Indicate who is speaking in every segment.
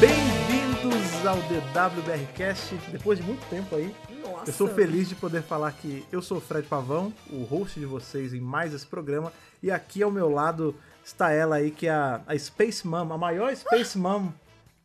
Speaker 1: Bem-vindos ao DWBRCast. Depois de muito tempo aí,
Speaker 2: Nossa.
Speaker 1: eu sou feliz de poder falar que eu sou o Fred Pavão, o host de vocês em mais esse programa. E aqui ao meu lado está ela aí, que é a, a Space Mom, a maior Space Mom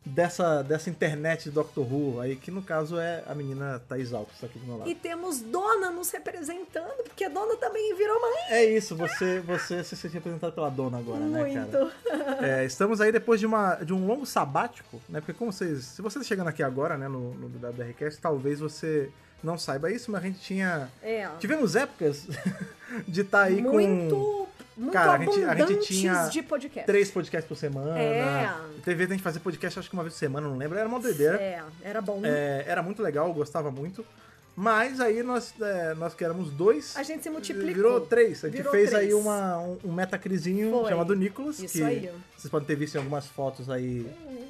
Speaker 1: dessa, dessa internet de Doctor Who aí, que no caso é a menina Thaís Alves, está aqui do meu lado.
Speaker 2: E temos Dona nos representando, porque a Dona também virou mãe.
Speaker 1: É isso, você, você se sente representado pela dona agora, né, cara?
Speaker 2: Muito.
Speaker 1: É, estamos aí depois de, uma, de um longo sabático, né? Porque como vocês. Se vocês chegando aqui agora, né, no, no WRCast, talvez você não saiba isso, mas a gente tinha.
Speaker 2: É.
Speaker 1: Tivemos épocas de estar aí com
Speaker 2: muito, muito
Speaker 1: Cara, a gente-
Speaker 2: abundantes
Speaker 1: a gente tinha
Speaker 2: de podcast.
Speaker 1: três podcasts por semana.
Speaker 2: É.
Speaker 1: Teve vezes a gente fazia podcast, acho que uma vez por semana, não lembro. Era uma doideira.
Speaker 2: É, era bom.
Speaker 1: É, era muito legal, eu gostava muito. Mas aí nós, é, nós que éramos dois.
Speaker 2: A gente se multiplicou.
Speaker 1: Virou três. A gente
Speaker 2: Virou
Speaker 1: fez
Speaker 2: três.
Speaker 1: aí uma, um, um metacrizinho
Speaker 2: Foi.
Speaker 1: chamado Nicolas.
Speaker 2: Isso
Speaker 1: que
Speaker 2: aí.
Speaker 1: Vocês podem ter visto em algumas fotos aí.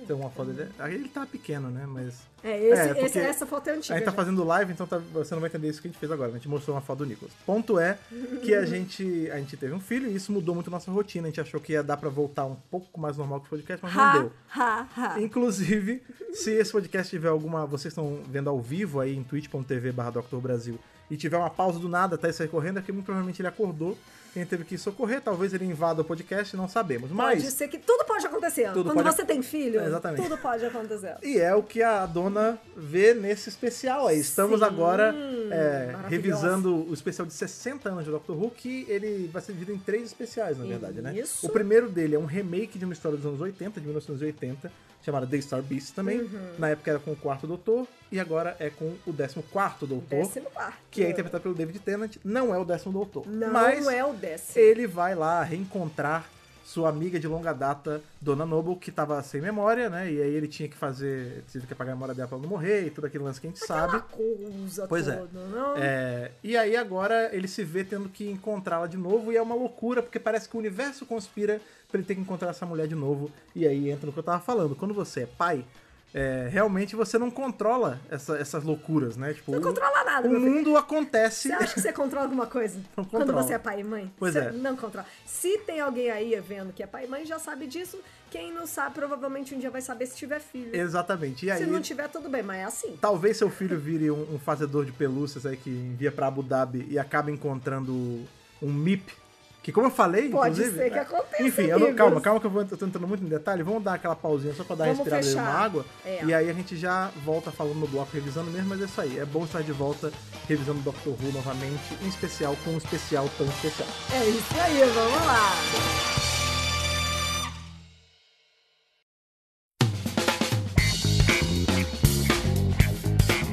Speaker 1: Tem uma foto dele. Aí Ele tá pequeno, né? Mas.
Speaker 2: É, esse-
Speaker 1: É,
Speaker 2: esse-
Speaker 1: porque
Speaker 2: essa foto é
Speaker 1: A
Speaker 2: antiga.
Speaker 1: gente tá
Speaker 2: já.
Speaker 1: fazendo live, então tá- você não vai entender isso que a gente fez agora. A gente mostrou uma foto do Nicolas. Ponto é que a gente, a gente teve um filho e isso mudou muito a nossa rotina. A gente achou que ia dar pra voltar um pouco mais normal com o podcast, mas não deu.
Speaker 2: Ha, ha, ha.
Speaker 1: Inclusive, se esse podcast tiver alguma. Vocês estão vendo ao vivo aí em twitch.tv barra Dr. Brasil e tiver uma pausa do nada, tá aí sair correndo, é porque muito provavelmente ele acordou. Quem teve que socorrer, talvez ele invada o podcast, não sabemos. Então, Mas.
Speaker 2: Pode ser que tudo pode acontecer.
Speaker 1: Tudo
Speaker 2: Quando
Speaker 1: pode-
Speaker 2: você tem filho,
Speaker 1: É, exatamente.
Speaker 2: tudo pode acontecer.
Speaker 1: E é o que a dona vê nesse especial aí. Estamos
Speaker 2: Sim,
Speaker 1: agora é,
Speaker 2: maravilhosa.
Speaker 1: revisando o especial de 60 anos de Doctor Who, que ele vai ser dividido em três especiais, na verdade, né?
Speaker 2: Isso.
Speaker 1: O primeiro dele é um remake de uma história dos anos 80, de 1980, chamada The Star Beast também.
Speaker 2: Uhum.
Speaker 1: Na época era com o quarto doutor, e agora é com o décimo quarto doutor,
Speaker 2: Décimo quarto.
Speaker 1: que é interpretado pelo David Tennant. Não é o décimo doutor,
Speaker 2: Não
Speaker 1: mas
Speaker 2: é o décimo.
Speaker 1: ele vai lá reencontrar sua amiga de longa data, Dona Noble, que tava sem memória, né? E aí ele tinha que fazer, teve que apagar a memória dela pra ela não morrer e tudo aquele lance que a gente
Speaker 2: Aquela
Speaker 1: sabe.
Speaker 2: coisa
Speaker 1: Pois é.
Speaker 2: toda, não?
Speaker 1: É, e aí agora ele se vê tendo que encontrá-la de novo e é uma loucura, porque parece que o universo conspira pra ele ter que encontrar essa mulher de novo. E aí entra no que eu tava falando, quando você é pai, é, realmente você não controla essa- essas loucuras, né? Tipo,
Speaker 2: Não
Speaker 1: o-
Speaker 2: controla nada,
Speaker 1: o
Speaker 2: meu filho.
Speaker 1: mundo acontece...
Speaker 2: Você acha que você controla alguma coisa?
Speaker 1: Não
Speaker 2: Quando
Speaker 1: controla.
Speaker 2: você é pai e mãe?
Speaker 1: Pois
Speaker 2: você
Speaker 1: é.
Speaker 2: Não controla. Se tem alguém aí vendo que é pai e mãe, já sabe disso. Quem não sabe, provavelmente um dia vai saber se tiver filho.
Speaker 1: Exatamente. E aí
Speaker 2: Se não tiver, tudo bem, mas é assim.
Speaker 1: Talvez seu filho vire um, um fazedor de pelúcias aí que envia pra Abu Dhabi e acaba encontrando um MIP. Que como eu falei,
Speaker 2: Pode
Speaker 1: inclusive... né?
Speaker 2: ser que aconteça,
Speaker 1: Enfim, eu não,
Speaker 2: amigos.
Speaker 1: calma, calma que eu, vou, eu tô entrando muito em detalhe. Vamos dar aquela pausinha só pra dar uma
Speaker 2: Vamos
Speaker 1: respirada e uma
Speaker 2: fechar.
Speaker 1: água.
Speaker 2: É.
Speaker 1: E aí a gente já volta falando no bloco, revisando mesmo, mas é isso aí. É bom estar de volta revisando Doctor Who novamente, em especial com um especial tão especial.
Speaker 2: É isso aí, vamos lá.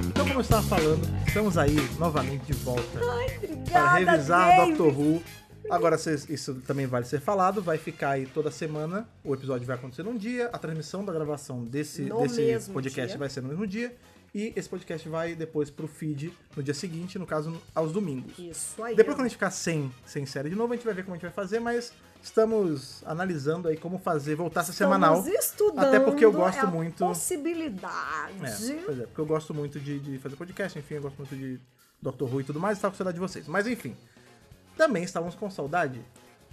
Speaker 1: Então como eu estava falando, estamos aí novamente de volta.
Speaker 2: Ai, obrigada,
Speaker 1: para revisar
Speaker 2: David.
Speaker 1: Doctor Who. Agora, vocês- isso também vale ser falado, vai ficar aí toda semana. O episódio vai acontecer num dia, a transmissão da gravação desse,
Speaker 2: No
Speaker 1: desse
Speaker 2: mesmo
Speaker 1: podcast
Speaker 2: dia.
Speaker 1: vai ser no mesmo dia. E esse podcast vai depois pro feed no dia seguinte, no caso, aos domingos.
Speaker 2: Isso aí.
Speaker 1: Depois, quando a gente ficar sem, sem série de novo, a gente vai ver como a gente vai fazer, mas estamos analisando aí como fazer, voltar essa
Speaker 2: Estamos
Speaker 1: semanal.
Speaker 2: Estudando é
Speaker 1: até porque eu gosto
Speaker 2: a
Speaker 1: muito-
Speaker 2: Possibilidade.
Speaker 1: É, pois é, porque eu gosto muito de, de fazer podcast, enfim, eu gosto muito de Doctor Who e tudo mais, estava com saudade de vocês. Mas enfim, também estávamos com saudade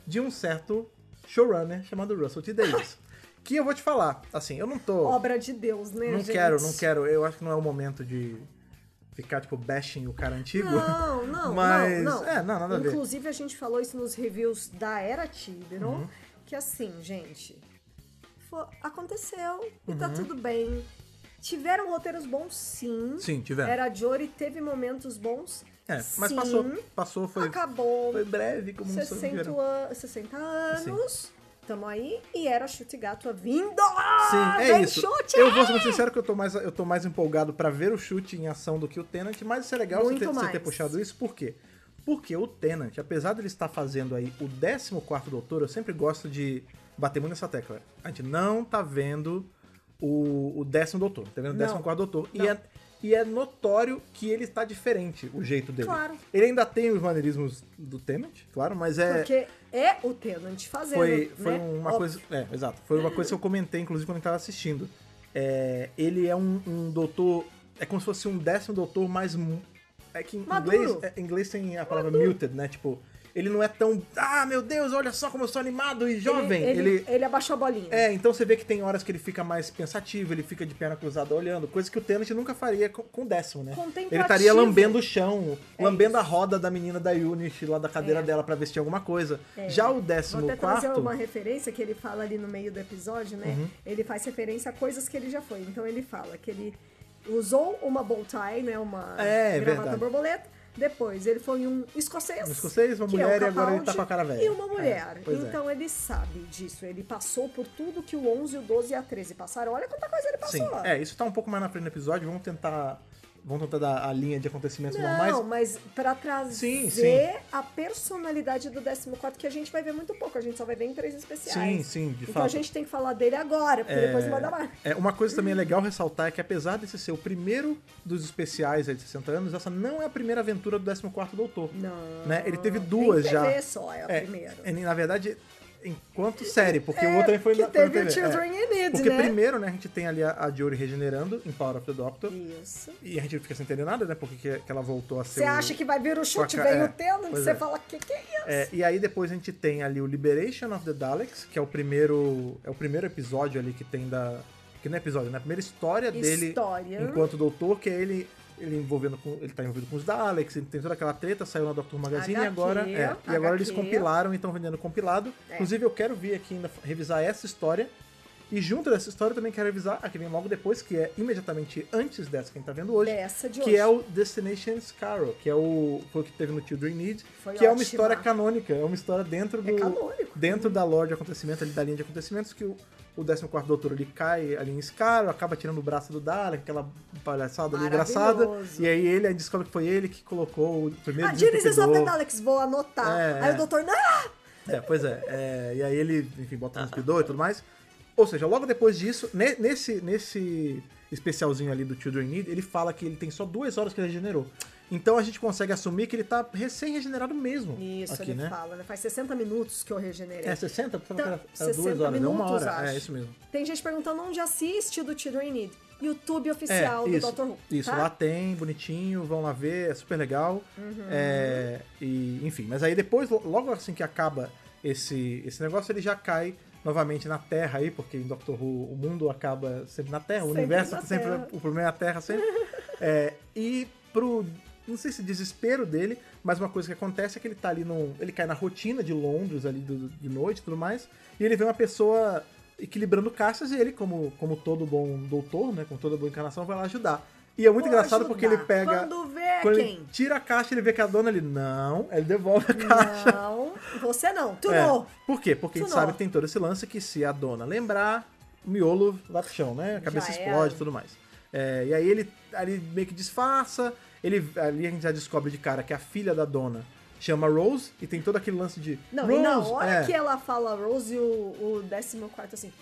Speaker 1: de um certo showrunner chamado Russell T. Davis. que eu vou te falar, assim, eu não tô.
Speaker 2: Obra de Deus, né,
Speaker 1: não
Speaker 2: gente?
Speaker 1: quero, não quero. Eu acho que não é o momento de ficar, tipo, bashing o cara antigo.
Speaker 2: Não, não,
Speaker 1: Mas,
Speaker 2: não, não.
Speaker 1: é, não, nada a ver.
Speaker 2: Inclusive, a gente falou isso nos reviews da Era Tiberon,
Speaker 1: Uhum.
Speaker 2: que assim, gente, fo- aconteceu e
Speaker 1: Uhum.
Speaker 2: tá tudo bem. Tiveram roteiros bons, sim.
Speaker 1: Sim, tiveram.
Speaker 2: Era Jory teve momentos bons,
Speaker 1: É, mas
Speaker 2: sim.
Speaker 1: passou, passou, foi,
Speaker 2: Acabou.
Speaker 1: foi breve, como não
Speaker 2: 60,
Speaker 1: souberam.
Speaker 2: an- 60 anos, tamo aí, e Era Chute Gato vindo!
Speaker 1: Sim, é
Speaker 2: Vem
Speaker 1: isso.
Speaker 2: Chute!
Speaker 1: Eu vou ser muito sincero que eu tô mais, eu tô mais empolgado pra ver o chute em ação do que o Tenant, mas isso é legal você
Speaker 2: Muito
Speaker 1: ter, você
Speaker 2: mais.
Speaker 1: ter puxado isso, por quê? Porque o Tenant, apesar de ele estar fazendo aí o 14 Doutor, eu sempre gosto de bater muito nessa tecla. A gente não tá vendo o, o décimo Doutor, tá vendo o
Speaker 2: Não.
Speaker 1: 14 Doutor. E
Speaker 2: Não.
Speaker 1: é, e é notório que ele está diferente, o jeito dele.
Speaker 2: Claro.
Speaker 1: Ele ainda tem os maneirismos do Tenant, claro, mas é
Speaker 2: Porque é o Tenant fazendo,
Speaker 1: foi,
Speaker 2: né?
Speaker 1: foi uma
Speaker 2: Ó,
Speaker 1: coisa. É, exato. Foi uma coisa que eu comentei, inclusive, quando eu tava assistindo. É, ele é um, um doutor. É como se fosse um décimo doutor mais. mu- É que em
Speaker 2: Maduro.
Speaker 1: inglês, é, em inglês tem a palavra muted, né? Tipo, ele não é tão. Ah, meu Deus, olha só como eu sou animado e jovem.
Speaker 2: Ele, ele, ele abaixou a bolinha.
Speaker 1: É, então você vê que tem horas que ele fica mais pensativo, ele fica de perna cruzada olhando, coisa que o Tenant nunca faria com, com o décimo, né?
Speaker 2: Contemplativo.
Speaker 1: Ele estaria lambendo o chão,
Speaker 2: É
Speaker 1: lambendo
Speaker 2: isso. É.
Speaker 1: a roda da menina da Unity lá da cadeira dela pra ver se tinha alguma coisa. Já o décimo
Speaker 2: Vou até trazer
Speaker 1: quarto. Uhum.
Speaker 2: uma referência que ele fala ali no meio do episódio, né? Ele faz referência a coisas que ele já foi. Então ele fala que ele usou uma bow tie, né? Uma
Speaker 1: É, é
Speaker 2: gravata
Speaker 1: verdade.
Speaker 2: borboleta. Depois ele foi um escocês.
Speaker 1: Um escocês, uma
Speaker 2: que é o
Speaker 1: mulher, e agora ele
Speaker 2: Capaldi,
Speaker 1: tá com a cara velha.
Speaker 2: E uma mulher.
Speaker 1: É, pois é.
Speaker 2: então ele sabe disso. Ele passou por tudo que o 11, o 12 e a 13 passaram. Olha quanta coisa ele passou.
Speaker 1: Sim, é, isso tá um pouco mais na frente do episódio, vamos tentar. Vamos tentar dar a linha de acontecimentos normais.
Speaker 2: Não, mas pra trazer
Speaker 1: Sim, sim.
Speaker 2: a personalidade do 14, que a gente vai ver muito pouco, a gente só vai ver em três especiais.
Speaker 1: Sim, sim, de
Speaker 2: Então
Speaker 1: fato.
Speaker 2: a gente tem que falar dele agora, porque depois não vai dar mais.
Speaker 1: É, uma coisa também é legal ressaltar é que apesar desse ser o primeiro dos especiais aí de 60 anos, essa não é a primeira aventura do 14º Doutor.
Speaker 2: Não.
Speaker 1: Né? Ele teve duas
Speaker 2: Em
Speaker 1: já.
Speaker 2: TV só, é o primeiro.
Speaker 1: é, na verdade, enquanto série, porque o
Speaker 2: É,
Speaker 1: outro aí foi
Speaker 2: que
Speaker 1: na, foi na
Speaker 2: teve o
Speaker 1: TV, é.
Speaker 2: Children in Need,
Speaker 1: Porque
Speaker 2: né?
Speaker 1: primeiro, né, a gente tem ali a, a Jory regenerando em Power of the Doctor.
Speaker 2: Isso.
Speaker 1: E a gente fica sem entender nada, né? Porque que, que ela voltou a ser.
Speaker 2: Você
Speaker 1: o-
Speaker 2: acha que vai vir o chute,
Speaker 1: Só que-
Speaker 2: vem
Speaker 1: um é,
Speaker 2: o Tenant,
Speaker 1: pois
Speaker 2: você
Speaker 1: é.
Speaker 2: fala, que que é isso?
Speaker 1: É, e aí depois a gente tem ali o Liberation of the Daleks, que é o primeiro. É o primeiro episódio ali que tem da. Que não é episódio, né? A primeira história,
Speaker 2: História.
Speaker 1: dele enquanto doutor, que é ele. Ele envolvendo com. Ele tá envolvido com os Daleks, ele tem toda aquela treta, saiu na Doctor Magazine e
Speaker 2: HQ,
Speaker 1: agora. é, e agora eles
Speaker 2: HQ.
Speaker 1: compilaram e estão vendendo compilado.
Speaker 2: É.
Speaker 1: Inclusive eu quero vir aqui ainda revisar essa história. E junto dessa história eu também quero revisar a que vem logo depois, que é imediatamente antes dessa que a gente tá vendo hoje.
Speaker 2: Dessa de
Speaker 1: Que
Speaker 2: hoje.
Speaker 1: é o Destination Scarrow, que é o. Foi o que teve no Children Need.
Speaker 2: Foi
Speaker 1: que é uma
Speaker 2: ótima.
Speaker 1: história canônica, é uma história dentro do.
Speaker 2: canônico.
Speaker 1: Dentro da lore de acontecimento, ali da linha de acontecimentos, que o, o 14 doutor ele cai ali em Scarrow, acaba tirando o braço do Dalek, aquela palhaçada ali engraçada.
Speaker 2: Maravilhoso.
Speaker 1: E aí ele aí descobre que foi ele que colocou o primeiro.
Speaker 2: A Genesis of the
Speaker 1: desentupidor.
Speaker 2: Ah, Daleks, vou anotar.
Speaker 1: É,
Speaker 2: Aí
Speaker 1: é.
Speaker 2: o doutor, não!
Speaker 1: É, pois é. É, E aí ele, enfim, bota um espidor e tudo mais. Ou seja, logo depois disso, ne- nesse, nesse especialzinho ali do Children Need, ele fala que ele tem só duas horas que ele regenerou. Então a gente consegue assumir que ele tá recém-regenerado mesmo.
Speaker 2: Isso,
Speaker 1: aqui,
Speaker 2: ele
Speaker 1: né?
Speaker 2: fala, né? Faz 60 minutos que eu regenerei.
Speaker 1: É 60? Então, era, era
Speaker 2: 60
Speaker 1: duas horas, não uma
Speaker 2: minutos,
Speaker 1: hora.
Speaker 2: acho.
Speaker 1: É isso mesmo.
Speaker 2: Tem gente perguntando onde assiste o do Children in Need. YouTube
Speaker 1: É,
Speaker 2: oficial
Speaker 1: isso,
Speaker 2: do Dr. Who.
Speaker 1: isso
Speaker 2: tá?
Speaker 1: lá tem, bonitinho, vão lá ver, é super legal.
Speaker 2: Uhum.
Speaker 1: É, e, enfim, mas aí depois, lo- logo assim que acaba esse, esse negócio, ele já cai novamente na Terra aí, porque em Doctor Who o mundo acaba sempre na Terra, o
Speaker 2: Sempre
Speaker 1: universo
Speaker 2: na
Speaker 1: tá sempre.
Speaker 2: Terra.
Speaker 1: O problema é a Terra sempre. É, e pro. Não sei se desespero dele, mas uma coisa que acontece é que ele tá ali num. Ele cai na rotina de Londres ali do- de noite e tudo mais. E ele vê uma pessoa equilibrando caixas e ele, como, como todo bom doutor, né? Como toda boa encarnação, vai lá ajudar. E é muito
Speaker 2: Vou
Speaker 1: engraçado
Speaker 2: ajudar.
Speaker 1: porque ele pega.
Speaker 2: Quando é vê
Speaker 1: quando ele
Speaker 2: quem?
Speaker 1: tira a caixa, ele vê que a dona ele. Não, aí ele devolve a caixa.
Speaker 2: Não, você não. Tu
Speaker 1: É.
Speaker 2: não.
Speaker 1: Por quê? Porque a gente
Speaker 2: Isso não.
Speaker 1: sabe que tem todo esse lance que se a dona lembrar, o miolo vai pro chão, né? A cabeça
Speaker 2: Já
Speaker 1: explode e
Speaker 2: era.
Speaker 1: tudo mais. É, e aí ele ali meio que disfarça, ele, ali a gente já descobre de cara que a filha da dona chama Rose e tem todo aquele lance de.
Speaker 2: Não,
Speaker 1: Rose,
Speaker 2: e na hora
Speaker 1: é.
Speaker 2: que ela fala Rose e o, o 14 assim,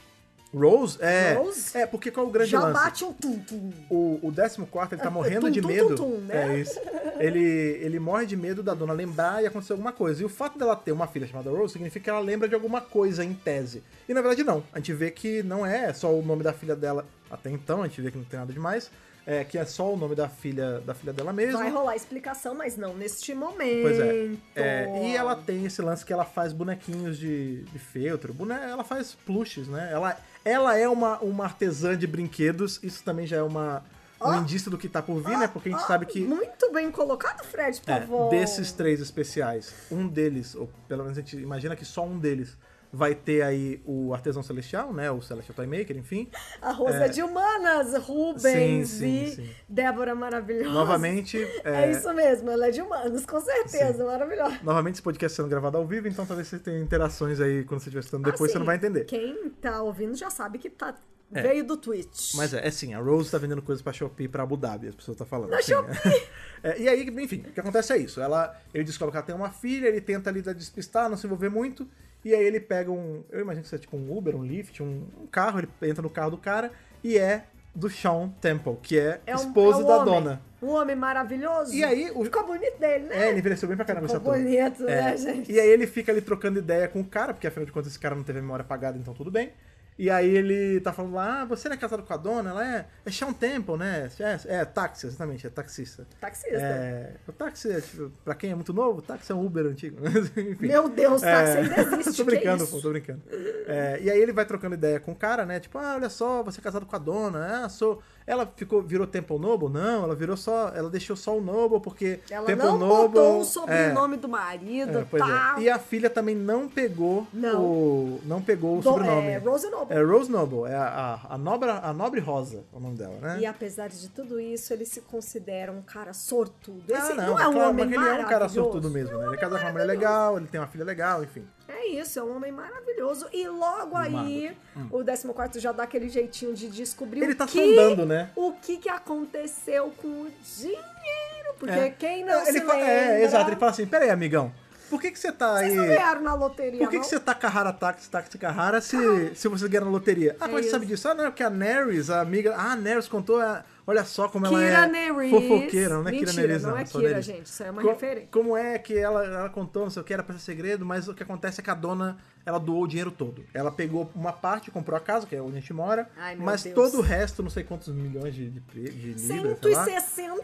Speaker 1: Rose? É.
Speaker 2: Rose?
Speaker 1: É, porque qual é o grande
Speaker 2: já
Speaker 1: lance?
Speaker 2: bate um tum-tum.
Speaker 1: O, o 14 ele tá morrendo
Speaker 2: É, tum,
Speaker 1: de
Speaker 2: tum,
Speaker 1: medo.
Speaker 2: tum, tum, né?
Speaker 1: É isso. Ele, ele morre de medo da dona lembrar e acontecer alguma coisa. E o fato dela ter uma filha chamada Rose significa que ela lembra de alguma coisa em tese. E na verdade não. A gente vê que não é só o nome da filha dela até então, a gente vê que não tem nada demais. É que é só o nome da filha da filha dela mesma.
Speaker 2: Vai rolar explicação, mas não neste momento.
Speaker 1: Pois é. É, E ela tem esse lance que ela faz bonequinhos de, de feltro. Bone... Ela faz pluches, né? Ela, ela é uma, uma artesã de brinquedos. Isso também já é uma, um indício do que tá por vir, né? Porque a gente
Speaker 2: Ah,
Speaker 1: sabe que
Speaker 2: Muito bem colocado, Fred, por
Speaker 1: é,
Speaker 2: favor.
Speaker 1: desses três especiais, um deles, ou pelo menos a gente imagina que só um deles, vai ter aí o artesão celestial, né? O Celestial Time Maker, enfim.
Speaker 2: A Rosa de Humanas, Rubens
Speaker 1: é. Sim, sim,
Speaker 2: e
Speaker 1: sim.
Speaker 2: Débora Maravilhosa.
Speaker 1: Novamente.
Speaker 2: É... isso mesmo, ela é de humanos, com certeza,
Speaker 1: Sim.
Speaker 2: maravilhosa.
Speaker 1: Novamente, esse podcast sendo gravado ao vivo, então talvez você tenha interações aí quando você estiver estudando depois,
Speaker 2: Assim,
Speaker 1: você não vai entender. É.
Speaker 2: Quem tá ouvindo já sabe que tá... veio do Twitch.
Speaker 1: Mas é, é sim, a Rose tá vendendo coisas pra Shopee e pra Abu Dhabi, as pessoas estão falando.
Speaker 2: Na
Speaker 1: assim, é. É, e aí, enfim, o que acontece é isso. Ela, ele descobre que ela tem uma filha, ele tenta ali dar- despistar, não se envolver muito. E aí ele pega um. Eu imagino que seja tipo um Uber, um Lyft, um, um carro, ele entra no carro do cara e é do Sean Temple, que é,
Speaker 2: É um-
Speaker 1: esposo
Speaker 2: é um
Speaker 1: da
Speaker 2: homem.
Speaker 1: dona.
Speaker 2: Um homem maravilhoso.
Speaker 1: E aí, o-
Speaker 2: Ficou bonito dele, né?
Speaker 1: É, ele envelheceu bem pra caramba esse
Speaker 2: Ficou
Speaker 1: ator.
Speaker 2: bonito,
Speaker 1: É.
Speaker 2: né, gente?
Speaker 1: E aí ele fica ali trocando ideia com o cara, porque afinal de contas esse cara não teve a memória apagada, então tudo bem. E aí ele tá falando lá, ah, você não é casado com a dona? Ela é, é Shawn Temple, né? É, é táxi, exatamente, é taxista.
Speaker 2: Taxista.
Speaker 1: É, o táxi, é, tipo, pra quem é muito novo, o táxi é um Uber antigo. né? Enfim. É.
Speaker 2: Meu Deus, táxi ainda existe.
Speaker 1: tô
Speaker 2: que é
Speaker 1: brincando,
Speaker 2: isso?
Speaker 1: pô, tô brincando. É, e aí ele vai trocando ideia com o cara, né? Tipo, ah, olha só, você é casado com a dona. Ah, sou. Ela ficou, virou Temple Noble? Não, ela virou só. Ela deixou só o Noble, porque.
Speaker 2: Ela
Speaker 1: Temple
Speaker 2: não
Speaker 1: Noble,
Speaker 2: botou o
Speaker 1: é,
Speaker 2: sobrenome do marido,
Speaker 1: é, pois é.
Speaker 2: tá?
Speaker 1: E a filha também não pegou
Speaker 2: Não.
Speaker 1: o. Não pegou o
Speaker 2: Do-
Speaker 1: sobrenome.
Speaker 2: é, Rose Noble.
Speaker 1: É Rose Noble, é a, a, a nobre, a nobre Rosa, é o nome dela, né?
Speaker 2: E apesar de tudo isso, ele se considera um cara sortudo.
Speaker 1: Ah,
Speaker 2: Esse não, é um
Speaker 1: claro,
Speaker 2: homem
Speaker 1: mas ele é um cara
Speaker 2: maravilhoso.
Speaker 1: sortudo mesmo, né? Ele é casado com uma mulher legal, ele tem uma filha legal, enfim.
Speaker 2: É isso, é um homem maravilhoso. E logo aí, o 14 já dá aquele jeitinho de descobrir
Speaker 1: Hum. Ele
Speaker 2: o
Speaker 1: tá
Speaker 2: que...
Speaker 1: sondando, né?
Speaker 2: O que que aconteceu com o dinheiro? Porque
Speaker 1: É.
Speaker 2: quem não
Speaker 1: ele
Speaker 2: se
Speaker 1: fa-
Speaker 2: lembra...
Speaker 1: É, exato, ele fala assim, peraí, amigão, por que que você tá aí...
Speaker 2: Vocês não ganharam na loteria,
Speaker 1: Por que,
Speaker 2: não?
Speaker 1: que você tá Carrara Táxi, Táxi Carrara se, se você ganhar na loteria? Ah, como é que você
Speaker 2: isso.
Speaker 1: sabe disso? Ah, não, porque a Nerys, a amiga. Ah, a Nerys contou. a- olha só como ela
Speaker 2: Kira
Speaker 1: é
Speaker 2: Nerys.
Speaker 1: fofoqueira, não é Kira
Speaker 2: Mentira,
Speaker 1: Nerys, não.
Speaker 2: não é
Speaker 1: só
Speaker 2: Kira,
Speaker 1: Nerys.
Speaker 2: gente, isso é uma
Speaker 1: Co-
Speaker 2: referência.
Speaker 1: Como é que ela, ela contou, não sei o que, era pra ser segredo, mas o que acontece é que a dona, ela doou o dinheiro todo. Ela pegou uma parte, comprou a casa, que é onde a gente mora,
Speaker 2: Ai, meu
Speaker 1: mas
Speaker 2: Deus.
Speaker 1: todo o resto, não sei quantos milhões de, de, pre- de libras, sei lá.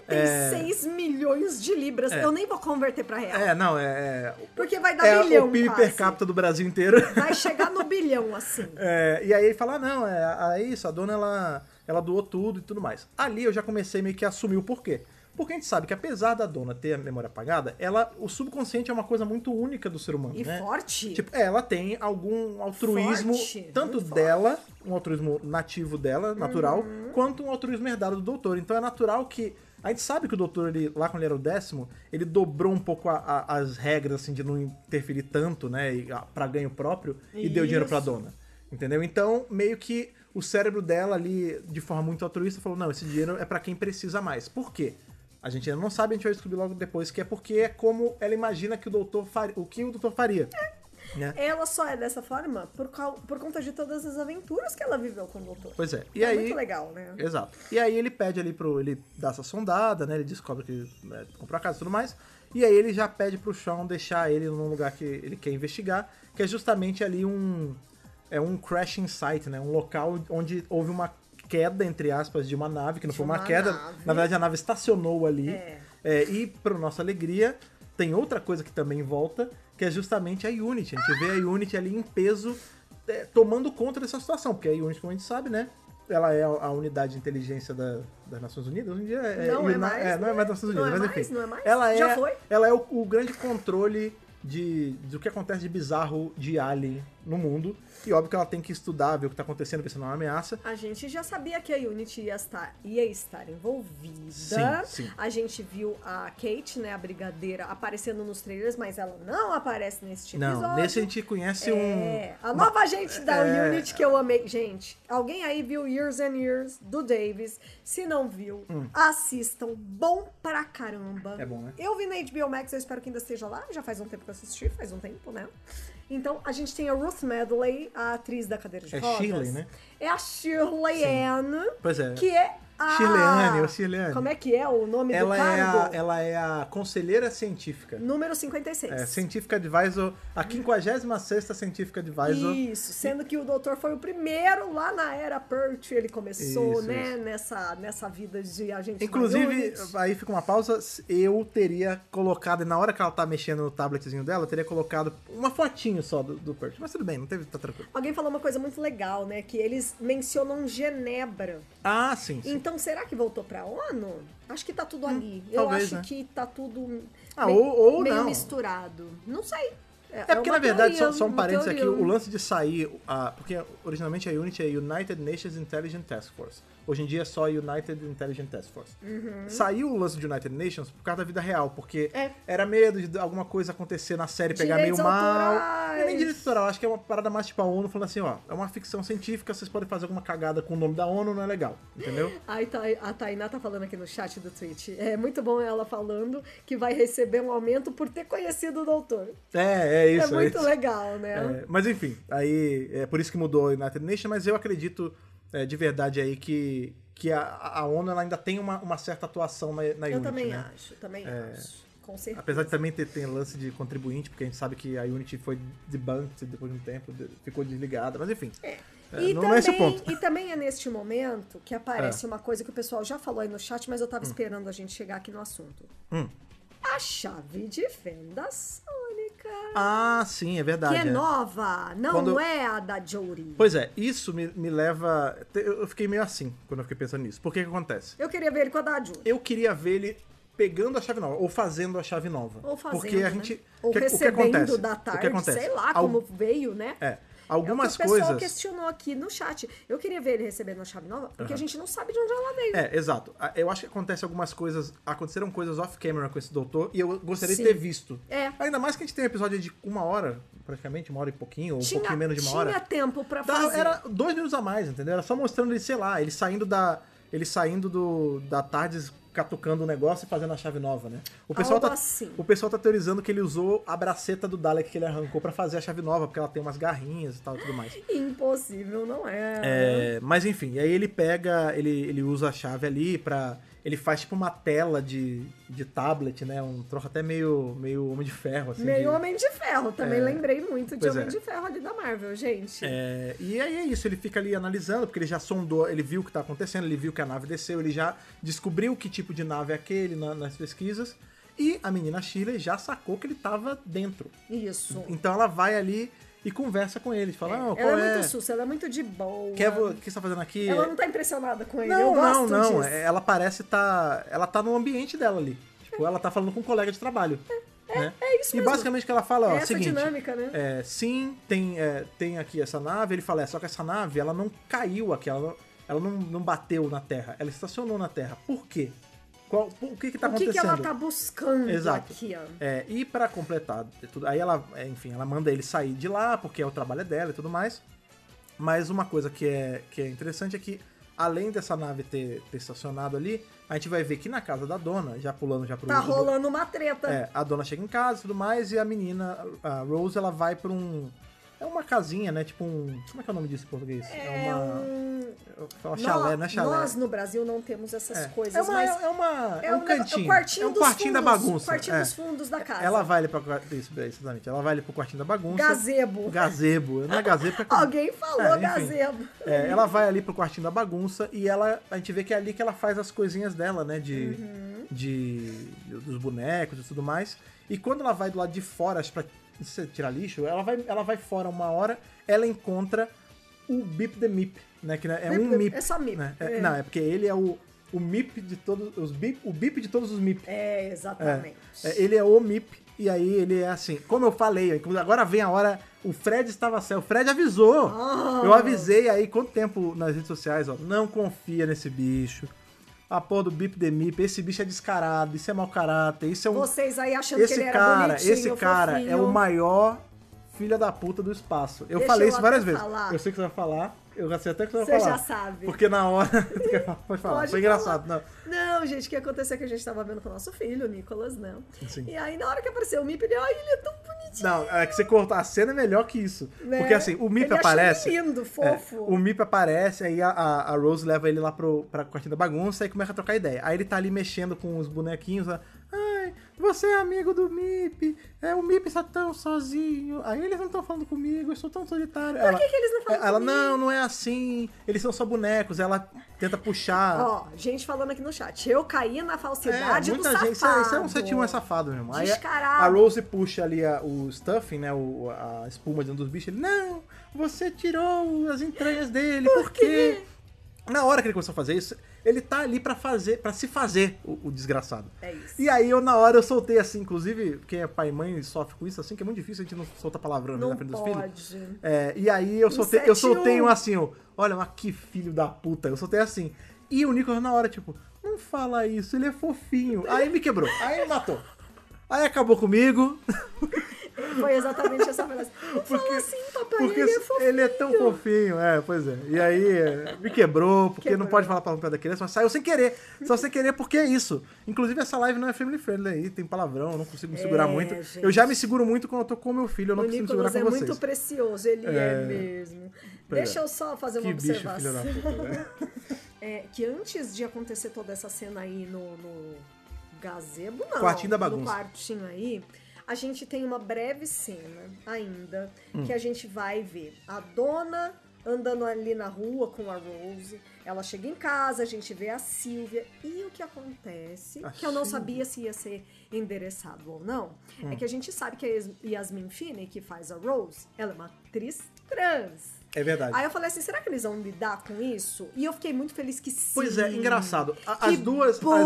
Speaker 2: 166 milhões de libras. Eu nem vou converter pra real.
Speaker 1: É, não, é... é
Speaker 2: Porque vai dar um
Speaker 1: é
Speaker 2: bilhão
Speaker 1: o PIB
Speaker 2: quase.
Speaker 1: per capita do Brasil inteiro.
Speaker 2: Vai chegar no bilhão, assim.
Speaker 1: É, e aí ele fala, ah, não, é, é isso, a dona ela, ela doou tudo e tudo mais. Ali eu já comecei meio que a assumir o porquê. Porque a gente sabe que apesar da dona ter a memória apagada, ela, o subconsciente é uma coisa muito única do ser humano,
Speaker 2: E
Speaker 1: né?
Speaker 2: forte.
Speaker 1: Tipo, é, ela tem algum altruísmo,
Speaker 2: Forte,
Speaker 1: tanto
Speaker 2: muito forte. Uhum.
Speaker 1: dela, um altruísmo nativo dela, natural, quanto um altruísmo herdado do doutor. Então é natural que. A gente sabe que o doutor, ele, lá quando ele era o décimo, ele dobrou um pouco a- a- as regras, assim, de não interferir tanto, né, e, a- pra ganho próprio, e deu dinheiro pra
Speaker 2: Isso.
Speaker 1: dona. Entendeu? Então, meio que o cérebro dela ali, de forma muito altruísta, falou: não, esse dinheiro é pra quem precisa mais. Por quê? A gente ainda não sabe, a gente vai descobrir logo depois, que é porque é como ela imagina que o doutor faria, o que o doutor faria. Né?
Speaker 2: Ela só é dessa forma por, cau- por conta de todas as aventuras que ela viveu com o doutor.
Speaker 1: Pois é. E
Speaker 2: é
Speaker 1: aí.
Speaker 2: muito legal, né?
Speaker 1: Exato. E aí ele pede ali pro. Ele dá essa sondada, né? Ele descobre que né, comprou a casa e tudo mais. E aí ele já pede pro Sean deixar ele num lugar que ele quer investigar, que é justamente ali um. É um crashing site, né? Um local onde houve uma queda, entre aspas, de uma nave, que não
Speaker 2: De
Speaker 1: foi uma,
Speaker 2: uma
Speaker 1: queda.
Speaker 2: nave.
Speaker 1: Na verdade, a nave estacionou ali.
Speaker 2: É.
Speaker 1: É, e, para nossa alegria, tem outra coisa que também volta, que é justamente a Unity. A gente vê a Unity ali em peso, é, tomando conta dessa situação. Porque a Unity, como a gente sabe, né? Ela é a, a unidade de inteligência da- das Nações Unidas. Hoje em dia é,
Speaker 2: Não é
Speaker 1: Uni- não
Speaker 2: mais,
Speaker 1: é
Speaker 2: né?
Speaker 1: mais Nações
Speaker 2: Não
Speaker 1: Unidas,
Speaker 2: é
Speaker 1: mas
Speaker 2: mais,
Speaker 1: enfim.
Speaker 2: não é mais.
Speaker 1: Ela é,
Speaker 2: Já foi.
Speaker 1: Ela é o, o grande controle de, do que acontece de bizarro de Alien no mundo. E óbvio que ela tem que estudar, ver o que tá acontecendo, porque senão é uma ameaça.
Speaker 2: A gente já sabia que a Unity ia estar, ia estar envolvida.
Speaker 1: Sim, sim.
Speaker 2: A gente viu a Kate, né, a brigadeira, aparecendo nos trailers, mas ela não aparece neste episódio.
Speaker 1: Não, nesse a gente conhece um.
Speaker 2: É, a nova gente da
Speaker 1: é.
Speaker 2: Unity que eu amei. Gente, alguém aí viu Years and Years do Davis? Se não viu, assistam. Bom pra caramba.
Speaker 1: Hum. É bom, né?
Speaker 2: Eu vi na HBO Max, eu espero que ainda esteja lá. Já faz um tempo que eu assisti, faz um tempo, né? Então, a gente tem a Ruth Medley, a atriz da cadeira de
Speaker 1: É
Speaker 2: rodas.
Speaker 1: Shirley, né?
Speaker 2: É a Shirley Ann,
Speaker 1: Pois é.
Speaker 2: que é a...
Speaker 1: Shirley Ann, ou Shirley Ann.
Speaker 2: Como é que é o nome
Speaker 1: Ela
Speaker 2: do
Speaker 1: é, a,
Speaker 2: cargo?
Speaker 1: ela é a conselheira científica.
Speaker 2: Número 56.
Speaker 1: É, Scientific Advisor, a 56ª Scientific Advisor.
Speaker 2: Isso, sendo que o doutor foi o primeiro lá na era Perch, ele começou,
Speaker 1: Isso,
Speaker 2: né,
Speaker 1: isso.
Speaker 2: nessa nessa vida de agente
Speaker 1: Inclusive,
Speaker 2: da Unity.
Speaker 1: aí fica uma pausa, eu teria colocado, na hora que ela tá mexendo no tabletzinho dela, eu teria colocado uma fotinho só do, do Perch. Mas tudo bem, não teve, tá tranquilo.
Speaker 2: Alguém falou uma coisa muito legal, né, que eles mencionam Genebra.
Speaker 1: Ah, sim, sim.
Speaker 2: Então, será que voltou pra ONU? Acho que tá tudo ali. Eu
Speaker 1: talvez,
Speaker 2: acho
Speaker 1: né?
Speaker 2: que tá tudo
Speaker 1: Ah,
Speaker 2: me-
Speaker 1: ou- ou
Speaker 2: meio
Speaker 1: não.
Speaker 2: misturado. Não sei.
Speaker 1: É porque,
Speaker 2: uma
Speaker 1: na verdade,
Speaker 2: teoria,
Speaker 1: só, só um
Speaker 2: uma
Speaker 1: parênteses aqui,
Speaker 2: teoria.
Speaker 1: o lance de sair, a- porque originalmente a Unity é United Nations Intelligent Task Force. Hoje em dia é só United Intelligent Task Force. Saiu o lance de United Nations por causa da vida real, porque
Speaker 2: Uhum. É.
Speaker 1: era medo de alguma coisa acontecer na série, pegar
Speaker 2: Direitos
Speaker 1: meio mal.
Speaker 2: autorais.
Speaker 1: Não é nem direito autoral, acho que é uma parada mais tipo a ONU falando assim, ó, é uma ficção científica, vocês podem fazer alguma cagada com o nome da ONU, não é legal, entendeu?
Speaker 2: Aí tá- a Tainá tá falando aqui no chat do Twitch. É muito bom ela falando que vai receber um aumento por ter conhecido o doutor.
Speaker 1: É, é isso.
Speaker 2: é muito
Speaker 1: isso.
Speaker 2: legal, né?
Speaker 1: É, mas enfim, aí é por isso que mudou a United Nations, mas eu acredito é, de verdade aí que, que a, a ONU ela ainda tem uma, uma certa atuação na, na
Speaker 2: eu
Speaker 1: Unity,
Speaker 2: também
Speaker 1: né?
Speaker 2: acho, também acho. Com certeza.
Speaker 1: Apesar de também ter, ter lance de contribuinte, porque a gente sabe que a Unity foi debunked depois de um tempo, de- ficou desligada, mas enfim. É,
Speaker 2: e,
Speaker 1: não
Speaker 2: também,
Speaker 1: é esse o ponto. É.
Speaker 2: e também é neste momento que aparece uma coisa que o pessoal já falou aí no chat, mas eu tava esperando a gente chegar aqui no assunto.
Speaker 1: Hum.
Speaker 2: A chave de fenda sônica.
Speaker 1: Ah, sim, é verdade.
Speaker 2: que é
Speaker 1: é.
Speaker 2: nova, não
Speaker 1: Quando-
Speaker 2: é a da Jory.
Speaker 1: Pois é, isso me, me leva. te- Eu eu fiquei meio assim quando eu fiquei pensando nisso. Por que que acontece?
Speaker 2: Eu queria ver ele com a da Jory.
Speaker 1: Eu queria ver ele pegando a chave nova, ou fazendo a chave nova.
Speaker 2: Ou fazendo,
Speaker 1: Porque a
Speaker 2: né?
Speaker 1: gente.
Speaker 2: Ou
Speaker 1: o que, o que
Speaker 2: recebendo
Speaker 1: acontece?
Speaker 2: da
Speaker 1: o que
Speaker 2: tarde,
Speaker 1: acontece?
Speaker 2: sei lá
Speaker 1: Al-
Speaker 2: como veio, né?
Speaker 1: É, algumas
Speaker 2: é o que o pessoal
Speaker 1: coisas.
Speaker 2: questionou aqui no chat. Eu queria ver ele recebendo a chave nova, porque a gente não sabe de onde ela veio.
Speaker 1: É, exato. A- Eu acho que acontece algumas coisas. Aconteceram coisas off-camera com esse doutor e eu gostaria
Speaker 2: Sim.
Speaker 1: de ter visto.
Speaker 2: É.
Speaker 1: Ainda mais que a gente tem um episódio de uma hora, praticamente, uma hora e pouquinho, ou um
Speaker 2: tinha
Speaker 1: pouquinho menos de uma
Speaker 2: tinha
Speaker 1: hora.
Speaker 2: tempo pra
Speaker 1: Dá-
Speaker 2: fazer.
Speaker 1: era dois minutos a mais, entendeu? Era só mostrando ele, sei lá, ele saindo da. Ele saindo do, da tarde catucando o negócio e fazendo a chave nova, né? O pessoal,
Speaker 2: Algo
Speaker 1: tá,
Speaker 2: assim.
Speaker 1: o pessoal tá teorizando que ele usou a braceta do Dalek que ele arrancou pra fazer a chave nova, porque ela tem umas garrinhas e tal e tudo mais.
Speaker 2: Impossível, não é?
Speaker 1: É, mas enfim, e aí ele pega, ele, ele usa a chave ali pra. Ele faz tipo uma tela de, de tablet, né? Um troço até meio, meio homem de ferro, assim. de-
Speaker 2: Meio Homem de Ferro, também lembrei muito de
Speaker 1: É. Pois
Speaker 2: Homem
Speaker 1: é.
Speaker 2: de Ferro ali da Marvel, gente.
Speaker 1: É, e aí é isso, ele fica ali analisando, porque ele já sondou, ele viu o que tá acontecendo, ele viu que a nave desceu, ele já descobriu que tipo de nave é aquele na- nas pesquisas. E a menina Shirley já sacou que ele tava dentro.
Speaker 2: Isso.
Speaker 1: Então ela vai ali e conversa com ele, fala, ah, qual
Speaker 2: Ela é
Speaker 1: é?
Speaker 2: muito sussa, ela é muito de boa.
Speaker 1: Quer vo- O que você tá fazendo aqui?
Speaker 2: Ela não tá impressionada com ele.
Speaker 1: Não,
Speaker 2: eu gosto
Speaker 1: não, não. é,
Speaker 2: disso.
Speaker 1: Ela parece tá. Ela tá no ambiente dela ali. Tipo, ela tá falando com um colega de trabalho. É,
Speaker 2: é isso
Speaker 1: E
Speaker 2: mesmo.
Speaker 1: basicamente o que ela fala, ó,
Speaker 2: É essa
Speaker 1: seguinte.
Speaker 2: dinâmica, né?
Speaker 1: é, sim, tem, é, tem aqui essa nave. Ele fala, é, só que essa nave, ela não caiu aqui, ela não, ela não, não bateu na Terra. Ela estacionou na Terra. Por quê? Qual, por- o que que tá
Speaker 2: o que,
Speaker 1: acontecendo?
Speaker 2: que ela tá buscando
Speaker 1: Exato.
Speaker 2: aqui, ó?
Speaker 1: É, e pra completar tudo, aí ela, é, enfim, ela manda ele sair de lá, porque é o trabalho dela e tudo mais. Mas uma coisa que é, que é interessante é que, além dessa nave ter, ter estacionado ali, a gente vai ver que na casa da dona, já pulando já pro
Speaker 2: Tá
Speaker 1: outro-
Speaker 2: rolando uma treta.
Speaker 1: É, a dona chega em casa e tudo mais, e a menina, a Rose, ela vai pra um. É uma casinha, né? Tipo um. Como é que é o nome disso em português?
Speaker 2: É um...
Speaker 1: Eu falo chalé,
Speaker 2: nós,
Speaker 1: não é chalé.
Speaker 2: Nós no Brasil não temos essas
Speaker 1: é.
Speaker 2: coisas,
Speaker 1: é uma,
Speaker 2: mas
Speaker 1: é uma- é um
Speaker 2: neg-
Speaker 1: cantinho.
Speaker 2: É o quartinho,
Speaker 1: é um
Speaker 2: dos
Speaker 1: quartinho da
Speaker 2: fundos,
Speaker 1: bagunça.
Speaker 2: quartinho
Speaker 1: é.
Speaker 2: dos fundos da casa.
Speaker 1: Ela vai ali pra. Isso, exatamente. Ela vai ali pro quartinho da bagunça.
Speaker 2: Gazebo.
Speaker 1: Gazebo. Não é gazebo porque é com-
Speaker 2: Alguém falou
Speaker 1: É, enfim.
Speaker 2: gazebo.
Speaker 1: É, ela vai ali pro quartinho da bagunça e ela. A gente vê que é ali que ela faz as coisinhas dela, né? De.
Speaker 2: Uhum.
Speaker 1: de dos bonecos e tudo mais. E quando ela vai do lado de fora, acho pra se tirar lixo, ela vai, ela vai fora uma hora, ela encontra o Bip the Mip, né? Que né, é um
Speaker 2: the-
Speaker 1: Mip.
Speaker 2: é só Mip,
Speaker 1: né, é-
Speaker 2: é.
Speaker 1: Não, é porque ele é o. O MIP de todos os bip, o bip de todos os MIP.
Speaker 2: É, exatamente.
Speaker 1: É, ele é o MIP. E aí ele é assim, como eu falei, inclusive agora vem a hora, o Fred estava certo, o Fred avisou.
Speaker 2: Ah.
Speaker 1: Eu avisei aí quanto tempo nas redes sociais, ó, não confia nesse bicho. A porra do Bip de Mip, esse bicho é descarado, isso é mau caráter, isso é um
Speaker 2: Vocês aí achando que
Speaker 1: esse
Speaker 2: ele era
Speaker 1: cara,
Speaker 2: bonitinho,
Speaker 1: esse cara
Speaker 2: fofinho.
Speaker 1: é o maior filha da puta do espaço. Eu
Speaker 2: Deixa
Speaker 1: falei
Speaker 2: eu
Speaker 1: isso várias
Speaker 2: até
Speaker 1: vezes.
Speaker 2: falar.
Speaker 1: Eu sei que você vai falar, eu já sei até que você vai
Speaker 2: Você
Speaker 1: falar.
Speaker 2: já sabe.
Speaker 1: Porque na hora pode falar, foi
Speaker 2: Pode falar.
Speaker 1: engraçado, não.
Speaker 2: Não, gente, o que aconteceu é que a gente tava vendo com o nosso filho, o Nicolas, não.
Speaker 1: Sim.
Speaker 2: E aí, na hora que apareceu o Mip, ele, ai, ele é tão bonitinho.
Speaker 1: Não, é que você cortar a cena é melhor que isso.
Speaker 2: né?
Speaker 1: Porque assim, o Mip
Speaker 2: Ele achou
Speaker 1: aparece.
Speaker 2: ele lindo,
Speaker 1: é,
Speaker 2: fofo.
Speaker 1: o Mip aparece, aí a, a- a Rose leva ele lá pro, pra quartinho da bagunça e começa a trocar ideia. Aí ele tá ali mexendo com os bonequinhos. lá, Ai, você é amigo do Mip. É, o Mip está tão sozinho. Aí eles não estão falando comigo, eu sou tão solitário. Por ela,
Speaker 2: que que eles não falam
Speaker 1: Ela,
Speaker 2: comigo?
Speaker 1: não, não é assim. Eles são só bonecos. Ela tenta puxar.
Speaker 2: Ó, gente falando aqui no chat. Eu caí na
Speaker 1: É,
Speaker 2: falsidade do
Speaker 1: muita
Speaker 2: safado.
Speaker 1: gente. Isso é, isso é um 71 é safado mesmo. Aí a-
Speaker 2: Descarado.
Speaker 1: a Rose puxa ali a- o stuffing, né? o- a espuma dentro dos bichos. Ele, não, você tirou as entranhas dele. Por, quê? Na hora que ele começou a fazer isso, ele tá ali pra fazer, para se fazer o, o desgraçado.
Speaker 2: É isso.
Speaker 1: E aí eu na hora eu soltei assim, inclusive, quem é pai e mãe sofre com isso assim, que é muito difícil a gente não soltar palavrão né,
Speaker 2: Não
Speaker 1: na frente dos filhos.
Speaker 2: pode.
Speaker 1: É, e aí eu soltei, eu
Speaker 2: 71.
Speaker 1: soltei um assim, ó, olha, mas que filho da puta. Eu soltei assim. E o Nicolas na hora, tipo, não fala isso, ele é fofinho. Aí me quebrou, aí me matou. Aí acabou comigo,
Speaker 2: Foi exatamente essa frase. Não
Speaker 1: Porque-
Speaker 2: fala assim, papai,
Speaker 1: porque
Speaker 2: ele é fofo.
Speaker 1: ele é tão fofinho, é, pois é. E aí é, me quebrou, porque não
Speaker 2: Quebrou.
Speaker 1: pode falar palavrão perto da criança, mas saiu sem querer. Só sem querer, porque é isso. Inclusive, essa live não é family friendly aí, tem palavrão, eu não consigo me segurar
Speaker 2: É,
Speaker 1: muito.
Speaker 2: gente.
Speaker 1: Eu já me seguro muito quando eu tô com meu filho, eu não
Speaker 2: O
Speaker 1: consigo me segurar
Speaker 2: Nicolas
Speaker 1: com
Speaker 2: é
Speaker 1: vocês.
Speaker 2: muito precioso, ele é,
Speaker 1: É.
Speaker 2: mesmo.
Speaker 1: Pois
Speaker 2: Deixa
Speaker 1: é.
Speaker 2: eu só fazer uma
Speaker 1: que bicho, filho
Speaker 2: observação.
Speaker 1: da puta, né?
Speaker 2: É, que antes de acontecer toda essa cena aí no, no gazebo, não.
Speaker 1: Quartinho da bagunça.
Speaker 2: No quartinho aí, a
Speaker 1: Hum.
Speaker 2: gente tem uma breve cena ainda que a gente vai ver a dona andando ali na rua com a Rose. Ela chega em casa, a gente vê a Silvia. E o que acontece,
Speaker 1: A
Speaker 2: que eu não
Speaker 1: Silvia. Hum.
Speaker 2: sabia se ia ser endereçado ou não, é que a gente sabe que a Yas- Yasmin Finney, que faz a Rose, ela é uma atriz trans.
Speaker 1: É verdade.
Speaker 2: Aí eu falei assim, será que eles vão lidar com isso? E eu fiquei muito feliz que sim.
Speaker 1: Pois é, engraçado. A-
Speaker 2: Que
Speaker 1: as duas.
Speaker 2: bom,
Speaker 1: as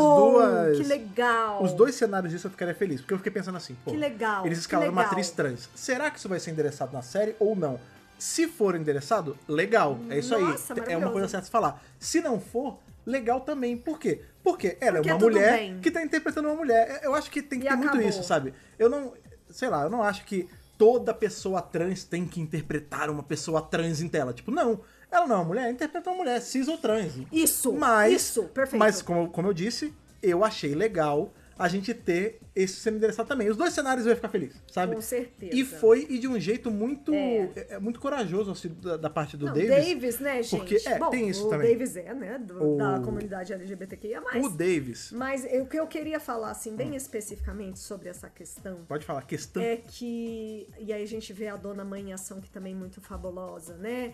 Speaker 1: duas.
Speaker 2: Que legal.
Speaker 1: Os dois cenários disso eu ficaria feliz, porque eu fiquei pensando assim, pô.
Speaker 2: Que legal,
Speaker 1: Eles
Speaker 2: que
Speaker 1: escalaram uma
Speaker 2: legal.
Speaker 1: atriz trans. Será que isso vai ser endereçado na série ou não? Se for endereçado, legal. É isso
Speaker 2: Nossa,
Speaker 1: aí. É uma
Speaker 2: maravilhoso.
Speaker 1: coisa certa de se falar. Se não for, legal também. Por quê? Porque ela
Speaker 2: Porque
Speaker 1: é uma
Speaker 2: tudo
Speaker 1: mulher
Speaker 2: bem.
Speaker 1: que tá interpretando uma mulher. Eu acho que tem que
Speaker 2: E
Speaker 1: ter muito
Speaker 2: acabou.
Speaker 1: isso, sabe? Eu não. Sei lá, eu não acho que toda pessoa trans tem que interpretar uma pessoa trans em tela. Tipo, não. Ela não é uma mulher, ela interpreta uma mulher, cis ou trans.
Speaker 2: Isso,
Speaker 1: Mas,
Speaker 2: isso, perfeito.
Speaker 1: Mas, como, como eu disse, eu achei legal a gente ter esse sendo endereçado também. Os dois cenários eu ia ficar feliz, sabe?
Speaker 2: Com certeza.
Speaker 1: E foi, e de um jeito muito
Speaker 2: É.
Speaker 1: é- é muito corajoso assim, da, da parte do
Speaker 2: Não,
Speaker 1: Davis.
Speaker 2: né, gente?
Speaker 1: porque, é,
Speaker 2: Bom,
Speaker 1: tem isso
Speaker 2: o
Speaker 1: também.
Speaker 2: Davis é, né, do-
Speaker 1: O-
Speaker 2: da comunidade LGBTQIA+.
Speaker 1: O Davis,
Speaker 2: Mas eu- o que eu queria falar, assim, bem especificamente sobre essa questão
Speaker 1: pode falar, questão.
Speaker 2: é que... E aí a gente vê a Dona Mãe em ação, que também é muito fabulosa, né?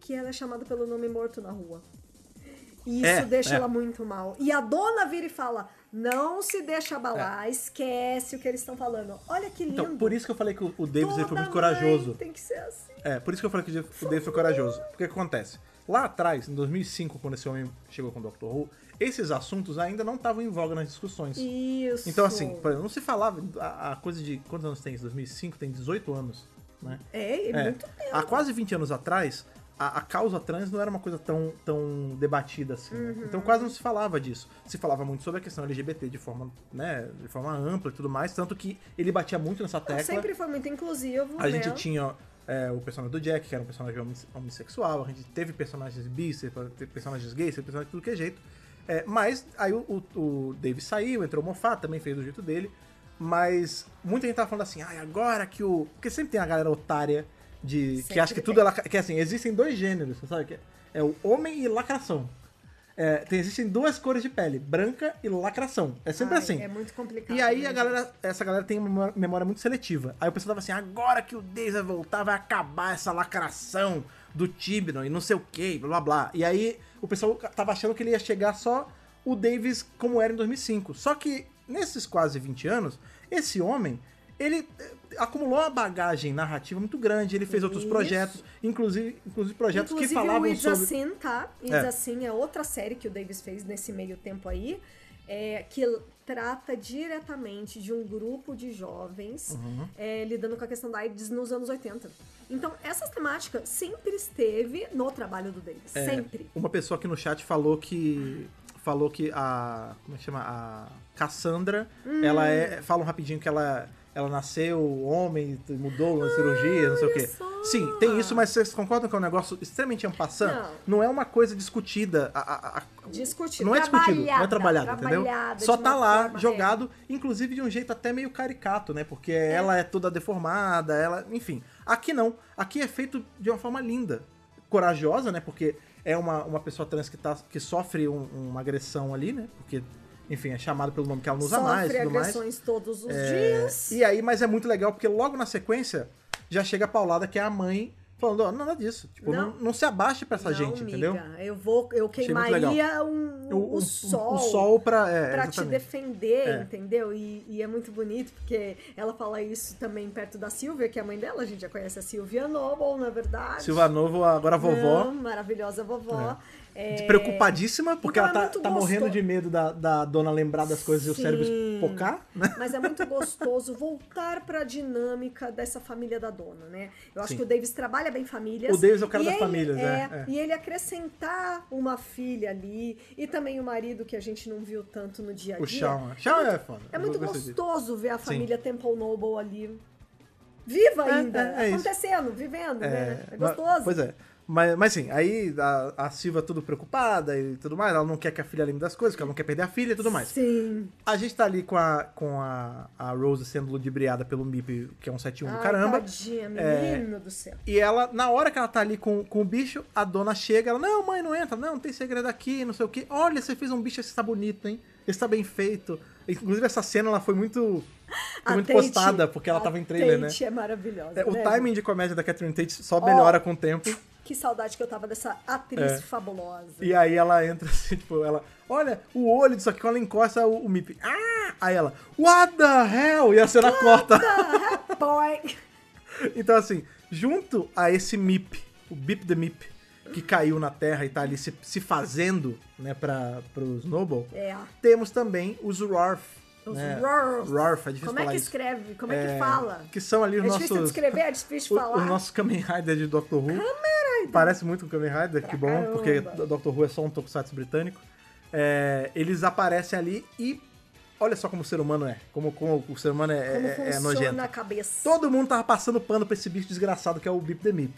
Speaker 2: Que ela é chamada pelo nome morto na rua. E isso
Speaker 1: É,
Speaker 2: deixa
Speaker 1: é.
Speaker 2: ela muito mal. E a dona vira e fala, não se deixa abalar, esquece o que eles estão falando. Olha que lindo.
Speaker 1: É. Então, por isso que eu falei que o o Davis ele foi
Speaker 2: Toda
Speaker 1: muito corajoso.
Speaker 2: mãe Tem que ser assim.
Speaker 1: É, por isso que eu falei que o Dave- o Dave foi corajoso. Porque o que acontece? Lá atrás, em 2005, quando esse homem chegou com o Dr. Who, esses assuntos ainda não estavam em voga nas discussões.
Speaker 2: Isso.
Speaker 1: Então, assim, por exemplo, não se falava. A, a coisa de. Quantos anos tem isso? 2005? Tem 18 anos, né?
Speaker 2: É, é muito tempo.
Speaker 1: Há quase 20 anos atrás, a, a causa trans não era uma coisa tão, tão debatida assim. né?
Speaker 2: Uhum.
Speaker 1: Então quase não se falava disso. Se falava muito sobre a questão LGBT de forma, né, de forma ampla e tudo mais, tanto que ele batia muito nessa
Speaker 2: Não,
Speaker 1: tecla.
Speaker 2: Sempre foi muito inclusivo,
Speaker 1: A gente
Speaker 2: né?
Speaker 1: tinha é, o personagem do Jack, que era um personagem homi- homossexual, a gente teve personagens bis, teve personagens gays, teve personagens de tudo que é jeito. É, mas aí o, o, o Davis saiu, entrou o Moffat, também fez do jeito dele. Mas muita gente tava falando assim, ai, agora que o. Porque sempre tem a galera otária de. que
Speaker 2: Sempre
Speaker 1: acha que tudo é lacra... Que assim, existem dois gêneros, você sabe? Que é- é o homem e lacração. É, tem- existem duas cores de pele, branca e lacração. É sempre
Speaker 2: Ai,
Speaker 1: assim.
Speaker 2: É muito complicado.
Speaker 1: E aí
Speaker 2: né,
Speaker 1: a galera, essa galera tem uma memória- memória muito seletiva. Aí o pessoal tava assim, agora que o Days vai voltar, vai acabar essa lacração do Tibnon e não sei o que, blá blá blá. E aí o pessoal tava achando que ele ia chegar só o Davis como era em 2005. Só que nesses quase 20 anos, esse homem, ele eh, acumulou uma bagagem narrativa muito grande, ele fez outros
Speaker 2: Isso.
Speaker 1: projetos, inclusive, inclusive projetos
Speaker 2: Inclusive,
Speaker 1: que falavam
Speaker 2: o It's
Speaker 1: sobre...
Speaker 2: Assim, tá? It's
Speaker 1: É.
Speaker 2: Assim é outra série que o Davis fez nesse meio tempo aí, é, que l- trata diretamente de um grupo de jovens
Speaker 1: Uhum.
Speaker 2: é, lidando com a questão da AIDS nos anos 80. Então, essa temática sempre esteve no trabalho do Davis.
Speaker 1: É,
Speaker 2: Sempre.
Speaker 1: Uma pessoa aqui no chat falou que. Falou que a. Como é que chama? A Cassandra.
Speaker 2: Hum.
Speaker 1: Ela é. Falam rapidinho que ela. Ela nasceu homem, mudou na cirurgia, não sei o quê.
Speaker 2: só!
Speaker 1: Sim, tem isso, mas vocês concordam que é um negócio extremamente ampassando?
Speaker 2: Não.
Speaker 1: é uma coisa discutida. A- a- a-
Speaker 2: Discutido.
Speaker 1: não é discutido, não é
Speaker 2: Trabalhada,
Speaker 1: trabalhado, entendeu?
Speaker 2: trabalhada de
Speaker 1: Só
Speaker 2: uma
Speaker 1: tá lá,
Speaker 2: forma- é.
Speaker 1: jogado, inclusive de um jeito até meio caricato, né? Porque ela é toda deformada, ela. Enfim. Aqui não. Aqui é feito de uma forma linda. Corajosa, né? Porque é uma, uma pessoa trans que, tá, que sofre um- uma agressão ali, né? Porque, enfim, é chamado pelo nome que ela não usa
Speaker 2: Sofre
Speaker 1: mais e tudo mais.
Speaker 2: agressões todos os
Speaker 1: É,
Speaker 2: dias.
Speaker 1: E aí, mas é muito legal, porque logo na sequência já chega a Paulada, que é a mãe, falando, ó, nada disso. Tipo, não,
Speaker 2: Não.
Speaker 1: não se abaixe pra essa
Speaker 2: Não,
Speaker 1: gente,
Speaker 2: miga,
Speaker 1: entendeu?
Speaker 2: Eu vou, eu
Speaker 1: Achei muito legal.
Speaker 2: queimaria um, o, sol.
Speaker 1: O sol pra. É,
Speaker 2: Pra te
Speaker 1: exatamente.
Speaker 2: defender,
Speaker 1: É.
Speaker 2: entendeu? E, e é muito bonito, porque ela fala isso também perto da Silvia, que é a mãe dela, a gente já conhece a Silvia Noble, na verdade.
Speaker 1: Silva Novo, agora a
Speaker 2: Não,
Speaker 1: vovó,
Speaker 2: maravilhosa vovó. É.
Speaker 1: preocupadíssima, porque
Speaker 2: Então é
Speaker 1: ela tá,
Speaker 2: muito
Speaker 1: tá morrendo
Speaker 2: gostoso.
Speaker 1: de medo da, da dona lembrar das coisas e o
Speaker 2: Sim.
Speaker 1: cérebro espocar, né?
Speaker 2: Mas é muito gostoso voltar pra dinâmica dessa família da dona, né? Eu acho
Speaker 1: Sim.
Speaker 2: que o Davis trabalha bem famílias.
Speaker 1: O Davis é o cara
Speaker 2: E
Speaker 1: das
Speaker 2: ele-
Speaker 1: famílias,
Speaker 2: é,
Speaker 1: né? É.
Speaker 2: E ele acrescentar uma filha ali, e também o marido que a gente não viu tanto no dia a dia.
Speaker 1: O chão. Chão é foda.
Speaker 2: É
Speaker 1: eu
Speaker 2: muito
Speaker 1: gostei disso.
Speaker 2: gostoso ver a
Speaker 1: Sim.
Speaker 2: família Temple Noble ali. Viva
Speaker 1: É,
Speaker 2: ainda,
Speaker 1: é, é isso.
Speaker 2: acontecendo, vivendo, né? É
Speaker 1: mas-
Speaker 2: gostoso.
Speaker 1: Pois é. Mas, mas sim, aí a, a Silva tudo preocupada e tudo mais, ela não quer que a filha lembre das coisas, porque ela não quer perder a filha e tudo mais.
Speaker 2: Sim.
Speaker 1: A gente tá ali com a, com a, a Rose sendo ludibriada pelo MIB, que é um 71 do
Speaker 2: Ai,
Speaker 1: caramba.
Speaker 2: Tadinha,
Speaker 1: É.
Speaker 2: menino do céu.
Speaker 1: E ela, na hora que ela tá ali com, com o bicho, a dona chega, ela, não, mãe, não entra, não, não tem segredo aqui, não sei o quê. Olha, você fez um bicho, esse tá bonito, hein? Esse tá bem feito. Inclusive, essa cena, ela foi muito, foi
Speaker 2: A
Speaker 1: muito
Speaker 2: Tate-
Speaker 1: postada, porque ela
Speaker 2: a
Speaker 1: tava em trailer, né?
Speaker 2: Tate é maravilhosa.
Speaker 1: É, o
Speaker 2: né,
Speaker 1: timing de comédia da Catherine Tate só
Speaker 2: Ó.
Speaker 1: melhora com o tempo.
Speaker 2: gente? que saudade que eu tava dessa atriz
Speaker 1: É.
Speaker 2: fabulosa.
Speaker 1: E aí ela entra assim, tipo, ela. Olha, o olho disso aqui, quando ela encosta o, o Mip. Ah! Aí ela, what the hell? E a cena corta.
Speaker 2: Ah, boy.
Speaker 1: Então, assim, junto a esse MIP, o Bip the MIP, que caiu na Terra e tá ali se, se fazendo, né, pra, pro Snowball,
Speaker 2: É.
Speaker 1: temos também os Rorf.
Speaker 2: Os
Speaker 1: né?
Speaker 2: Rorf.
Speaker 1: Rorf, é difícil
Speaker 2: Como é
Speaker 1: falar
Speaker 2: que
Speaker 1: isso.
Speaker 2: escreve? Como é,
Speaker 1: É,
Speaker 2: que fala?
Speaker 1: Que são ali
Speaker 2: É
Speaker 1: os
Speaker 2: difícil de
Speaker 1: nossos...
Speaker 2: escrever, é difícil de
Speaker 1: o-
Speaker 2: falar.
Speaker 1: Os nossos Kamen Rider de Doctor Who. Parece muito com Kamen Rider, que bom,
Speaker 2: caramba.
Speaker 1: porque Doctor Who é só um tokusatsu britânico. É, eles aparecem ali e... Olha só como o ser humano é. Como, como o ser humano é,
Speaker 2: Como
Speaker 1: é- é
Speaker 2: funciona
Speaker 1: nojento.
Speaker 2: a cabeça.
Speaker 1: Todo mundo tava passando pano pra esse bicho desgraçado que é o Bip the Mip.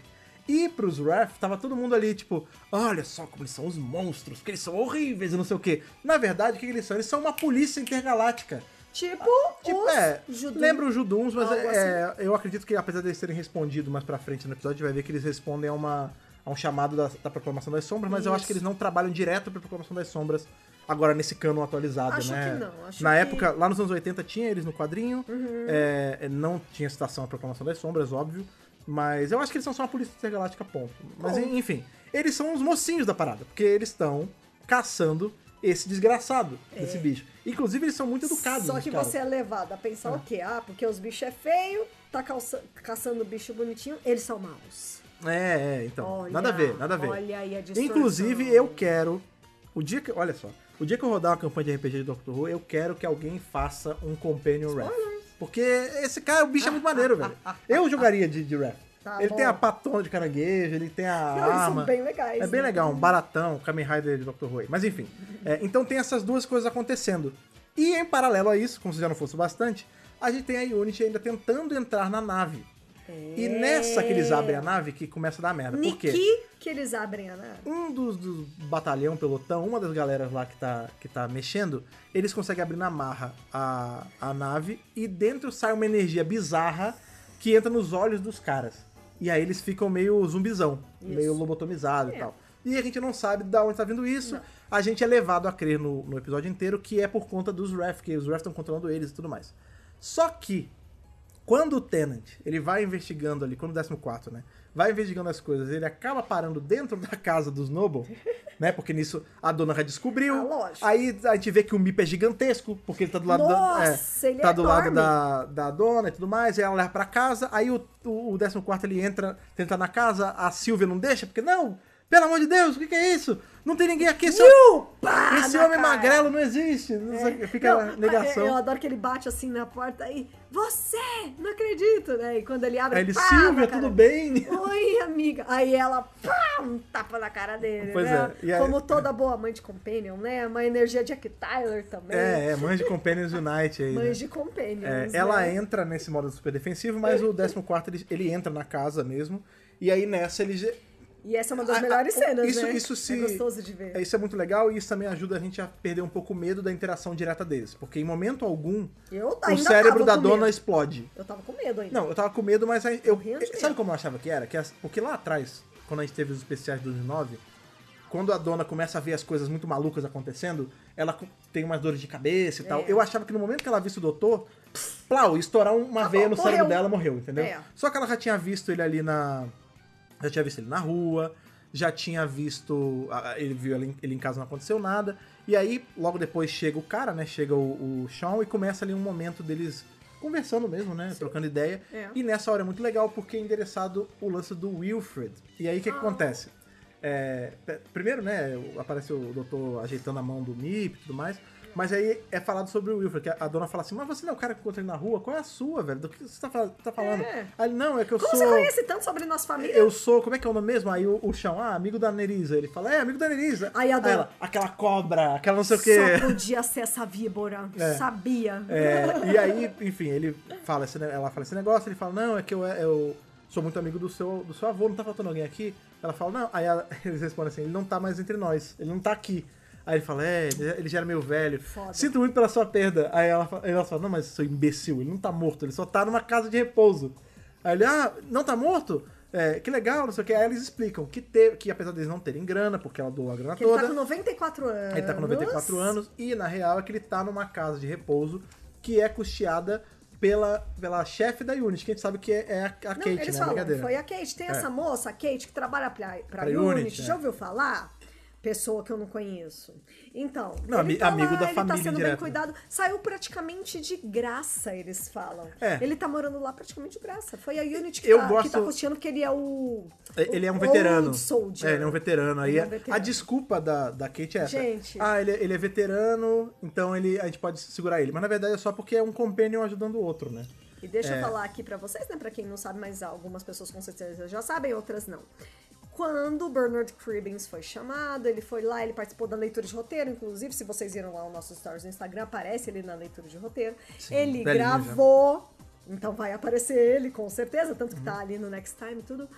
Speaker 1: E pros Wrath, tava todo mundo ali, tipo, olha só como eles são os monstros, que eles são horríveis e não sei o quê. Na verdade, o que que eles são? Eles são uma polícia intergaláctica.
Speaker 2: Tipo,
Speaker 1: Tipo,
Speaker 2: os
Speaker 1: é,
Speaker 2: judô.
Speaker 1: lembra os Juduns, mas
Speaker 2: Algo assim.
Speaker 1: é, eu acredito que apesar deles terem respondido mais pra frente no episódio, a gente vai ver que eles respondem a, uma, a um chamado da, da Proclamação das Sombras, mas eu acho
Speaker 2: Isso.
Speaker 1: que eles não trabalham direto pra Proclamação das Sombras agora nesse cano atualizado,
Speaker 2: Acho
Speaker 1: né?
Speaker 2: que não, acho
Speaker 1: Na
Speaker 2: que- Uhum.
Speaker 1: época, lá nos anos 80 tinha eles no quadrinho, é, não tinha citação à Proclamação das Sombras, óbvio, mas eu acho que eles são só uma polícia intergaláctica, ponto. Mas
Speaker 2: Ponto.
Speaker 1: enfim, eles são os mocinhos da parada, porque eles estão caçando esse desgraçado, esse bicho. Inclusive, eles são muito educados.
Speaker 2: É. Só
Speaker 1: os
Speaker 2: que
Speaker 1: caras.
Speaker 2: você é levado a pensar o quê? Ah, porque os bichos é feio, tá calça- caçando bicho bonitinho, eles são maus.
Speaker 1: É, é, então.
Speaker 2: Olha,
Speaker 1: nada a ver, nada a ver.
Speaker 2: Olha então. aí a distorção.
Speaker 1: Inclusive, eu quero. O dia que. Olha só. O dia que eu rodar uma campanha de RPG de Doctor Who, eu quero que alguém faça um Companion Ref. Porque esse cara, o bicho é muito maneiro, velho. Eu jogaria de, de Ref.
Speaker 2: Tá
Speaker 1: ele
Speaker 2: bom.
Speaker 1: tem a patona de caranguejo, ele tem a
Speaker 2: Não, eles
Speaker 1: arma.
Speaker 2: são bem legais.
Speaker 1: É bem
Speaker 2: né?
Speaker 1: legal, um baratão, Kamen Rider de Dr. Who. Mas enfim, é, então tem essas duas coisas acontecendo. E em paralelo a isso, como se já não fosse o bastante, a gente tem a Unity ainda tentando entrar na nave. E nessa que eles abrem a nave que começa a dar merda. Por quê?
Speaker 2: Niki que eles abrem né? a nave.
Speaker 1: Um dos, dos batalhão, pelotão, uma das galeras lá que tá, que tá mexendo, eles conseguem abrir na marra a, a nave e dentro sai uma energia bizarra que entra nos olhos dos caras. E aí eles ficam meio zumbizão,
Speaker 2: Isso.
Speaker 1: meio lobotomizado e
Speaker 2: É.
Speaker 1: tal. E a gente não sabe de onde tá vindo isso. A gente é levado a crer no, no episódio inteiro que é por conta dos Ref, que os Ref estão controlando eles e tudo mais. Só que, quando o Tenant, ele vai investigando ali, quando o 14, né? Vai investigando as coisas, ele acaba parando dentro da casa dos Noble, né? Porque nisso a dona já descobriu.
Speaker 2: Ah, lógico.
Speaker 1: aí a gente vê que o Mip é gigantesco, porque ele tá do lado da.
Speaker 2: Nossa, ele é
Speaker 1: tá do lado
Speaker 2: enorme.
Speaker 1: da, da dona e tudo mais. Aí ela leva pra casa. Aí o, o, o 14 ele entra, tenta na casa, a Silvia não deixa, porque não! Pelo amor de Deus, o que, que é isso? Não tem ninguém aqui, esse,
Speaker 2: Pá,
Speaker 1: esse
Speaker 2: na
Speaker 1: homem
Speaker 2: cara. É.
Speaker 1: magrelo não existe. não sei o que, Fica
Speaker 2: Não,
Speaker 1: a negação.
Speaker 2: Eu, eu adoro que ele bate assim na porta e você, não acredito, né? E quando ele abre,
Speaker 1: Aí ele,
Speaker 2: pá,
Speaker 1: Silvia,
Speaker 2: na cara.
Speaker 1: tudo bem?
Speaker 2: Oi, amiga. Aí ela, pá, um tapa na cara dele,
Speaker 1: Pois
Speaker 2: né?
Speaker 1: é, e aí-
Speaker 2: Como toda boa mãe de Companion, né? Uma energia Jack Tyler também.
Speaker 1: É, é, mãe de Companions Unite aí. né?
Speaker 2: Mães de Companions,
Speaker 1: É,
Speaker 2: né?
Speaker 1: ela entra nesse modo super defensivo, mas o 14 ele, ele entra na casa mesmo. E aí nessa ele. ge-
Speaker 2: E essa é uma das
Speaker 1: Ah, ah,
Speaker 2: melhores
Speaker 1: o-
Speaker 2: cenas,
Speaker 1: isso-
Speaker 2: né?
Speaker 1: isso se-
Speaker 2: É gostoso de ver.
Speaker 1: Isso é muito legal e isso também ajuda a gente a perder um pouco o medo da interação direta deles. Porque em momento algum,
Speaker 2: Eu
Speaker 1: o
Speaker 2: ainda
Speaker 1: cérebro
Speaker 2: tava
Speaker 1: da
Speaker 2: com
Speaker 1: dona
Speaker 2: medo.
Speaker 1: explode.
Speaker 2: Eu tava com medo ainda.
Speaker 1: Não, eu tava com medo, mas aí eu. eh,
Speaker 2: Morrendo de medo.
Speaker 1: Sabe como eu achava que era? Que as- porque lá atrás, quando a gente teve os especiais do 9, quando a dona começa a ver as coisas muito malucas acontecendo, ela co- tem umas dores de cabeça e
Speaker 2: É.
Speaker 1: tal. Eu achava que no momento que ela visse o doutor, plau, estourar uma
Speaker 2: Acabou,
Speaker 1: veia no cérebro
Speaker 2: Ah, morreu.
Speaker 1: dela, morreu, entendeu?
Speaker 2: É.
Speaker 1: Só que ela já tinha visto ele ali na. Já tinha visto ele na rua, já tinha visto. a- a- Ele viu ele em, ele em casa, não aconteceu nada. E aí, logo depois chega o cara, né? Chega o, o Sean e começa ali um momento deles conversando mesmo, né? Trocando ideia.
Speaker 2: É.
Speaker 1: E nessa hora é muito legal porque é endereçado o lance do Wilfred. E aí o que,
Speaker 2: Ah.
Speaker 1: que acontece? É, pe- primeiro, né? Aparece o doutor ajeitando a mão do Mip e tudo mais. Mas aí é falado sobre o Wilfred, que a, a dona fala assim: Mas você não é o cara que eu encontrei na rua? Qual é a sua, velho? Do que você tá, fal- tá falando?
Speaker 2: É.
Speaker 1: Aí, ele, não, é que eu
Speaker 2: Como
Speaker 1: sou.
Speaker 2: você conhece tanto sobre nossa família?
Speaker 1: Eu sou, como é que é o nome mesmo? Aí o, o chão, ah, amigo da Nerisa. Ele fala, é, amigo da Nerisa.
Speaker 2: Aí a dona-
Speaker 1: ela, aquela cobra, aquela não sei o quê.
Speaker 2: Só podia ser essa víbora.
Speaker 1: É.
Speaker 2: Sabia.
Speaker 1: É, e aí, enfim, ele fala esse, ne- ela fala esse negócio, ele fala, não, é que eu, eu sou muito amigo do seu, do seu avô, não tá faltando alguém aqui? Ela fala, não. Aí ela- eles respondem assim, ele não tá mais entre nós, ele não tá aqui. Aí ele fala, é, ele- ele já era meio velho.
Speaker 2: Foda.
Speaker 1: Sinto muito pela sua perda. Aí ela, fa- ela fala, não, mas seu imbecil, ele não tá morto, ele só tá numa casa de repouso. Aí ele, ah, não tá morto? É, que legal, não sei o que. Aí eles explicam que, teve, que apesar deles não terem grana, porque ela doou a grana
Speaker 2: Que ele
Speaker 1: toda.
Speaker 2: tá com 94 anos.
Speaker 1: tá Ele tá com 94 anos e, na real, é que ele tá numa casa de repouso que é custeada pela, pela chefe da Unity, que a gente sabe que é, é a, a
Speaker 2: Não,
Speaker 1: Kate,
Speaker 2: eles
Speaker 1: né?
Speaker 2: falam,
Speaker 1: Brincadeira.
Speaker 2: foi a Kate. Tem
Speaker 1: É.
Speaker 2: essa moça, a Kate, que trabalha pra, pra,
Speaker 1: Pra
Speaker 2: Unity.
Speaker 1: Unity,
Speaker 2: Já
Speaker 1: é.
Speaker 2: ouviu falar? Pessoa que eu não conheço. Então,
Speaker 1: Não,
Speaker 2: ele
Speaker 1: ami-
Speaker 2: tá
Speaker 1: amigo
Speaker 2: lá,
Speaker 1: da
Speaker 2: ele
Speaker 1: família
Speaker 2: tá sendo bem
Speaker 1: direto.
Speaker 2: cuidado. Saiu praticamente de graça, eles falam.
Speaker 1: É.
Speaker 2: Ele tá morando lá praticamente de graça. Foi a Unity que,
Speaker 1: Eu
Speaker 2: tá, que
Speaker 1: gosto-
Speaker 2: tá roteando que ele é o...
Speaker 1: É, Ele é um
Speaker 2: o
Speaker 1: veterano.
Speaker 2: Old soldier.
Speaker 1: É, ele é um veterano. Aí
Speaker 2: Ele é um
Speaker 1: a- A
Speaker 2: veterano.
Speaker 1: desculpa da, da Kate é essa.
Speaker 2: Gente.
Speaker 1: Ah, ele, ele é veterano, então ele, a gente pode segurar ele. Mas na verdade é só porque é um companion ajudando o outro, né?
Speaker 2: E deixa eu falar aqui pra vocês, né? Pra quem não sabe, mas algumas pessoas com certeza já sabem, outras não. Quando o Bernard Cribbins foi chamado, ele foi lá, ele participou da leitura de roteiro, inclusive, se vocês viram lá os nossos stories no Instagram, aparece ele na leitura de roteiro.
Speaker 1: Sim,
Speaker 2: ele
Speaker 1: velhinho já.
Speaker 2: gravou, então vai aparecer ele, com certeza, tanto que
Speaker 1: Uhum.
Speaker 2: tá ali no Next Time e tudo.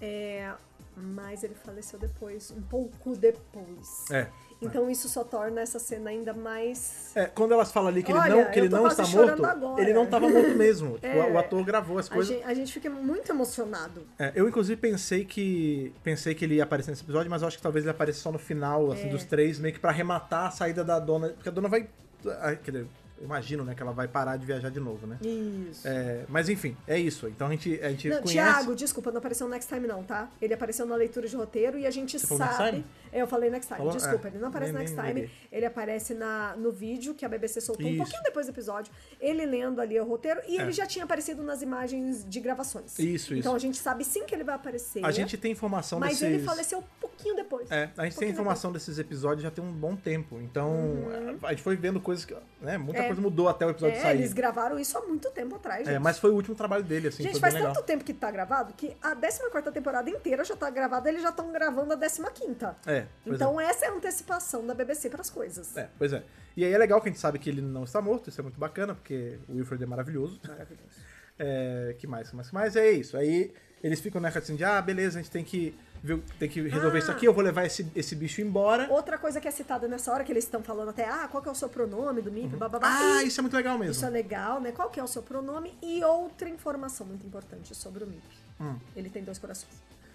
Speaker 2: É, mas ele faleceu depois, um pouco depois.
Speaker 1: É.
Speaker 2: Então isso só torna essa cena ainda mais
Speaker 1: É, quando elas falam ali que
Speaker 2: Olha,
Speaker 1: ele não, que
Speaker 2: eu
Speaker 1: ele
Speaker 2: tô
Speaker 1: não
Speaker 2: quase
Speaker 1: está
Speaker 2: chorando
Speaker 1: morto,
Speaker 2: agora.
Speaker 1: ele não estava morto mesmo. Tipo,
Speaker 2: É.
Speaker 1: o ator gravou as
Speaker 2: A
Speaker 1: coisas.
Speaker 2: gente, a gente fica muito emocionado.
Speaker 1: É, eu inclusive pensei que pensei que ele ia aparecer nesse episódio, mas eu acho que talvez ele apareça só no final
Speaker 2: É.
Speaker 1: assim, dos três, meio que pra arrematar a saída da dona, porque a dona vai, ah, quer dizer, eu imagino, né, que ela vai parar de viajar de novo, né?
Speaker 2: Isso.
Speaker 1: É, mas enfim, é isso. Então a gente a gente
Speaker 2: Não,
Speaker 1: conhece.
Speaker 2: Thiago, desculpa, não apareceu no Next Time, não, tá? Ele apareceu na leitura de roteiro e a gente
Speaker 1: Você falou Next
Speaker 2: sabe.
Speaker 1: Time?
Speaker 2: É, eu falei Next Time,
Speaker 1: Falou?
Speaker 2: desculpa,
Speaker 1: É,
Speaker 2: ele não aparece no
Speaker 1: nem-
Speaker 2: Next
Speaker 1: nem
Speaker 2: Time.
Speaker 1: liguei.
Speaker 2: Ele aparece na, no vídeo que a BBC soltou um
Speaker 1: Isso.
Speaker 2: pouquinho depois do episódio. Ele lendo ali o roteiro e
Speaker 1: É.
Speaker 2: ele já tinha aparecido nas imagens de gravações.
Speaker 1: Isso, isso.
Speaker 2: Então a gente sabe sim que ele vai aparecer.
Speaker 1: A gente tem informação
Speaker 2: mas
Speaker 1: desses
Speaker 2: ele faleceu um pouquinho depois.
Speaker 1: É, a gente tem
Speaker 2: Pouquinho
Speaker 1: informação desses episódios já tem um bom tempo. Então, a a gente foi vendo coisas que, né, muita coisa mudou até o episódio
Speaker 2: depois. Uhum. É,
Speaker 1: sair.
Speaker 2: eles gravaram isso há muito tempo atrás, gente.
Speaker 1: É, mas foi o último trabalho dele, assim,
Speaker 2: Gente,
Speaker 1: foi
Speaker 2: faz
Speaker 1: bem legal.
Speaker 2: tanto tempo que tá gravado que a 14 temporada inteira já tá gravada, eles já estão gravando a 15.
Speaker 1: É, pois
Speaker 2: Então, essa é a antecipação da BBC pras coisas.
Speaker 1: É, pois é. E aí é legal que a gente sabe que ele não está morto, isso é muito bacana, porque o Wilfred é maravilhoso.
Speaker 2: Maravilhoso.
Speaker 1: É, que mais, que mais, que mais? É isso. Aí eles ficam nessa assim de, ah, beleza, a gente tem que, ver- tem que resolver
Speaker 2: Ah.
Speaker 1: isso aqui, eu vou levar esse, esse bicho embora.
Speaker 2: Outra coisa que é citada nessa hora, que eles estão falando até, ah, qual que é o seu pronome do MIP, bababá.
Speaker 1: Ah,
Speaker 2: E
Speaker 1: isso é muito legal
Speaker 2: isso
Speaker 1: mesmo.
Speaker 2: é legal, né? Qual que é o seu pronome? E outra informação muito importante sobre o MIP.
Speaker 1: Hum.
Speaker 2: Ele tem dois corações.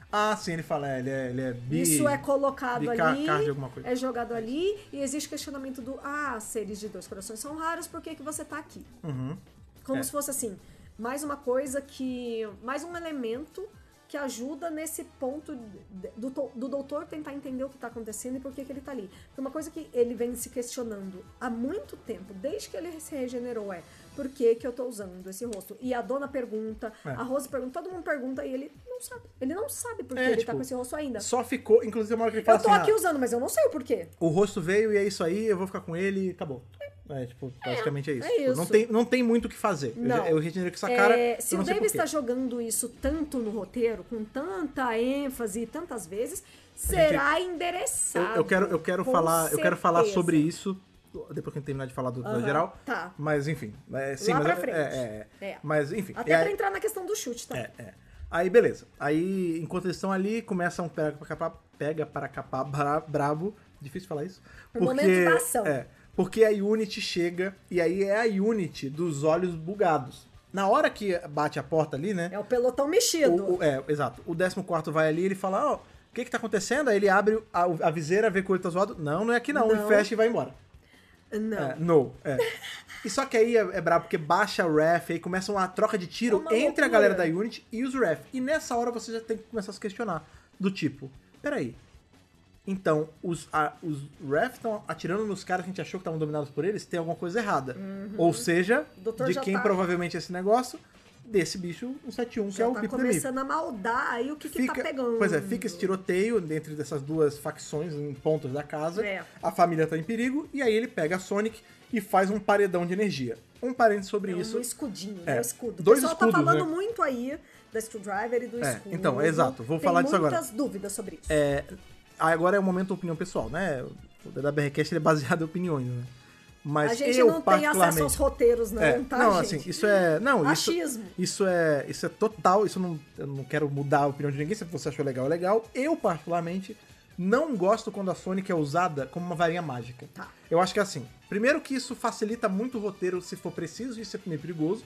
Speaker 1: Ah, sim, ele fala, é, ele é, ele é bi...
Speaker 2: isso é colocado
Speaker 1: de ca-
Speaker 2: ali,
Speaker 1: card, alguma coisa.
Speaker 2: é jogado ali, e existe questionamento do, ah, seres de dois corações são raros, por que, que você tá aqui?
Speaker 1: Uhum.
Speaker 2: Como
Speaker 1: É.
Speaker 2: se fosse assim, mais uma coisa que. Mais um elemento que ajuda nesse ponto de- do, to- do doutor tentar entender o que tá acontecendo e por que, que ele tá ali. Porque uma coisa que ele vem se questionando há muito tempo, desde que ele se regenerou, é por que, que eu tô usando esse rosto? E a dona pergunta,
Speaker 1: É.
Speaker 2: a Rose pergunta, todo mundo pergunta e ele não sabe. Ele não sabe por que
Speaker 1: É,
Speaker 2: ele
Speaker 1: tipo,
Speaker 2: tá com esse rosto ainda.
Speaker 1: Só ficou, inclusive, uma hora que ele fala
Speaker 2: Eu tô
Speaker 1: assim,
Speaker 2: aqui
Speaker 1: ah,
Speaker 2: usando, mas eu não sei o porquê.
Speaker 1: o rosto veio e é isso aí, eu vou ficar com ele e acabou. É, tipo, basicamente é isso.
Speaker 2: é
Speaker 1: Tipo, não,
Speaker 2: isso.
Speaker 1: tem, não tem muito o que fazer. Eu
Speaker 2: Não.
Speaker 1: já- Eu, regenerei com essa cara.
Speaker 2: É,
Speaker 1: eu
Speaker 2: se o
Speaker 1: não sei
Speaker 2: Davis
Speaker 1: porquê.
Speaker 2: está jogando isso tanto no roteiro, com tanta ênfase e tantas vezes, será
Speaker 1: Eu,
Speaker 2: endereçado.
Speaker 1: eu quero, eu quero
Speaker 2: com
Speaker 1: falar, eu quero falar
Speaker 2: certeza.
Speaker 1: sobre isso depois que eu terminar de falar do episódio
Speaker 2: Aham,
Speaker 1: geral.
Speaker 2: tá.
Speaker 1: Mas enfim, é, sim,
Speaker 2: Lá
Speaker 1: mas
Speaker 2: pra
Speaker 1: é-
Speaker 2: frente.
Speaker 1: É, é,
Speaker 2: É.
Speaker 1: Mas enfim.
Speaker 2: Até
Speaker 1: é,
Speaker 2: pra entrar na questão do chute, tá?
Speaker 1: é, é. Aí beleza. Aí enquanto eles estão ali, começa um pega para capar, pega para capar bra- brabo. Difícil falar isso.
Speaker 2: No Um momento da ação.
Speaker 1: É, porque a Unity chega e aí é a Unity dos olhos bugados. Na hora que bate a porta ali, né?
Speaker 2: É o pelotão mexido.
Speaker 1: O- o- é, exato. O 14 vai ali, ele fala, ó, o que que tá acontecendo? Aí ele abre a, a viseira, vê que o olho tá zoado. Não, não é aqui não.
Speaker 2: Não.
Speaker 1: E fecha e vai embora.
Speaker 2: Não.
Speaker 1: É, no. É. e só que aí é, é brabo, porque baixa o ref, aí começa uma troca de tiro
Speaker 2: É uma
Speaker 1: entre a
Speaker 2: loucura.
Speaker 1: galera da Unity e os ref. E nessa hora você já tem que começar a se questionar. Do tipo, peraí. Então, os, a, os ref estão atirando nos caras que a gente achou que estavam dominados por eles, tem alguma coisa errada. Ou seja,
Speaker 2: O Uhum. doutor
Speaker 1: de
Speaker 2: já
Speaker 1: quem
Speaker 2: tá-
Speaker 1: provavelmente é esse negócio, desse bicho 171, que
Speaker 2: Já
Speaker 1: é o
Speaker 2: tá
Speaker 1: Pip the Mip.
Speaker 2: começando a maldar aí o que, que tá pegando.
Speaker 1: Pois é, fica esse tiroteio dentro dessas duas facções em pontos da casa.
Speaker 2: É.
Speaker 1: A família tá em perigo e aí ele pega a Sonic e faz um paredão de energia. Um parênteses sobre
Speaker 2: É um
Speaker 1: isso.
Speaker 2: escudinho,
Speaker 1: É,
Speaker 2: né? O escudo.
Speaker 1: dois
Speaker 2: o pessoal
Speaker 1: escudos,
Speaker 2: tá falando
Speaker 1: né?
Speaker 2: muito aí da screwdriver e do
Speaker 1: É,
Speaker 2: escudo.
Speaker 1: então, exato. Vou
Speaker 2: Tem
Speaker 1: falar disso agora.
Speaker 2: muitas dúvidas sobre isso.
Speaker 1: É, agora é o momento da opinião pessoal, né? O DWRcast ele é baseado em opiniões, né? Mas
Speaker 2: a gente
Speaker 1: eu
Speaker 2: não tem acesso aos
Speaker 1: particularmente...
Speaker 2: roteiros, não,
Speaker 1: É,
Speaker 2: tá,
Speaker 1: não,
Speaker 2: gente?
Speaker 1: assim, isso é. Não, isso,
Speaker 2: Achismo.
Speaker 1: isso é. Isso é total. Isso não, eu não quero mudar a opinião de ninguém. Se você achou legal, é legal. Eu, particularmente, não gosto quando a Sonic é usada como uma varinha mágica.
Speaker 2: Tá.
Speaker 1: Eu acho que é assim. Primeiro que isso facilita muito o roteiro se for preciso, isso é meio perigoso.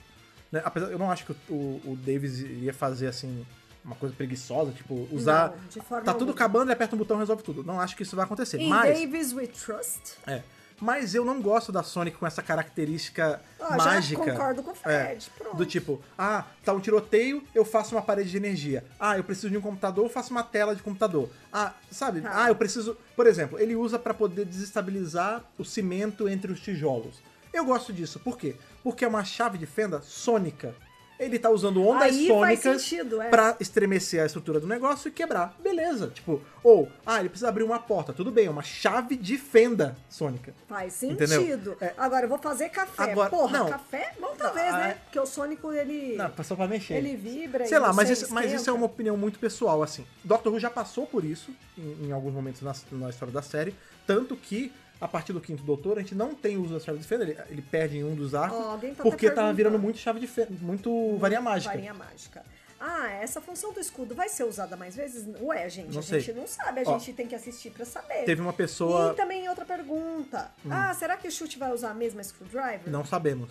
Speaker 1: né? Apesar, eu não acho que o, o, o Davis iria fazer assim. Uma coisa preguiçosa, tipo, usar.
Speaker 2: Não, de forma
Speaker 1: tá tudo
Speaker 2: alguma.
Speaker 1: acabando, ele aperta um botão e resolve tudo. Não acho que isso vai acontecer.
Speaker 2: Em
Speaker 1: mas.
Speaker 2: Davis We Trust.
Speaker 1: É. Mas eu não gosto da Sonic com essa característica
Speaker 2: Ó, Ah, já
Speaker 1: mágica.
Speaker 2: concordo com o Fred, pronto.
Speaker 1: Do tipo, ah, tá um tiroteio, eu faço uma parede de energia. Ah, eu preciso de um computador, eu faço uma tela de computador. Ah, sabe?
Speaker 2: Tá.
Speaker 1: Ah, eu preciso. Por exemplo, ele usa pra poder desestabilizar o cimento entre os tijolos. Eu gosto disso, por quê? Porque é uma chave de fenda sônica. Ele tá usando ondas
Speaker 2: Aí faz
Speaker 1: sônicas
Speaker 2: sentido, é.
Speaker 1: pra estremecer a estrutura do negócio e quebrar. Beleza. Tipo, ou, ah, ele precisa abrir uma porta. Tudo bem, é uma chave de fenda sônica.
Speaker 2: Faz
Speaker 1: Entendeu?
Speaker 2: sentido.
Speaker 1: É.
Speaker 2: Agora, eu vou fazer café.
Speaker 1: Agora-
Speaker 2: Porra,
Speaker 1: não.
Speaker 2: café? Bom, talvez,
Speaker 1: Ah,
Speaker 2: né?
Speaker 1: é.
Speaker 2: Porque o Sônico, ele...
Speaker 1: Não, só pra mexer.
Speaker 2: Ele vibra
Speaker 1: Sei
Speaker 2: e
Speaker 1: lá,
Speaker 2: não
Speaker 1: mas
Speaker 2: sei,
Speaker 1: isso, mas isso é
Speaker 2: esquenta.
Speaker 1: uma opinião muito pessoal, assim. Doctor Who já passou por isso em, em alguns momentos na, na história da série, tanto que a partir do quinto doutor a gente não tem uso da chave de fenda, ele, ele perde em um dos arcos,
Speaker 2: Ó, alguém tá até
Speaker 1: porque tava
Speaker 2: perguntando.
Speaker 1: virando muito chave de fenda, muito varinha mágica.
Speaker 2: Varinha mágica. Ah, essa função do escudo vai ser usada mais vezes? Ué, gente,
Speaker 1: Não
Speaker 2: a
Speaker 1: sei.
Speaker 2: gente não sabe. A
Speaker 1: Ó.
Speaker 2: gente tem que assistir pra saber.
Speaker 1: Teve uma pessoa, Hum.
Speaker 2: E também outra pergunta. Ah, será que o chute vai usar a mesma screwdriver?
Speaker 1: não sabemos.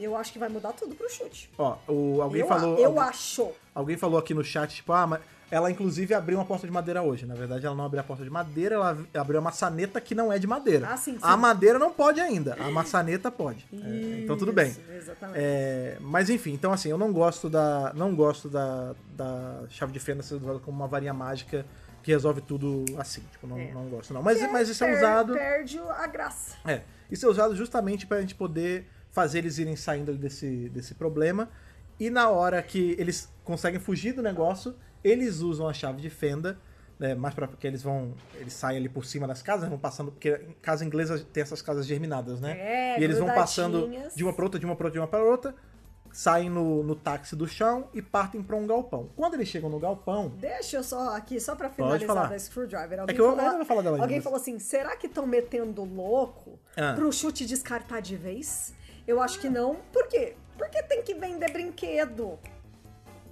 Speaker 2: Eu acho que vai mudar tudo pro chute.
Speaker 1: Ó, o- alguém
Speaker 2: eu, a-
Speaker 1: falou,
Speaker 2: Eu
Speaker 1: alguém,
Speaker 2: acho.
Speaker 1: alguém falou aqui no chat, tipo, ah, mas ela inclusive abriu uma porta de madeira hoje. Na verdade, ela não abriu a porta de madeira, ela abriu a maçaneta que não é de madeira.
Speaker 2: Ah, sim, sim.
Speaker 1: A madeira não pode ainda, a maçaneta pode. É, então tudo bem.
Speaker 2: Isso, Exatamente.
Speaker 1: É, mas enfim, então assim, eu não gosto da. Não gosto da, da chave de fenda ser usada como uma varinha mágica que resolve tudo assim. Tipo, não,
Speaker 2: É.
Speaker 1: não gosto, não. Mas, mas isso é
Speaker 2: Per-
Speaker 1: usado.
Speaker 2: Perde a graça.
Speaker 1: É, isso é usado justamente pra gente poder fazer eles irem saindo ali desse, desse problema. E na hora que eles conseguem fugir do negócio, eles usam a chave de fenda, né? Mais pra porque eles vão. Eles saem ali por cima das casas, vão passando. Porque em casa inglesa tem essas casas germinadas, né?
Speaker 2: É,
Speaker 1: e eles vão passando
Speaker 2: grudadinhas.
Speaker 1: de uma pra outra, de uma pra outra, de uma pra outra. Saem no, no táxi do chão e partem pra um galpão. Quando eles chegam no galpão,
Speaker 2: Deixa eu só aqui, só pra
Speaker 1: Pode
Speaker 2: finalizar
Speaker 1: falar. É
Speaker 2: da Screwdriver. Alguém
Speaker 1: que eu
Speaker 2: falou-
Speaker 1: ainda vou falar dela ainda,
Speaker 2: Alguém
Speaker 1: mas-
Speaker 2: falou assim, será que estão metendo louco
Speaker 1: Ah.
Speaker 2: pro chute descartar de vez? Eu acho que não. Por quê? Porque tem que vender brinquedo.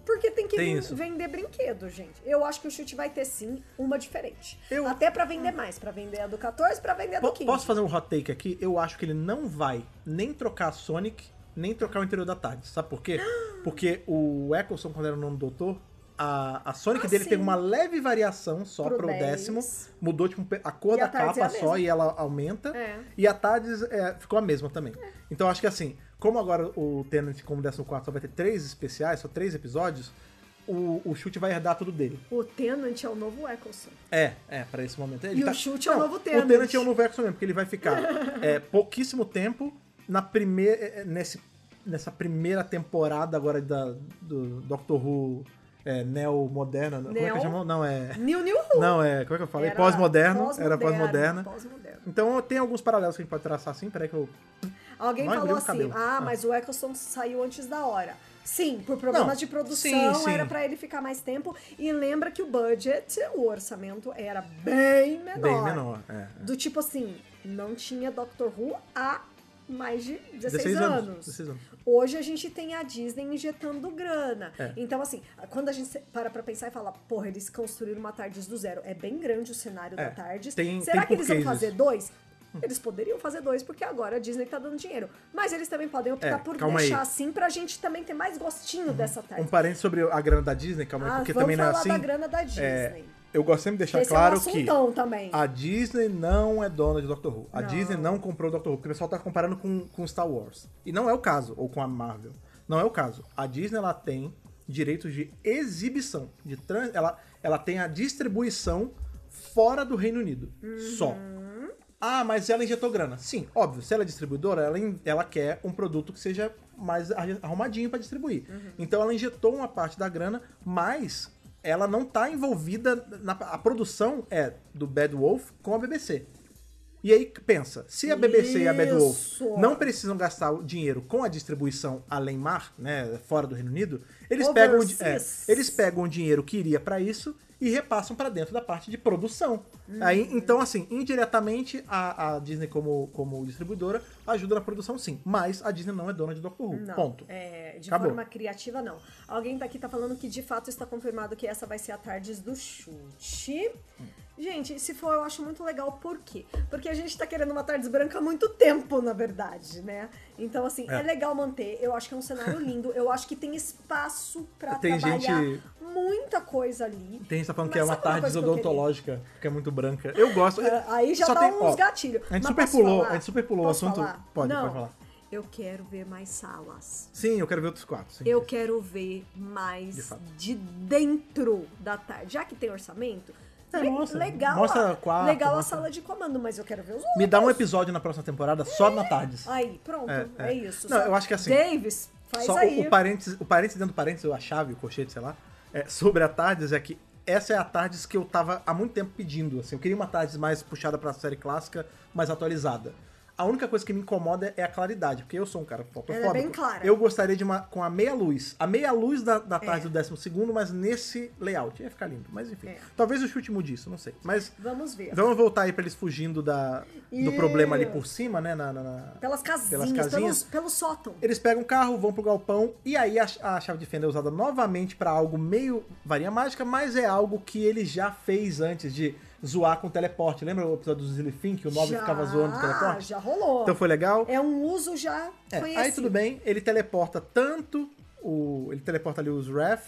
Speaker 2: Porque tem que
Speaker 1: Tem
Speaker 2: ven-
Speaker 1: isso.
Speaker 2: vender brinquedo, gente. Eu acho que o chute vai ter sim uma diferente.
Speaker 1: Eu-
Speaker 2: Até pra vender mais, pra vender a do 14, pra vender a do
Speaker 1: Po-
Speaker 2: 15.
Speaker 1: Posso fazer um hot take aqui? Eu acho que ele não vai nem trocar a Sonic, nem trocar o interior da tarde. Sabe por quê? Porque o Eccleston, quando era o nome do doutor, a, a Sonic
Speaker 2: Ah,
Speaker 1: dele
Speaker 2: sim.
Speaker 1: teve uma leve variação só
Speaker 2: Pro
Speaker 1: pro, décimo.
Speaker 2: 10.
Speaker 1: Mudou tipo, a cor
Speaker 2: E
Speaker 1: da
Speaker 2: a TARDIS é
Speaker 1: capa
Speaker 2: a
Speaker 1: só
Speaker 2: mesma.
Speaker 1: e ela aumenta.
Speaker 2: É.
Speaker 1: E a TARDIS é, ficou a mesma também. Então acho que assim, como agora o Tenant, como décimo quarto, só vai ter três especiais, só três episódios, o, o chute vai herdar tudo dele.
Speaker 2: O Tenant é o novo Eccleston.
Speaker 1: É, é, pra esse momento. Ele
Speaker 2: E o chute é o novo
Speaker 1: O
Speaker 2: Tenant.
Speaker 1: Tenant é o novo Exo mesmo, porque ele vai ficar é, pouquíssimo tempo na primeira, é, é, nesse, nessa primeira temporada agora da, do Doctor Who é, neo-moderna. Como é que
Speaker 2: Neo?
Speaker 1: chamou? Não, é...
Speaker 2: New New Who.
Speaker 1: Não, é... Como é que eu falei?
Speaker 2: Era
Speaker 1: Pós-moderno. Era pós-moderna.
Speaker 2: pós-moderno, Pós-moderno.
Speaker 1: Então tem alguns paralelos que a gente pode traçar assim, peraí que eu...
Speaker 2: Alguém
Speaker 1: Não
Speaker 2: falou
Speaker 1: engoliu o
Speaker 2: assim:
Speaker 1: cabelo.
Speaker 2: ah,
Speaker 1: Ah.
Speaker 2: mas o Eccleston saiu antes da hora. Sim, por problemas
Speaker 1: Não,
Speaker 2: de
Speaker 1: sim,
Speaker 2: produção,
Speaker 1: sim.
Speaker 2: era pra ele ficar mais tempo. E lembra que o budget, o orçamento, era bem menor.
Speaker 1: Bem menor, é.
Speaker 2: Do tipo assim, não tinha Doctor Who há mais de 16,
Speaker 1: 16 anos,
Speaker 2: anos.
Speaker 1: 16 anos.
Speaker 2: Hoje a gente tem a Disney injetando grana.
Speaker 1: É.
Speaker 2: Então, assim, quando a gente se- para pra pensar e fala, porra, eles construíram uma Tardes do zero. É bem grande o cenário
Speaker 1: É,
Speaker 2: da Tardes.
Speaker 1: tem-
Speaker 2: Será
Speaker 1: tem
Speaker 2: que eles vão
Speaker 1: porquês Hum.
Speaker 2: fazer
Speaker 1: isso.
Speaker 2: dois? Eles poderiam fazer dois, porque agora a Disney tá dando dinheiro. Mas eles também podem optar
Speaker 1: É,
Speaker 2: por
Speaker 1: calma
Speaker 2: deixar
Speaker 1: aí.
Speaker 2: assim pra gente também ter mais gostinho dessa tarde.
Speaker 1: Um parênteses sobre a grana da Disney, calma aí,
Speaker 2: ah,
Speaker 1: porque
Speaker 2: vamos
Speaker 1: também não é
Speaker 2: falar
Speaker 1: assim.
Speaker 2: da grana da Disney.
Speaker 1: É, eu gosto sempre de deixar
Speaker 2: Esse
Speaker 1: claro
Speaker 2: é um
Speaker 1: que...
Speaker 2: assuntão também.
Speaker 1: A Disney não é dona de Doctor Who. A
Speaker 2: Não.
Speaker 1: Disney não comprou Doctor Who, porque o pessoal tá comparando com, com Star Wars. E não é o caso, ou com a Marvel. Não é o caso. A Disney, ela tem direitos de exibição. De tran- ela, ela tem a distribuição fora do Reino Unido. Só. Ah, mas ela injetou grana. Sim, óbvio. Se ela é distribuidora, ela, in- ela quer um produto que seja mais arru- arrumadinho pra distribuir.
Speaker 2: Uhum.
Speaker 1: Então ela injetou uma parte da grana, mas ela não tá envolvida na a produção é do Bad Wolf com a BBC. E aí pensa, se a BBC e a Bad Wolf
Speaker 2: Isso.
Speaker 1: não precisam gastar o dinheiro com a distribuição além mar, né, fora do Reino Unido, eles pegam o di- é,
Speaker 2: Overseas.
Speaker 1: eles pegam o dinheiro que iria pra isso e repassam pra dentro da parte de produção.
Speaker 2: Hum.
Speaker 1: Aí, então, assim, indiretamente, a, a Disney como, como distribuidora ajuda na produção, sim. Mas a Disney não é dona de Doctor Who.
Speaker 2: Não,
Speaker 1: Ponto.
Speaker 2: é, de
Speaker 1: Acabou.
Speaker 2: forma criativa, não. tá Alguém daqui tá falando que de fato está confirmado que essa vai ser a Tardes do Chute. Gente, se for, eu acho muito legal, por quê? Porque a gente tá querendo uma tarde branca há muito tempo, na verdade, né? Então, assim, é,
Speaker 1: É.
Speaker 2: legal manter. Eu acho que é um cenário lindo. Eu acho que tem espaço pra
Speaker 1: Tem
Speaker 2: trabalhar
Speaker 1: gente-
Speaker 2: muita coisa ali.
Speaker 1: Tem gente que tá falando
Speaker 2: Mas
Speaker 1: que é uma
Speaker 2: sabe uma
Speaker 1: tarde
Speaker 2: coisa que eu
Speaker 1: odontológica, porque é muito branca. Eu gosto.
Speaker 2: É, Aí já
Speaker 1: só
Speaker 2: dá
Speaker 1: tem-
Speaker 2: uns
Speaker 1: ó,
Speaker 2: gatilhos.
Speaker 1: A gente
Speaker 2: Mas
Speaker 1: super
Speaker 2: posso
Speaker 1: pulou,
Speaker 2: falar?
Speaker 1: a gente super pulou o
Speaker 2: Posso
Speaker 1: assunto.
Speaker 2: falar?
Speaker 1: Pode,
Speaker 2: Não,
Speaker 1: pode falar.
Speaker 2: Eu quero ver mais salas.
Speaker 1: Sim, eu quero ver outros quatro. sim.
Speaker 2: Eu quero ver
Speaker 1: De
Speaker 2: mais
Speaker 1: fato.
Speaker 2: de, dentro da tarde. Já que tem orçamento,
Speaker 1: É,
Speaker 2: le-
Speaker 1: mostra.
Speaker 2: legal,
Speaker 1: Mostra
Speaker 2: a,
Speaker 1: quarto,
Speaker 2: legal a
Speaker 1: mostra-
Speaker 2: sala de comando, mas eu quero ver os
Speaker 1: Me
Speaker 2: outros.
Speaker 1: dá um episódio na próxima temporada só na tardes.
Speaker 2: Aí, pronto, é,
Speaker 1: É, é.
Speaker 2: isso.
Speaker 1: Não,
Speaker 2: Só-
Speaker 1: eu acho que assim,
Speaker 2: Davis, faz
Speaker 1: Só
Speaker 2: aí.
Speaker 1: o, o parênteses, o parênteses dentro do parênteses, a chave, o colchete, sei lá, é, sobre a Tardes é que essa é a Tardes que eu tava há muito tempo pedindo, assim, eu queria uma Tardes mais puxada pra série clássica, mais atualizada. A única coisa que me incomoda é a claridade, porque eu sou um cara fotofóbico.
Speaker 2: Ela é bem clara. É.
Speaker 1: Eu gostaria de uma com a meia luz, a meia luz da, da tarde do décimo segundo, mas nesse layout. Ia ficar lindo, mas enfim.
Speaker 2: É.
Speaker 1: Talvez o chute mude isso, não sei. Mas
Speaker 2: Vamos ver.
Speaker 1: vamos voltar aí pra eles fugindo da, do
Speaker 2: Isso.
Speaker 1: problema ali por cima, né? na- na- na,
Speaker 2: Pelas casinhas,
Speaker 1: casinhas.
Speaker 2: Pelos, pelo sótão.
Speaker 1: eles pegam o carro, vão pro galpão, e aí a, a chave de fenda é usada novamente pra algo meio varinha mágica, mas é algo que ele já fez antes de zoar com o teleporte. Lembra o episódio do Zilifin, que o 9
Speaker 2: já,
Speaker 1: ficava zoando o teleporte?
Speaker 2: Já rolou.
Speaker 1: Então foi legal.
Speaker 2: É um uso já
Speaker 1: É,
Speaker 2: conhecido.
Speaker 1: aí tudo bem, ele teleporta tanto o. Ele teleporta ali os Wrath,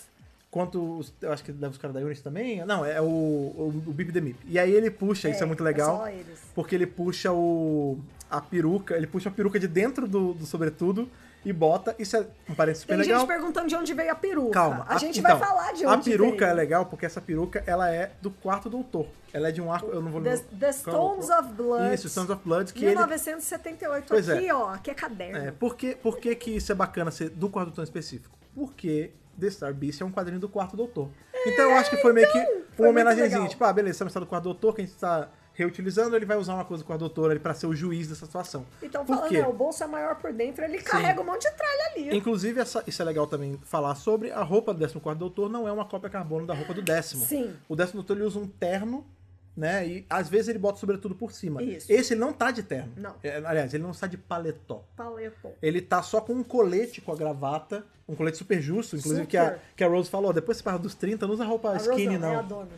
Speaker 1: quanto os. Eu acho que deve os caras da Unity também. Não, é o, o, o Bib the Mip. E aí ele puxa, isso é muito legal.
Speaker 2: só eles.
Speaker 1: Porque ele puxa o. a peruca, ele puxa a peruca de dentro do, do sobretudo e bota. Isso é um parênteses super
Speaker 2: Tem gente
Speaker 1: legal.
Speaker 2: perguntando de onde veio a peruca.
Speaker 1: Calma.
Speaker 2: A, gente
Speaker 1: então,
Speaker 2: vai falar de
Speaker 1: A
Speaker 2: onde
Speaker 1: peruca
Speaker 2: veio.
Speaker 1: é legal porque essa peruca ela é do quarto doutor. Ela é de um arco. Eu não vou
Speaker 2: The,
Speaker 1: lembrar.
Speaker 2: The Stones of Blood.
Speaker 1: Isso, Stones of Blood, é que ele
Speaker 2: 1978
Speaker 1: Pois é.
Speaker 2: aqui, ó. Aqui é
Speaker 1: É,
Speaker 2: caderno.
Speaker 1: por que, por que que isso é bacana ser do quarto doutor em específico? Porque The Star Beast é um quadrinho do quarto doutor. Então eu acho que foi meio que
Speaker 2: foi
Speaker 1: uma
Speaker 2: muito
Speaker 1: homenagenzinha.
Speaker 2: legal.
Speaker 1: Tipo, ah, beleza, essa é uma história do quarto doutor que a gente tá reutilizando, ele vai usar uma coisa do quarto doutor ali pra ser o juiz dessa situação.
Speaker 2: Então
Speaker 1: por
Speaker 2: falando,
Speaker 1: quê?
Speaker 2: né, o bolso é maior por dentro, ele carrega um monte de tralha ali.
Speaker 1: Inclusive, essa- isso é legal também falar sobre, a roupa do 14 doutor não é uma cópia carbono da roupa do décimo.
Speaker 2: Sim.
Speaker 1: O décimo doutor ele usa um terno, né? E às vezes ele bota sobretudo por cima.
Speaker 2: Isso.
Speaker 1: Esse ele não tá de terno.
Speaker 2: Não.
Speaker 1: É, aliás, ele não está de paletó.
Speaker 2: Paleto.
Speaker 1: Ele tá só com um colete com a gravata, um colete super justo, inclusive
Speaker 2: Super.
Speaker 1: que a, que a Rose falou, "Ó, depois que você passa dos 30, não usa roupa
Speaker 2: A
Speaker 1: skinny
Speaker 2: Rose
Speaker 1: não.
Speaker 2: É a dona.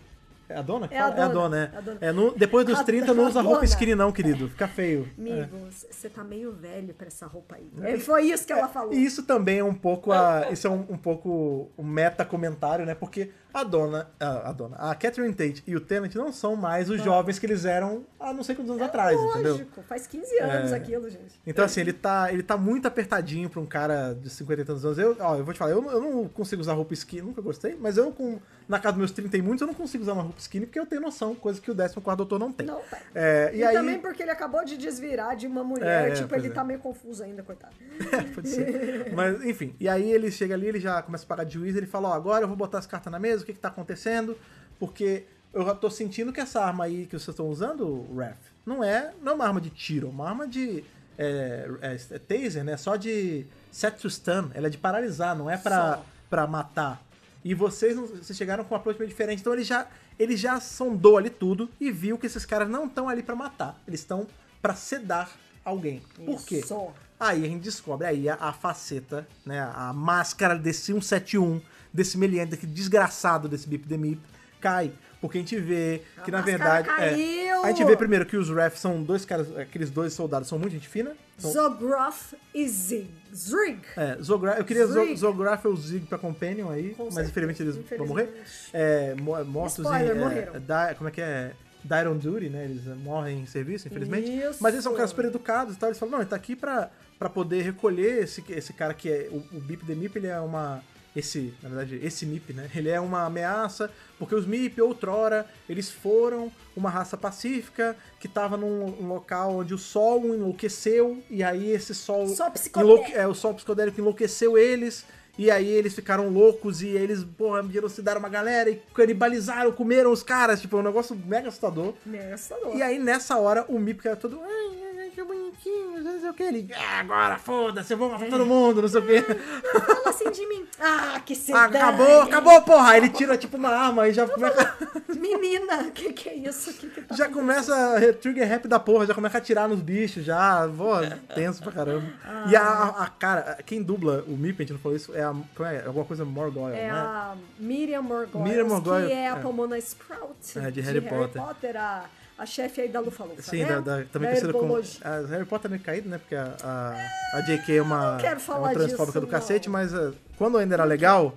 Speaker 1: É a dona? que
Speaker 2: É a
Speaker 1: fala? É a
Speaker 2: dona,
Speaker 1: dona, é.
Speaker 2: é a dona.
Speaker 1: É, não- depois dos
Speaker 2: A
Speaker 1: 30 não usa
Speaker 2: dona.
Speaker 1: roupa skinny não, querido, fica feio. É.
Speaker 2: Amigos, você tá meio velho pra essa roupa aí. É, foi isso que ela falou.
Speaker 1: E isso também é um pouco a, isso é um, um pouco um meta comentário, né? Porque a dona, a, a dona, a Catherine Tate e o Tennant não são mais os jovens que eles eram há não sei quantos
Speaker 2: É
Speaker 1: anos atrás,
Speaker 2: Lógico,
Speaker 1: entendeu?
Speaker 2: faz 15 anos aquilo, gente.
Speaker 1: Então, assim, ele tá, ele tá muito apertadinho pra um cara de 50 e tantos anos. Eu, ó, eu vou te falar, eu, não- eu não consigo usar roupa skinny, nunca gostei, mas eu, com, na casa dos meus 30 e muitos, eu não consigo usar uma roupa skinny porque eu tenho noção, coisa que o 14 doutor não tem.
Speaker 2: Não, pai.
Speaker 1: É, e,
Speaker 2: E,
Speaker 1: aí.
Speaker 2: também porque ele acabou de desvirar de uma
Speaker 1: É,
Speaker 2: mulher,
Speaker 1: é,
Speaker 2: tipo,
Speaker 1: pois
Speaker 2: ele
Speaker 1: é.
Speaker 2: tá meio confuso ainda, coitado.
Speaker 1: Pode ser. Mas, enfim. E aí ele chega ali, ele já começa a pagar de juiz, ele fala, ó, agora eu vou botar as cartas na mesa, o que que tá acontecendo? Porque eu já tô sentindo que essa arma aí que vocês estão usando, Raf, não é, não é uma arma de tiro, é uma arma de é, é, é taser, né? Só de set to stun, ela é de paralisar, não é pra,
Speaker 2: Só.
Speaker 1: pra matar. E vocês, não- vocês chegaram com uma approach meio diferente, então ele já, ele já sondou ali tudo e viu que esses caras não estão ali pra matar, eles estão pra sedar alguém. Por quê?
Speaker 2: Isso.
Speaker 1: Aí a gente descobre aí a, a faceta, né? A máscara desse 171, desse meliante, daquele desgraçado desse Bip Demip, cai. Porque a gente vê
Speaker 2: A
Speaker 1: que, na
Speaker 2: máscara
Speaker 1: verdade. é,
Speaker 2: caiu!
Speaker 1: a gente vê primeiro que os refs são dois caras. Aqueles dois soldados são muito gente fina. São,
Speaker 2: Zogroth e Zig. Zrig.
Speaker 1: é, Zogra- eu queria Zo-
Speaker 2: Zig.
Speaker 1: Zograf ou Zig pra Companion aí,
Speaker 2: Com
Speaker 1: mas
Speaker 2: certeza,
Speaker 1: infelizmente eles vão
Speaker 2: infelizmente.
Speaker 1: morrer. É, mo- mortos
Speaker 2: Spoiler,
Speaker 1: em. é,
Speaker 2: morreram.
Speaker 1: da- como é que é? Die on duty, né? Eles é, morrem em serviço, infelizmente.
Speaker 2: Isso.
Speaker 1: Mas eles são caras super educados e tal. Eles falam, não, ele tá aqui pra, pra poder recolher esse, esse cara que é. O, o Bip de Mip, ele é uma. Esse, na verdade, esse Mip, né? Ele é uma ameaça, porque os Mip, outrora, eles foram uma raça pacífica que tava num um local onde o sol enlouqueceu, e aí esse sol.
Speaker 2: Sol psicodélico.
Speaker 1: enlouque- é, o sol psicodélico enlouqueceu eles. E aí eles ficaram loucos e eles, porra, genocidaram uma galera e canibalizaram, comeram os caras. Tipo, é um negócio mega assustador.
Speaker 2: Nessa
Speaker 1: É. E aí, nessa hora, o Mip era todo. Ai, ai, ai, que bonitinho, não sei o que. Ele. "Ah, agora, foda-se, eu vou matar todo mundo, não sei o que.
Speaker 2: Fala assim de mim. Ah, que se
Speaker 1: Acabou,
Speaker 2: dane.
Speaker 1: acabou, porra! Aí Ele tira tipo uma arma e já começa,
Speaker 2: Menina, que que é isso? Que que tá
Speaker 1: já começa a trigger rap da porra, já começa a atirar nos bichos, já, pô, tenso pra caramba. E a, a- a cara, quem dubla o Mip, a gente não falou isso, é a. Como é? Alguma coisa Morgoyle,
Speaker 2: É
Speaker 1: né?
Speaker 2: a Miriam Morgoyles,
Speaker 1: Miriam Morgoyles,
Speaker 2: que é a
Speaker 1: é.
Speaker 2: Pomona Sprout.
Speaker 1: É, de Harry Potter.
Speaker 2: a, a chefe aí da Lufa Lufa,
Speaker 1: Sim,
Speaker 2: né?
Speaker 1: da, da, também
Speaker 2: Da
Speaker 1: conhecida como.
Speaker 2: herbologia.
Speaker 1: A Harry Potter é caído, né? Porque a, a, a JK é uma,
Speaker 2: quero
Speaker 1: é uma
Speaker 2: falar
Speaker 1: transfóbica
Speaker 2: disso,
Speaker 1: do cacete,
Speaker 2: não.
Speaker 1: mas ah, quando ainda era legal,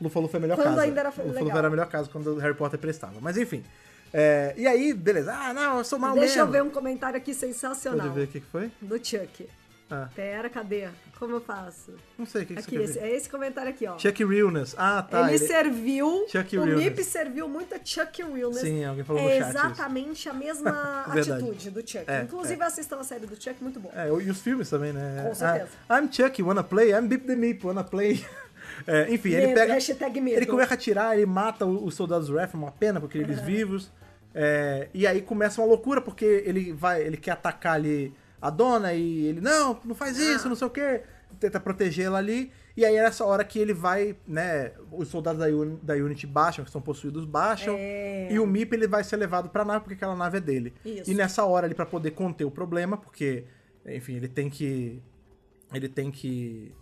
Speaker 1: Lufa Lufa é a melhor
Speaker 2: Quando
Speaker 1: casa.
Speaker 2: ainda era
Speaker 1: Lufa Lufa
Speaker 2: legal.
Speaker 1: era a melhor casa quando o Harry Potter prestava. Mas enfim. é, e aí, beleza. Ah, não, eu sou mal
Speaker 2: Deixa
Speaker 1: mesmo.
Speaker 2: eu ver um comentário aqui
Speaker 1: Deixa
Speaker 2: sensacional
Speaker 1: eu ver o que que foi.
Speaker 2: do Chuck.
Speaker 1: Ah,
Speaker 2: Pera, cadê? Como eu faço?
Speaker 1: não sei o que, que
Speaker 2: Aqui,
Speaker 1: você quer
Speaker 2: esse-
Speaker 1: ver.
Speaker 2: é esse comentário aqui, ó.
Speaker 1: Chuck Realness. Ah, tá.
Speaker 2: ele,
Speaker 1: ele-
Speaker 2: serviu.
Speaker 1: Chuck
Speaker 2: o
Speaker 1: Realness.
Speaker 2: MIP serviu muito a Chuck Realness.
Speaker 1: Sim, alguém falou no
Speaker 2: É
Speaker 1: chat isso. É
Speaker 2: exatamente a mesma
Speaker 1: Verdade.
Speaker 2: atitude do Chuck.
Speaker 1: É,
Speaker 2: Inclusive, assistam a série do Chuck, muito boa.
Speaker 1: É, e os filmes também, né?
Speaker 2: Com certeza.
Speaker 1: Ah, I'm Chuck, wanna play? I'm Beep the Meep, wanna play? É, enfim, ele
Speaker 2: Medo,
Speaker 1: pega.
Speaker 2: hashtag medo.
Speaker 1: Ele começa a atirar, ele mata o- os soldados Ref, é uma pena, porque eles vivos. É, e aí começa uma loucura, porque ele vai, ele quer atacar ali a dona e ele, não, não faz
Speaker 2: Ah.
Speaker 1: isso, não sei o quê. Tenta protegê-la ali. E aí é nessa hora que ele vai, né? Os soldados da, Uni- da Unity baixam, que são possuídos, baixam. E o MIP ele vai ser levado pra nave, porque aquela nave é dele.
Speaker 2: É. Isso.
Speaker 1: E nessa hora ali, pra poder conter o problema, porque, enfim, ele tem que. Ele tem que.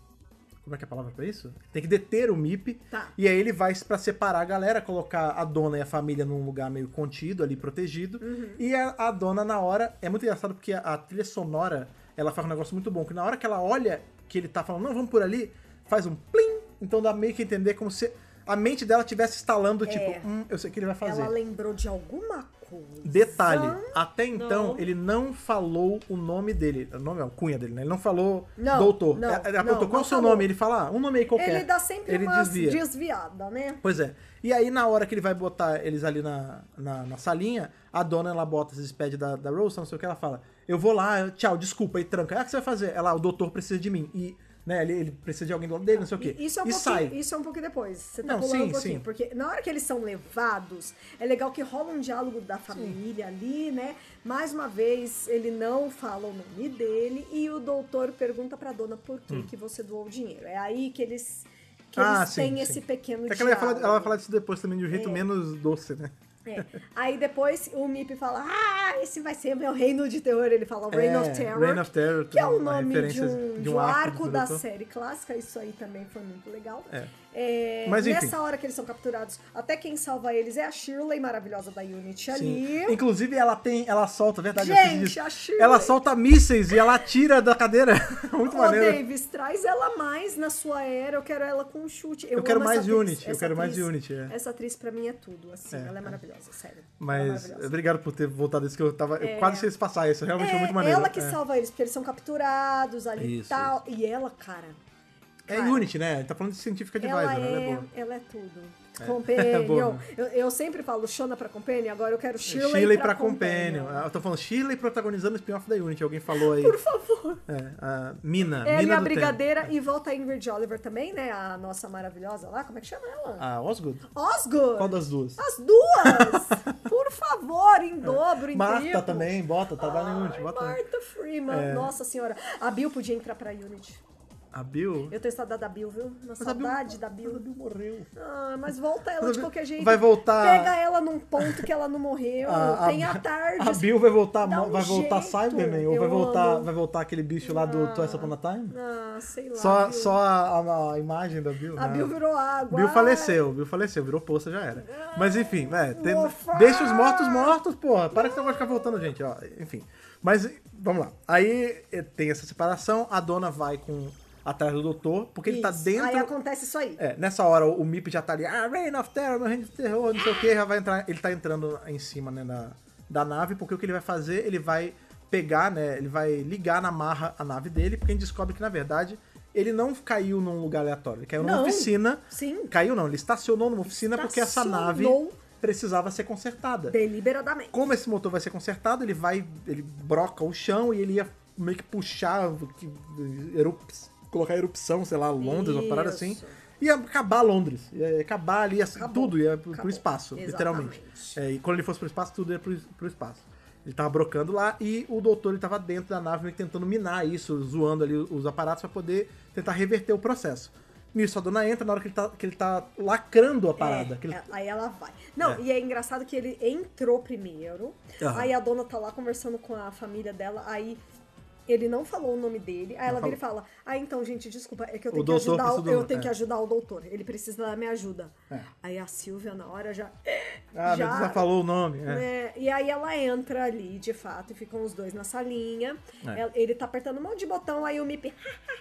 Speaker 1: Como é que é a palavra pra isso? Tem que deter o MIP.
Speaker 2: Tá.
Speaker 1: E aí ele vai pra separar a galera, colocar a dona e a família num lugar meio contido, ali protegido.
Speaker 2: Uhum.
Speaker 1: E a, a dona, na hora. É muito engraçado porque a, a trilha sonora ela faz um negócio muito bom, que na hora que ela olha que ele tá falando, não, vamos por ali, faz um plim. Então dá meio que entender como se a mente dela estivesse instalando,
Speaker 2: É.
Speaker 1: tipo, hum, eu sei o que ele vai fazer.
Speaker 2: Ela lembrou de alguma coisa.
Speaker 1: Detalhe, até então
Speaker 2: Não.
Speaker 1: ele não falou o nome dele. O nome é o cunha dele, né? Ele não falou
Speaker 2: Não,
Speaker 1: doutor.
Speaker 2: não,
Speaker 1: ela ela
Speaker 2: não,
Speaker 1: perguntou qual
Speaker 2: não
Speaker 1: o seu
Speaker 2: falou.
Speaker 1: nome? Ele fala, ah, um nome aí qualquer.
Speaker 2: Ele dá sempre
Speaker 1: Ele
Speaker 2: uma
Speaker 1: desvia.
Speaker 2: desviada, né?
Speaker 1: Pois é. E aí, na hora que ele vai botar eles ali na, na, na salinha, a dona ela bota, se despede da, da Rose, não sei o que, ela fala: Eu vou lá, eu- tchau, desculpa, e tranca. Ah, o que você vai fazer? Ela, o doutor precisa de mim. E, né, ele, ele precisa de alguém do lado dele, não sei o quê.
Speaker 2: E Isso é, um
Speaker 1: e
Speaker 2: pouquinho,
Speaker 1: sai.
Speaker 2: isso é um pouquinho depois. Você tá
Speaker 1: Não,
Speaker 2: pulando
Speaker 1: sim,
Speaker 2: um pouquinho.
Speaker 1: sim.
Speaker 2: Porque na hora que eles são levados, é legal que rola um diálogo da família ali, né? Mais uma vez, ele não fala o nome dele e o doutor pergunta pra dona por que, que você doou o dinheiro. É aí que eles, que
Speaker 1: Hum. Ah,
Speaker 2: eles
Speaker 1: sim,
Speaker 2: têm
Speaker 1: sim.
Speaker 2: esse pequeno
Speaker 1: É que ela, ia falar, ela vai
Speaker 2: diálogo.
Speaker 1: falar disso depois também, de um jeito menos doce, né?
Speaker 2: É. Aí depois o Mip fala: Ah, esse vai ser meu reino de terror. Ele fala Reign
Speaker 1: É,
Speaker 2: of Terror.
Speaker 1: Reign of Terror,
Speaker 2: que é o
Speaker 1: uma
Speaker 2: nome de
Speaker 1: referência
Speaker 2: um, de um arco, da série clássica. Isso aí também foi muito legal.
Speaker 1: É.
Speaker 2: É,
Speaker 1: Mas enfim.
Speaker 2: nessa hora que eles são capturados, até quem salva eles é a Shirley, maravilhosa da Unity ali.
Speaker 1: Sim. Inclusive, ela tem. Ela solta, verdade, eu
Speaker 2: Gente,
Speaker 1: fiz isso.
Speaker 2: a Shirley.
Speaker 1: Ela solta mísseis e ela atira da cadeira. Muito
Speaker 2: Ô,
Speaker 1: maneiro.
Speaker 2: Davis, traz ela mais na sua era. Eu quero ela com um chute. Eu,
Speaker 1: Eu quero
Speaker 2: amo
Speaker 1: mais
Speaker 2: essa atriz,
Speaker 1: Unity, eu
Speaker 2: essa
Speaker 1: quero mais
Speaker 2: atriz-
Speaker 1: Unity, é.
Speaker 2: Essa atriz pra mim é tudo, assim.
Speaker 1: É,
Speaker 2: ela é
Speaker 1: é.
Speaker 2: maravilhosa, sério. Ela é
Speaker 1: Mas
Speaker 2: maravilhosa.
Speaker 1: obrigado por ter voltado isso que eu tava. Eu quase quis passar isso, realmente foi
Speaker 2: É,
Speaker 1: muito maneiro.
Speaker 2: ela que
Speaker 1: é.
Speaker 2: salva eles, porque eles são capturados ali e
Speaker 1: Isso,
Speaker 2: tal. E ela, cara,
Speaker 1: É
Speaker 2: cara.
Speaker 1: Unity, né? Tá falando de científica de
Speaker 2: ela
Speaker 1: Advisor, né?
Speaker 2: é,
Speaker 1: Ela é boa.
Speaker 2: ela é tudo.
Speaker 1: É boa,
Speaker 2: Companion.
Speaker 1: né?
Speaker 2: eu, eu sempre falo Shona pra Companion, agora eu quero Shirley,
Speaker 1: Shirley
Speaker 2: pra,
Speaker 1: pra
Speaker 2: companion.
Speaker 1: Companion. Ah, Eu tô falando Shirley protagonizando o spin-off da Unity. Alguém falou aí.
Speaker 2: Por favor.
Speaker 1: É, a Mina.
Speaker 2: Ela e
Speaker 1: Mina
Speaker 2: a
Speaker 1: do Tempo.
Speaker 2: Brigadeira e volta a Ingrid Oliver também, né? A nossa maravilhosa lá. Como é que chama ela?
Speaker 1: Ah, Osgood?
Speaker 2: Osgood!
Speaker 1: Qual das duas?
Speaker 2: As duas! Por favor, em dobro, em
Speaker 1: Marta
Speaker 2: triplo.
Speaker 1: também, bota, tá lá na Unity.
Speaker 2: Ai,
Speaker 1: Bota. É.
Speaker 2: Martha Freeman, nossa senhora. A Bill podia entrar pra Unity.
Speaker 1: A Bill.
Speaker 2: Eu tenho saudade da Bill, viu? Uma
Speaker 1: a Bill-
Speaker 2: saudade da Bill.
Speaker 1: A Bill morreu.
Speaker 2: Ah, mas volta ela de qualquer jeito.
Speaker 1: Vai voltar-
Speaker 2: Pega ela num ponto que ela não morreu. tem a tarde.
Speaker 1: A Bill vai voltar,
Speaker 2: Dá
Speaker 1: mo-
Speaker 2: um
Speaker 1: vai voltar
Speaker 2: jeito.
Speaker 1: Cyberman ou vai
Speaker 2: Eu
Speaker 1: voltar,
Speaker 2: amo.
Speaker 1: vai voltar aquele bicho lá do Twice Upon a Time?
Speaker 2: Ah, sei lá.
Speaker 1: Só,
Speaker 2: Bill.
Speaker 1: só a, a- a imagem da Bill.
Speaker 2: A
Speaker 1: né?
Speaker 2: Bill virou Ah, água. Ah,
Speaker 1: Bill
Speaker 2: Ai,
Speaker 1: faleceu, Bill faleceu, virou poça, já era. Mas enfim, é, tem-
Speaker 2: Ufa!
Speaker 1: deixa os mortos mortos, porra. Para que você não vai ficar voltando, gente, ó. Enfim. Mas vamos lá. Aí eh, tem essa separação, a dona vai com atrás do doutor, porque ele tá
Speaker 2: Isso.
Speaker 1: dentro.
Speaker 2: Aí acontece isso aí.
Speaker 1: É, nessa hora o Mip já tá ali, ah, Reign of Terror, meu reino de terror, não sei o que, já vai entrar, ele tá entrando em cima, né, da, da nave, porque o que ele vai fazer, ele vai pegar, né, ele vai ligar na marra a nave dele, porque a gente descobre que, na verdade, ele não caiu num lugar aleatório, ele caiu numa
Speaker 2: Não.
Speaker 1: oficina,
Speaker 2: Sim.
Speaker 1: caiu não, ele estacionou numa oficina porque essa nave
Speaker 2: Estacionou.
Speaker 1: precisava ser consertada.
Speaker 2: Deliberadamente.
Speaker 1: Como esse motor vai ser consertado, ele vai, ele broca o chão e ele ia meio que puxar, que, erup, colocar erupção, sei lá, Londres, uma parada
Speaker 2: Isso.
Speaker 1: assim. Ia acabar Londres, ia acabar ali, ia,
Speaker 2: Acabou,
Speaker 1: tudo ia pro, pro
Speaker 2: acabou.
Speaker 1: espaço, literalmente.
Speaker 2: Exatamente.
Speaker 1: É, e quando ele fosse pro espaço, tudo ia pro, pro espaço. Ele tava brocando lá e o doutor ele tava dentro da nave meio que tentando minar isso, zoando ali os aparatos pra poder tentar reverter o processo. Nisso a dona entra na hora que ele tá, que ele tá lacrando a parada.
Speaker 2: É,
Speaker 1: que ele-
Speaker 2: é, Aí ela vai. Não,
Speaker 1: É.
Speaker 2: e é engraçado que ele entrou primeiro.
Speaker 1: Aham.
Speaker 2: Aí a dona tá lá conversando com a família dela. Aí ele não falou o nome dele. Aí ela vira e fala: Ah, então, gente, desculpa, é que eu
Speaker 1: O
Speaker 2: tenho, que
Speaker 1: doutor
Speaker 2: ajudar,
Speaker 1: precisa
Speaker 2: o-
Speaker 1: do-
Speaker 2: eu tenho
Speaker 1: é.
Speaker 2: que ajudar o doutor. Ele precisa da minha ajuda.
Speaker 1: É.
Speaker 2: Aí a Silvia, na hora, já.
Speaker 1: Ah, meu Deus, já falou o nome. É.
Speaker 2: né? E aí ela entra ali, de fato, e ficam os dois na salinha.
Speaker 1: É.
Speaker 2: Ela- Ele tá apertando um monte de botão, aí o Mip.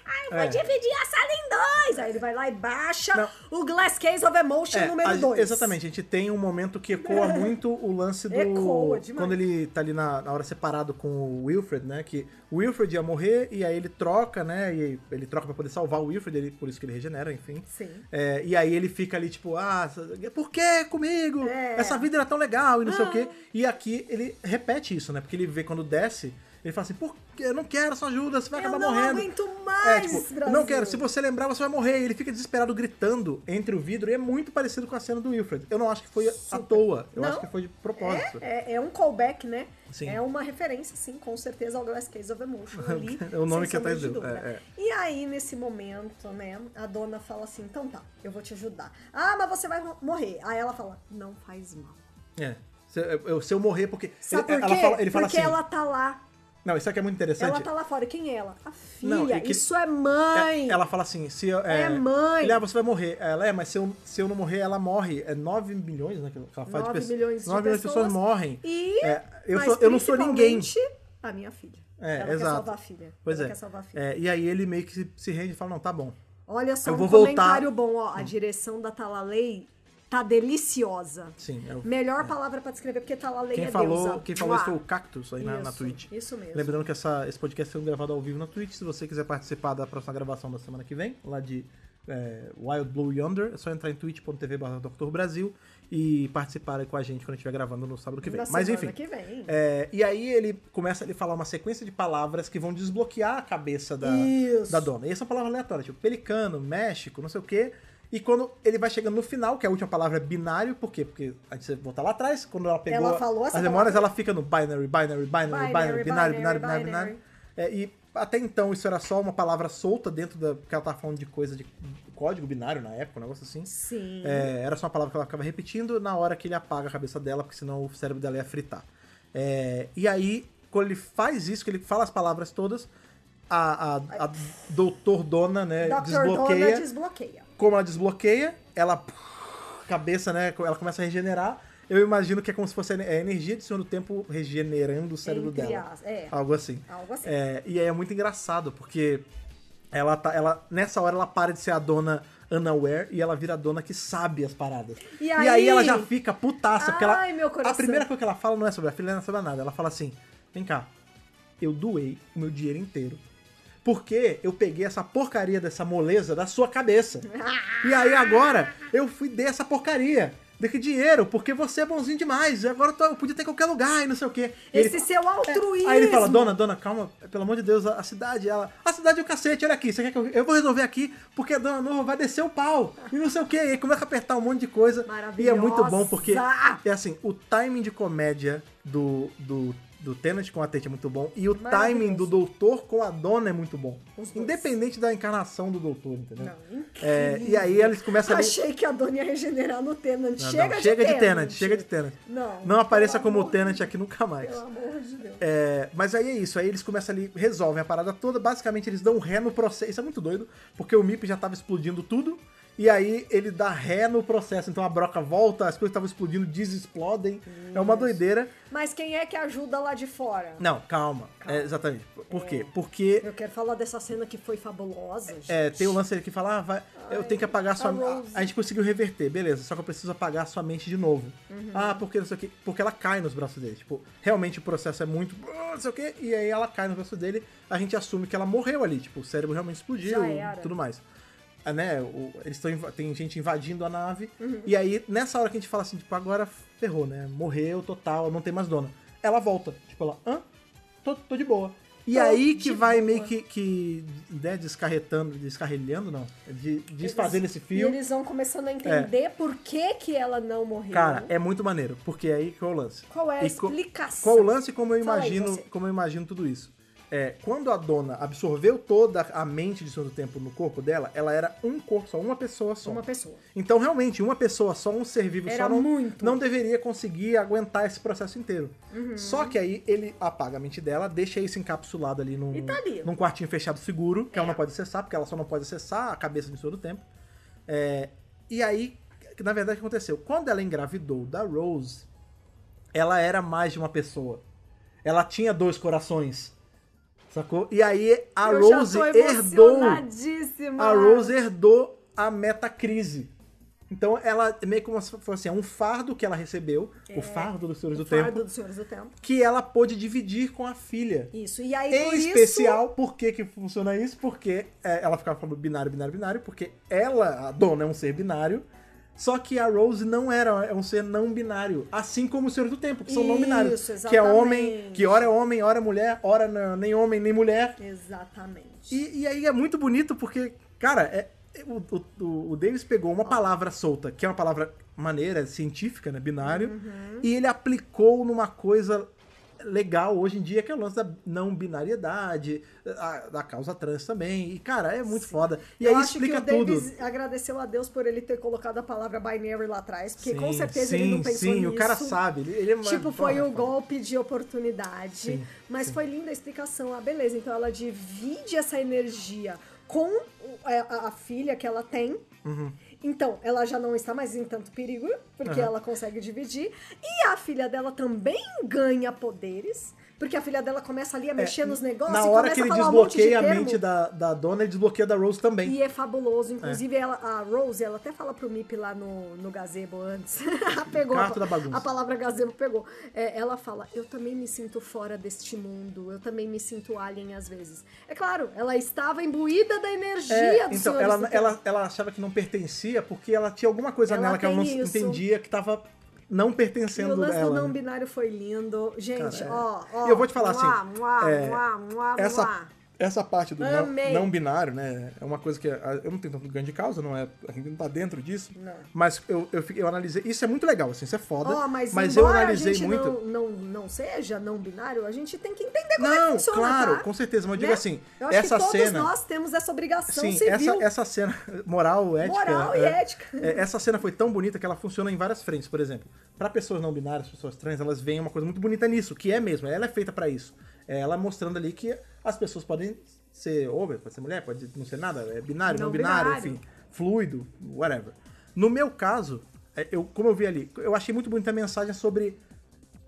Speaker 2: "Ah, Eu vou
Speaker 1: É.
Speaker 2: dividir a sala em dois! Aí ele vai lá e baixa
Speaker 1: Não.
Speaker 2: o Glass Case of Emotion
Speaker 1: É, a
Speaker 2: número
Speaker 1: gente-
Speaker 2: 2.
Speaker 1: Exatamente, a gente tem um momento que ecoa muito o lance do.
Speaker 2: Ecoa demais.
Speaker 1: Quando ele tá ali na, na hora separado com o Wilfred, né? Que o Wilfred ia morrer e aí ele troca, né? E aí ele troca pra poder salvar o Wilfred, ele- por isso que ele regenera, enfim.
Speaker 2: Sim.
Speaker 1: É, e aí ele fica ali, tipo, ah, por que comigo?
Speaker 2: É. Ah.
Speaker 1: Essa vida era tão legal e não sei o quê. E aqui ele repete isso, né? Porque ele vê quando desce, ele fala assim, por que? Eu não quero essa ajuda, você vai
Speaker 2: Eu
Speaker 1: acabar
Speaker 2: não
Speaker 1: morrendo.
Speaker 2: aguento
Speaker 1: É,
Speaker 2: mais,
Speaker 1: tipo,
Speaker 2: Brasil.
Speaker 1: não quero, se você lembrar, você vai morrer. E ele fica desesperado gritando entre o vidro e é muito parecido com a cena do Wilfred. Eu não acho que foi à toa, eu
Speaker 2: Não?
Speaker 1: acho que foi de propósito.
Speaker 2: É, é um callback, né?
Speaker 1: Sim.
Speaker 2: É uma referência, sim, com certeza, ao Glass Case of Emotion ali.
Speaker 1: É o nome
Speaker 2: sem
Speaker 1: que
Speaker 2: sombra
Speaker 1: atrás
Speaker 2: de
Speaker 1: deu,
Speaker 2: dúvida.
Speaker 1: é, é.
Speaker 2: E aí, nesse momento, né, a dona fala assim, então tá, eu vou te ajudar. Ah, mas você vai mo- morrer. Aí ela fala, não faz mal.
Speaker 1: É. Se eu, se eu morrer, porque.
Speaker 2: Sabe
Speaker 1: ele,
Speaker 2: por quê?
Speaker 1: Ela fala, ele fala
Speaker 2: Porque
Speaker 1: assim.
Speaker 2: ela tá lá.
Speaker 1: Não, isso aqui é muito interessante.
Speaker 2: Ela tá lá fora. E Quem é ela? A filha.
Speaker 1: Não, e que-
Speaker 2: Isso é mãe.
Speaker 1: É, Ela fala assim, se eu-
Speaker 2: É mãe.
Speaker 1: Ele, ah, você vai morrer. Ela é, mas se eu, se eu não morrer, ela morre. É 9 milhões, né? Que ela faz
Speaker 2: 9
Speaker 1: de pessoas.
Speaker 2: milhões de
Speaker 1: 9 milhões de pessoas
Speaker 2: pessoas.
Speaker 1: morrem.
Speaker 2: E...
Speaker 1: É, eu,
Speaker 2: mas
Speaker 1: sou- eu não sou ninguém.
Speaker 2: principalmente, A minha filha.
Speaker 1: É,
Speaker 2: ela
Speaker 1: exato.
Speaker 2: quer salvar a filha.
Speaker 1: Pois
Speaker 2: ela
Speaker 1: é.
Speaker 2: quer salvar a filha.
Speaker 1: É, E aí ele meio que se, se rende e fala, não, tá bom.
Speaker 2: Olha só,
Speaker 1: Eu
Speaker 2: um
Speaker 1: vou voltar. Hum.
Speaker 2: comentário bom, ó. A direção da Talalay tá deliciosa.
Speaker 1: Sim. eu-
Speaker 2: Melhor palavra pra descrever, porque Talalay
Speaker 1: Quem
Speaker 2: é
Speaker 1: falou,
Speaker 2: deusa.
Speaker 1: quem falou
Speaker 2: Uá.
Speaker 1: isso foi o Cactus aí na, na
Speaker 2: Isso,
Speaker 1: Twitch.
Speaker 2: Isso mesmo.
Speaker 1: Lembrando que essa- esse podcast está sendo gravado ao vivo na Twitch. Se você quiser participar da próxima gravação da semana que vem, lá de é, Wild Blue Yonder, é só entrar em twitch.tv Dr. Brasil e participar aí com a gente quando estiver gravando no sábado que vem.
Speaker 2: Na
Speaker 1: Mas
Speaker 2: semana
Speaker 1: enfim.
Speaker 2: que vem.
Speaker 1: é, e aí ele começa a falar uma sequência de palavras que vão desbloquear a cabeça da,
Speaker 2: Isso.
Speaker 1: da dona. E essa palavra aleatória, tipo pelicano, México, não sei o quê. E quando ele vai chegando no final, que a última palavra é binário, por quê? Porque a gente voltar lá atrás, quando ela pegou
Speaker 2: Ela falou essa
Speaker 1: as memórias,
Speaker 2: palavra.
Speaker 1: ela fica no binary, binary, binary binário, binário, binário,
Speaker 2: Binary,
Speaker 1: binário,
Speaker 2: binary,
Speaker 1: binário, binário. É, e até então isso era só uma palavra solta dentro da. Porque ela tava falando de coisa de código binário na época, um negócio assim.
Speaker 2: Sim.
Speaker 1: É, era só uma palavra que ela ficava repetindo na hora que ele apaga a cabeça dela, porque senão o cérebro dela ia fritar. É, e aí, quando ele faz isso, que ele fala as palavras todas, a, a, a doutor dona, né,
Speaker 2: Dr.
Speaker 1: desbloqueia.
Speaker 2: Dona desbloqueia.
Speaker 1: Como ela desbloqueia, ela. Cabeça, né? Ela começa a regenerar. Eu imagino que é como se fosse a ener- a energia de Senhor do Tempo regenerando o cérebro
Speaker 2: Entre
Speaker 1: dela.
Speaker 2: as- é.
Speaker 1: Algo assim.
Speaker 2: Algo assim.
Speaker 1: É, e aí é muito engraçado, porque ela tá. Ela, nessa hora ela para de ser a dona unaware e ela vira a dona que sabe as paradas.
Speaker 2: E aí-
Speaker 1: ela já fica putaça, porque ela.
Speaker 2: Ai, meu coração.
Speaker 1: A primeira coisa que ela fala não é sobre a filha, não é sobre nada. Ela fala assim: vem cá, eu doei o meu dinheiro inteiro. Porque eu peguei essa porcaria dessa moleza da sua cabeça. E aí agora eu fui dei essa porcaria. Daqui dinheiro, porque você é bonzinho demais. E agora eu, tô- eu podia ter em qualquer lugar e não sei o quê. E ele-
Speaker 2: Esse
Speaker 1: é,
Speaker 2: seu altruísmo.
Speaker 1: Aí ele fala, dona, dona, calma, pelo amor de Deus, a, a cidade, ela. A cidade é o cacete, olha aqui, você quer que eu, eu vou resolver aqui, porque a dona Nova vai descer o pau. E não sei o quê. E aí começa a apertar um monte de coisa. E é muito bom, porque
Speaker 2: Maravilhosa!
Speaker 1: é assim, o timing de comédia do, do, do Tenant com a Tate é muito bom. E o
Speaker 2: Maravilhoso.
Speaker 1: timing do doutor com a dona é muito bom.
Speaker 2: Os dois.
Speaker 1: Independente da encarnação do doutor, entendeu?
Speaker 2: Não, incrível.
Speaker 1: É, e aí eles começam a.
Speaker 2: Achei que a dona ia regenerar no Tenant.
Speaker 1: Não, não,
Speaker 2: chega,
Speaker 1: chega
Speaker 2: de
Speaker 1: de Tenant, chega de Tenant.
Speaker 2: Não.
Speaker 1: Não apareça
Speaker 2: pelo
Speaker 1: como o
Speaker 2: amor-
Speaker 1: Tenant aqui nunca mais.
Speaker 2: Pelo amor de Deus.
Speaker 1: É, mas aí é isso, aí eles começam ali, resolvem a parada toda, basicamente eles dão ré no processo. Isso é muito doido, porque o MIP já tava explodindo tudo, e aí ele dá ré no processo, então a broca volta, as coisas estavam explodindo, desexplodem. É uma doideira.
Speaker 2: Mas quem é que ajuda lá de fora?
Speaker 1: Não, calma. É, exatamente. Por quê? Porque
Speaker 2: Eu quero falar dessa cena que foi fabulosa, gente.
Speaker 1: É, tem o lance dele que fala, ah, vai, eu tenho que apagar a sua.
Speaker 2: a
Speaker 1: A,
Speaker 2: Rose.
Speaker 1: a gente conseguiu reverter, beleza, só que eu preciso apagar a sua mente de novo.
Speaker 2: Uhum.
Speaker 1: Ah, porque não sei o que. Porque ela cai nos braços dele. Tipo, realmente o processo é muito. ah, Não sei o que. E aí ela cai nos braços dele, a gente assume que ela morreu ali. Tipo, o cérebro realmente explodiu
Speaker 2: Já era.
Speaker 1: tudo mais. Ah, né, o- eles estão. inv- Tem gente invadindo a nave.
Speaker 2: Uhum.
Speaker 1: E aí, nessa hora que a gente fala assim, tipo, agora ferrou, né? Morreu total, não tem mais dona. Ela volta. Tipo, ela, hã? Tô, tô de boa. E
Speaker 2: Tô
Speaker 1: aí que
Speaker 2: de
Speaker 1: vai
Speaker 2: boa.
Speaker 1: meio que, que né, descarretando, descarrilhando, não. De, desfazendo esse
Speaker 2: E
Speaker 1: fio.
Speaker 2: eles vão começando a entender por que que ela não morreu.
Speaker 1: É. Cara, é muito maneiro, porque aí qual é o lance?
Speaker 2: Qual é a
Speaker 1: E co-
Speaker 2: explicação?
Speaker 1: Qual é o lance e como eu
Speaker 2: Fala aí,
Speaker 1: imagino,
Speaker 2: você.
Speaker 1: como eu imagino tudo isso? É, é, quando a dona absorveu toda a mente de Senhor do Tempo no corpo dela, ela era um corpo só, uma pessoa só.
Speaker 2: Uma pessoa.
Speaker 1: Então, realmente, uma pessoa só, um ser vivo
Speaker 2: Era
Speaker 1: só, não,
Speaker 2: muito. Uhum.
Speaker 1: não deveria conseguir aguentar esse processo inteiro. Só que aí ele apaga a mente dela, deixa isso encapsulado ali num,
Speaker 2: E tá ali.
Speaker 1: num quartinho fechado seguro, que ela
Speaker 2: É.
Speaker 1: não pode acessar, porque ela só não pode acessar a cabeça do Senhor do Tempo. É, e aí, na verdade, o que aconteceu? Quando ela engravidou da Rose, ela era mais de uma pessoa. Ela tinha dois corações. Sacou? E aí a
Speaker 2: Eu já
Speaker 1: Rose
Speaker 2: tô
Speaker 1: herdou.
Speaker 2: emocionadíssima.
Speaker 1: A Rose herdou a metacrise. Então ela é meio como se fosse assim, um fardo que ela recebeu, o fardo dos Senhores
Speaker 2: É, O
Speaker 1: do Tempo,
Speaker 2: fardo dos Senhores do Tempo.
Speaker 1: que ela pôde dividir com a filha.
Speaker 2: Isso. E aí,
Speaker 1: Em
Speaker 2: por
Speaker 1: especial, por que, que funciona isso? Porque é, ela ficava falando binário, binário, binário, porque ela, a dona, é um ser binário. Só que a Rose não era, é um ser não binário. Assim como os Senhores do Tempo, que são não
Speaker 2: Isso,
Speaker 1: binários. Que é homem,
Speaker 2: exatamente.
Speaker 1: que hora é homem, hora é mulher, hora não- nem homem, nem mulher.
Speaker 2: isso... Exatamente.
Speaker 1: E, e aí é muito bonito porque, cara, é- é- o, o- o Davis pegou uma palavra solta, que é uma palavra maneira, científica, né? Binário,
Speaker 2: Uhum.
Speaker 1: e ele aplicou numa coisa legal hoje em dia, que é o lance da não binariedade, a- da causa trans também. E, cara, é muito foda. E
Speaker 2: Eu
Speaker 1: aí
Speaker 2: acho
Speaker 1: explica
Speaker 2: que o
Speaker 1: tudo.
Speaker 2: Davis agradeceu a Deus por ele ter colocado a palavra binary lá atrás, porque com
Speaker 1: Sim,
Speaker 2: certeza
Speaker 1: sim,
Speaker 2: ele não pensou
Speaker 1: sim,
Speaker 2: nisso.
Speaker 1: o cara sabe. Ele, ele é uma-
Speaker 2: Tipo, foi
Speaker 1: porra,
Speaker 2: o golpe de oportunidade.
Speaker 1: Sim,
Speaker 2: mas foi linda a explicação. Ah, beleza. Então ela divide essa energia com o- é, a, a filha que ela tem. Então, ela já não está mais em tanto perigo, porque
Speaker 1: Uhum. Aham.
Speaker 2: ela consegue dividir. E a filha dela também ganha poderes, porque a filha dela começa ali a mexer nos negócios
Speaker 1: É, Na
Speaker 2: e
Speaker 1: hora
Speaker 2: começa
Speaker 1: que ele
Speaker 2: a falar um monte de
Speaker 1: desbloqueia a
Speaker 2: termo.
Speaker 1: mente da, da dona, ele desbloqueia da Rose também.
Speaker 2: E é fabuloso. Inclusive, ela- a Rose, ela até fala pro Mip lá no, no gazebo antes. pegou.
Speaker 1: Gato
Speaker 2: a,
Speaker 1: da bagunça.
Speaker 2: a palavra gazebo pegou. É, ela fala: Eu também me sinto fora deste mundo. Eu também me sinto alien às vezes. É claro, ela estava imbuída da energia
Speaker 1: É,
Speaker 2: do
Speaker 1: então,
Speaker 2: Senhor
Speaker 1: ela,
Speaker 2: Stephen.
Speaker 1: ela, ela achava que não pertencia porque ela tinha alguma coisa
Speaker 2: Ela
Speaker 1: nela que ela não
Speaker 2: tem isso.
Speaker 1: entendia que tava não
Speaker 2: E o
Speaker 1: pertencendo
Speaker 2: lance do
Speaker 1: ela.
Speaker 2: não
Speaker 1: né?
Speaker 2: binário foi lindo. Gente,
Speaker 1: Cara, é.
Speaker 2: ó, ó.
Speaker 1: E eu vou te falar
Speaker 2: muá,
Speaker 1: assim,
Speaker 2: muá,
Speaker 1: é,
Speaker 2: muá, muá,
Speaker 1: Essa,
Speaker 2: muá.
Speaker 1: essa parte do não,
Speaker 2: Amei.
Speaker 1: não binário, né? É uma coisa que a- eu não tenho tanto ganho de causa, não é? A gente não tá dentro disso.
Speaker 2: Não.
Speaker 1: Mas eu, eu, fiquei- eu analisei. Isso é muito legal, assim, isso é foda.
Speaker 2: Ó, mas,
Speaker 1: eu
Speaker 2: embora
Speaker 1: analisei
Speaker 2: a gente
Speaker 1: muito.
Speaker 2: Não, não, não seja não binário, a gente tem que entender como é que
Speaker 1: Não,
Speaker 2: funciona,
Speaker 1: claro,
Speaker 2: tá?
Speaker 1: com certeza. Mas eu digo
Speaker 2: Né?
Speaker 1: assim,
Speaker 2: Eu acho
Speaker 1: essa
Speaker 2: que todos
Speaker 1: cena.
Speaker 2: nós temos essa obrigação
Speaker 1: Sim, essa,
Speaker 2: civil,
Speaker 1: essa cena moral, ética.
Speaker 2: moral e
Speaker 1: é,
Speaker 2: ética.
Speaker 1: É, essa cena foi tão bonita que ela funciona em várias frentes. Por exemplo, pra pessoas não binárias, pessoas trans, elas veem uma coisa muito bonita nisso, que é mesmo, ela é feita pra isso. É ela mostrando ali que as pessoas podem ser over, pode ser mulher, pode não ser nada, é binário, não,
Speaker 2: Não
Speaker 1: binário,
Speaker 2: binário.
Speaker 1: enfim, fluido, whatever. No meu caso, é, eu, como eu vi ali, eu achei muito bonita a mensagem sobre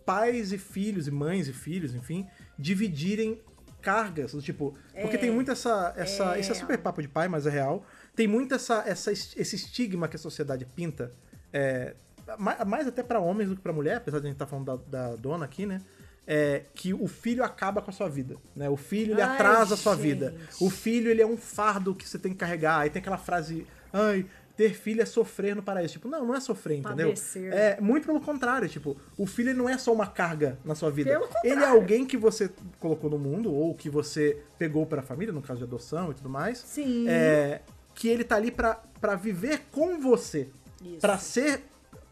Speaker 1: pais e filhos, e mães e filhos, enfim, dividirem cargas, do tipo, porque tem muito essa, essa, isso é super papo de pai, mas é real, tem muito essa, essa, es- esse estigma que a sociedade pinta, é, ma- mais até pra homens do que pra mulher, apesar de a gente estar falando da, da dona aqui, né, é, que o filho acaba com a sua vida, né, o filho ele
Speaker 2: Ai,
Speaker 1: atrasa a sua
Speaker 2: gente.
Speaker 1: vida, o filho ele é um fardo que você tem que carregar, aí tem aquela frase, ai... Ter filho é sofrer no paraíso. Tipo, não, não é sofrer,
Speaker 2: Tá
Speaker 1: entendeu?
Speaker 2: Padecer.
Speaker 1: É, é, muito pelo contrário, tipo, o filho ele não é só uma carga na sua vida.
Speaker 2: Pelo contrário.
Speaker 1: Ele é alguém que você colocou no mundo, ou que você pegou pra família, no caso de adoção e tudo mais.
Speaker 2: Sim.
Speaker 1: É, que ele tá ali pra, pra viver com você.
Speaker 2: Isso.
Speaker 1: Pra ser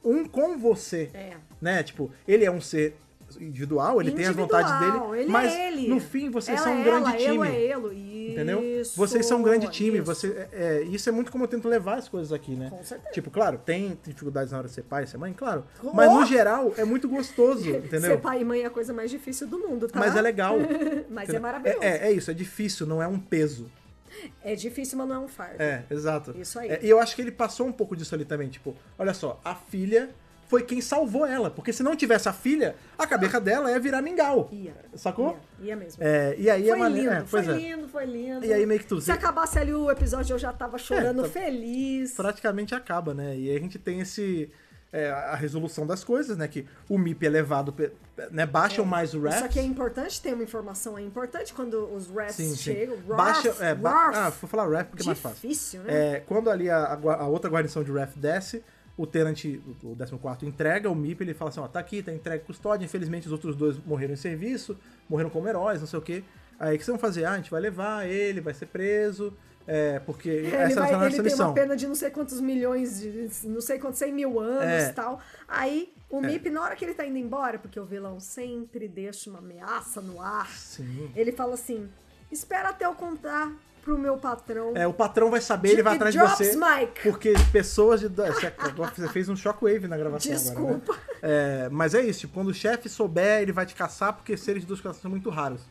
Speaker 1: um com você.
Speaker 2: É.
Speaker 1: Né? Tipo, ele é um ser individual, ele tem a vontade
Speaker 2: Individual,
Speaker 1: dele.
Speaker 2: ele
Speaker 1: mas
Speaker 2: é ele.
Speaker 1: no fim vocês
Speaker 2: Ela
Speaker 1: são um
Speaker 2: é
Speaker 1: grande
Speaker 2: ela,
Speaker 1: time.
Speaker 2: Eu é elo. Isso,
Speaker 1: Entendeu? Vocês são um grande time.
Speaker 2: isso.
Speaker 1: Você, é, é, isso é muito como eu tento levar as coisas aqui, né?
Speaker 2: Com certeza.
Speaker 1: Tipo, claro, tem dificuldades na hora de ser pai, ser mãe, claro.
Speaker 2: Oh!
Speaker 1: Mas no geral é muito gostoso,
Speaker 2: Ser
Speaker 1: entendeu?
Speaker 2: pai e mãe é a coisa mais difícil do mundo, tá?
Speaker 1: Mas é legal.
Speaker 2: Mas é
Speaker 1: entendeu?
Speaker 2: maravilhoso. É,
Speaker 1: É, é isso, é difícil, não é um peso.
Speaker 2: difícil, mas não é um fardo.
Speaker 1: É, exato.
Speaker 2: Isso aí.
Speaker 1: É, e eu acho que ele passou um pouco disso ali também. Tipo, olha só, a filha foi quem salvou ela. Porque se não tivesse a filha, a cabeça dela ia virar mingau.
Speaker 2: Ia.
Speaker 1: Sacou?
Speaker 2: Ia, ia mesmo.
Speaker 1: É, e aí é
Speaker 2: Foi
Speaker 1: maneiro.
Speaker 2: lindo,
Speaker 1: é,
Speaker 2: foi
Speaker 1: pois é.
Speaker 2: lindo, foi lindo.
Speaker 1: E aí meio que tu
Speaker 2: Se acabasse ali o episódio, eu já tava chorando
Speaker 1: tá-
Speaker 2: feliz.
Speaker 1: praticamente acaba, né? E aí a gente tem esse é, a resolução das coisas, né? Que o MIP é levado, pe- né? Baixam mais o
Speaker 2: Isso
Speaker 1: RAF.
Speaker 2: aqui é importante ter uma informação. É importante quando os refs
Speaker 1: Sim, sim.
Speaker 2: chegam. Raf,
Speaker 1: Baixa, é, ba-
Speaker 2: raf.
Speaker 1: ah, vou falar RAF porque é mais fácil.
Speaker 2: Difícil, né?
Speaker 1: É, quando ali a, a gua- a outra guarnição de RAF desce, o Tenant, o o 14 entrega, o MIP ele fala assim, ó, tá aqui, tá entregue à custódia, infelizmente os outros dois morreram em serviço, morreram como heróis, não sei o quê. Aí o que vocês vão fazer? Ah, a gente vai levar ele, vai ser preso, é, porque
Speaker 2: ele
Speaker 1: essa
Speaker 2: vai-
Speaker 1: é a nossa
Speaker 2: ele tem
Speaker 1: missão.
Speaker 2: uma pena de não sei quantos milhões, de não sei quantos, 100 mil anos
Speaker 1: É.
Speaker 2: e tal. Aí O Mip, na hora que ele tá indo embora, porque o vilão sempre deixa uma ameaça no ar,
Speaker 1: Sim.
Speaker 2: ele fala assim: espera até eu contar pro meu patrão.
Speaker 1: É, o patrão vai saber, ele vai
Speaker 2: It
Speaker 1: atrás de
Speaker 2: drops,
Speaker 1: você.
Speaker 2: Mike.
Speaker 1: Porque pessoas de. Você é, você fez um shockwave na gravação agora. né?
Speaker 2: Desculpa.
Speaker 1: É, mas é isso, tipo, quando o chefe souber, ele vai te caçar, porque seres de duas caças são muito raros.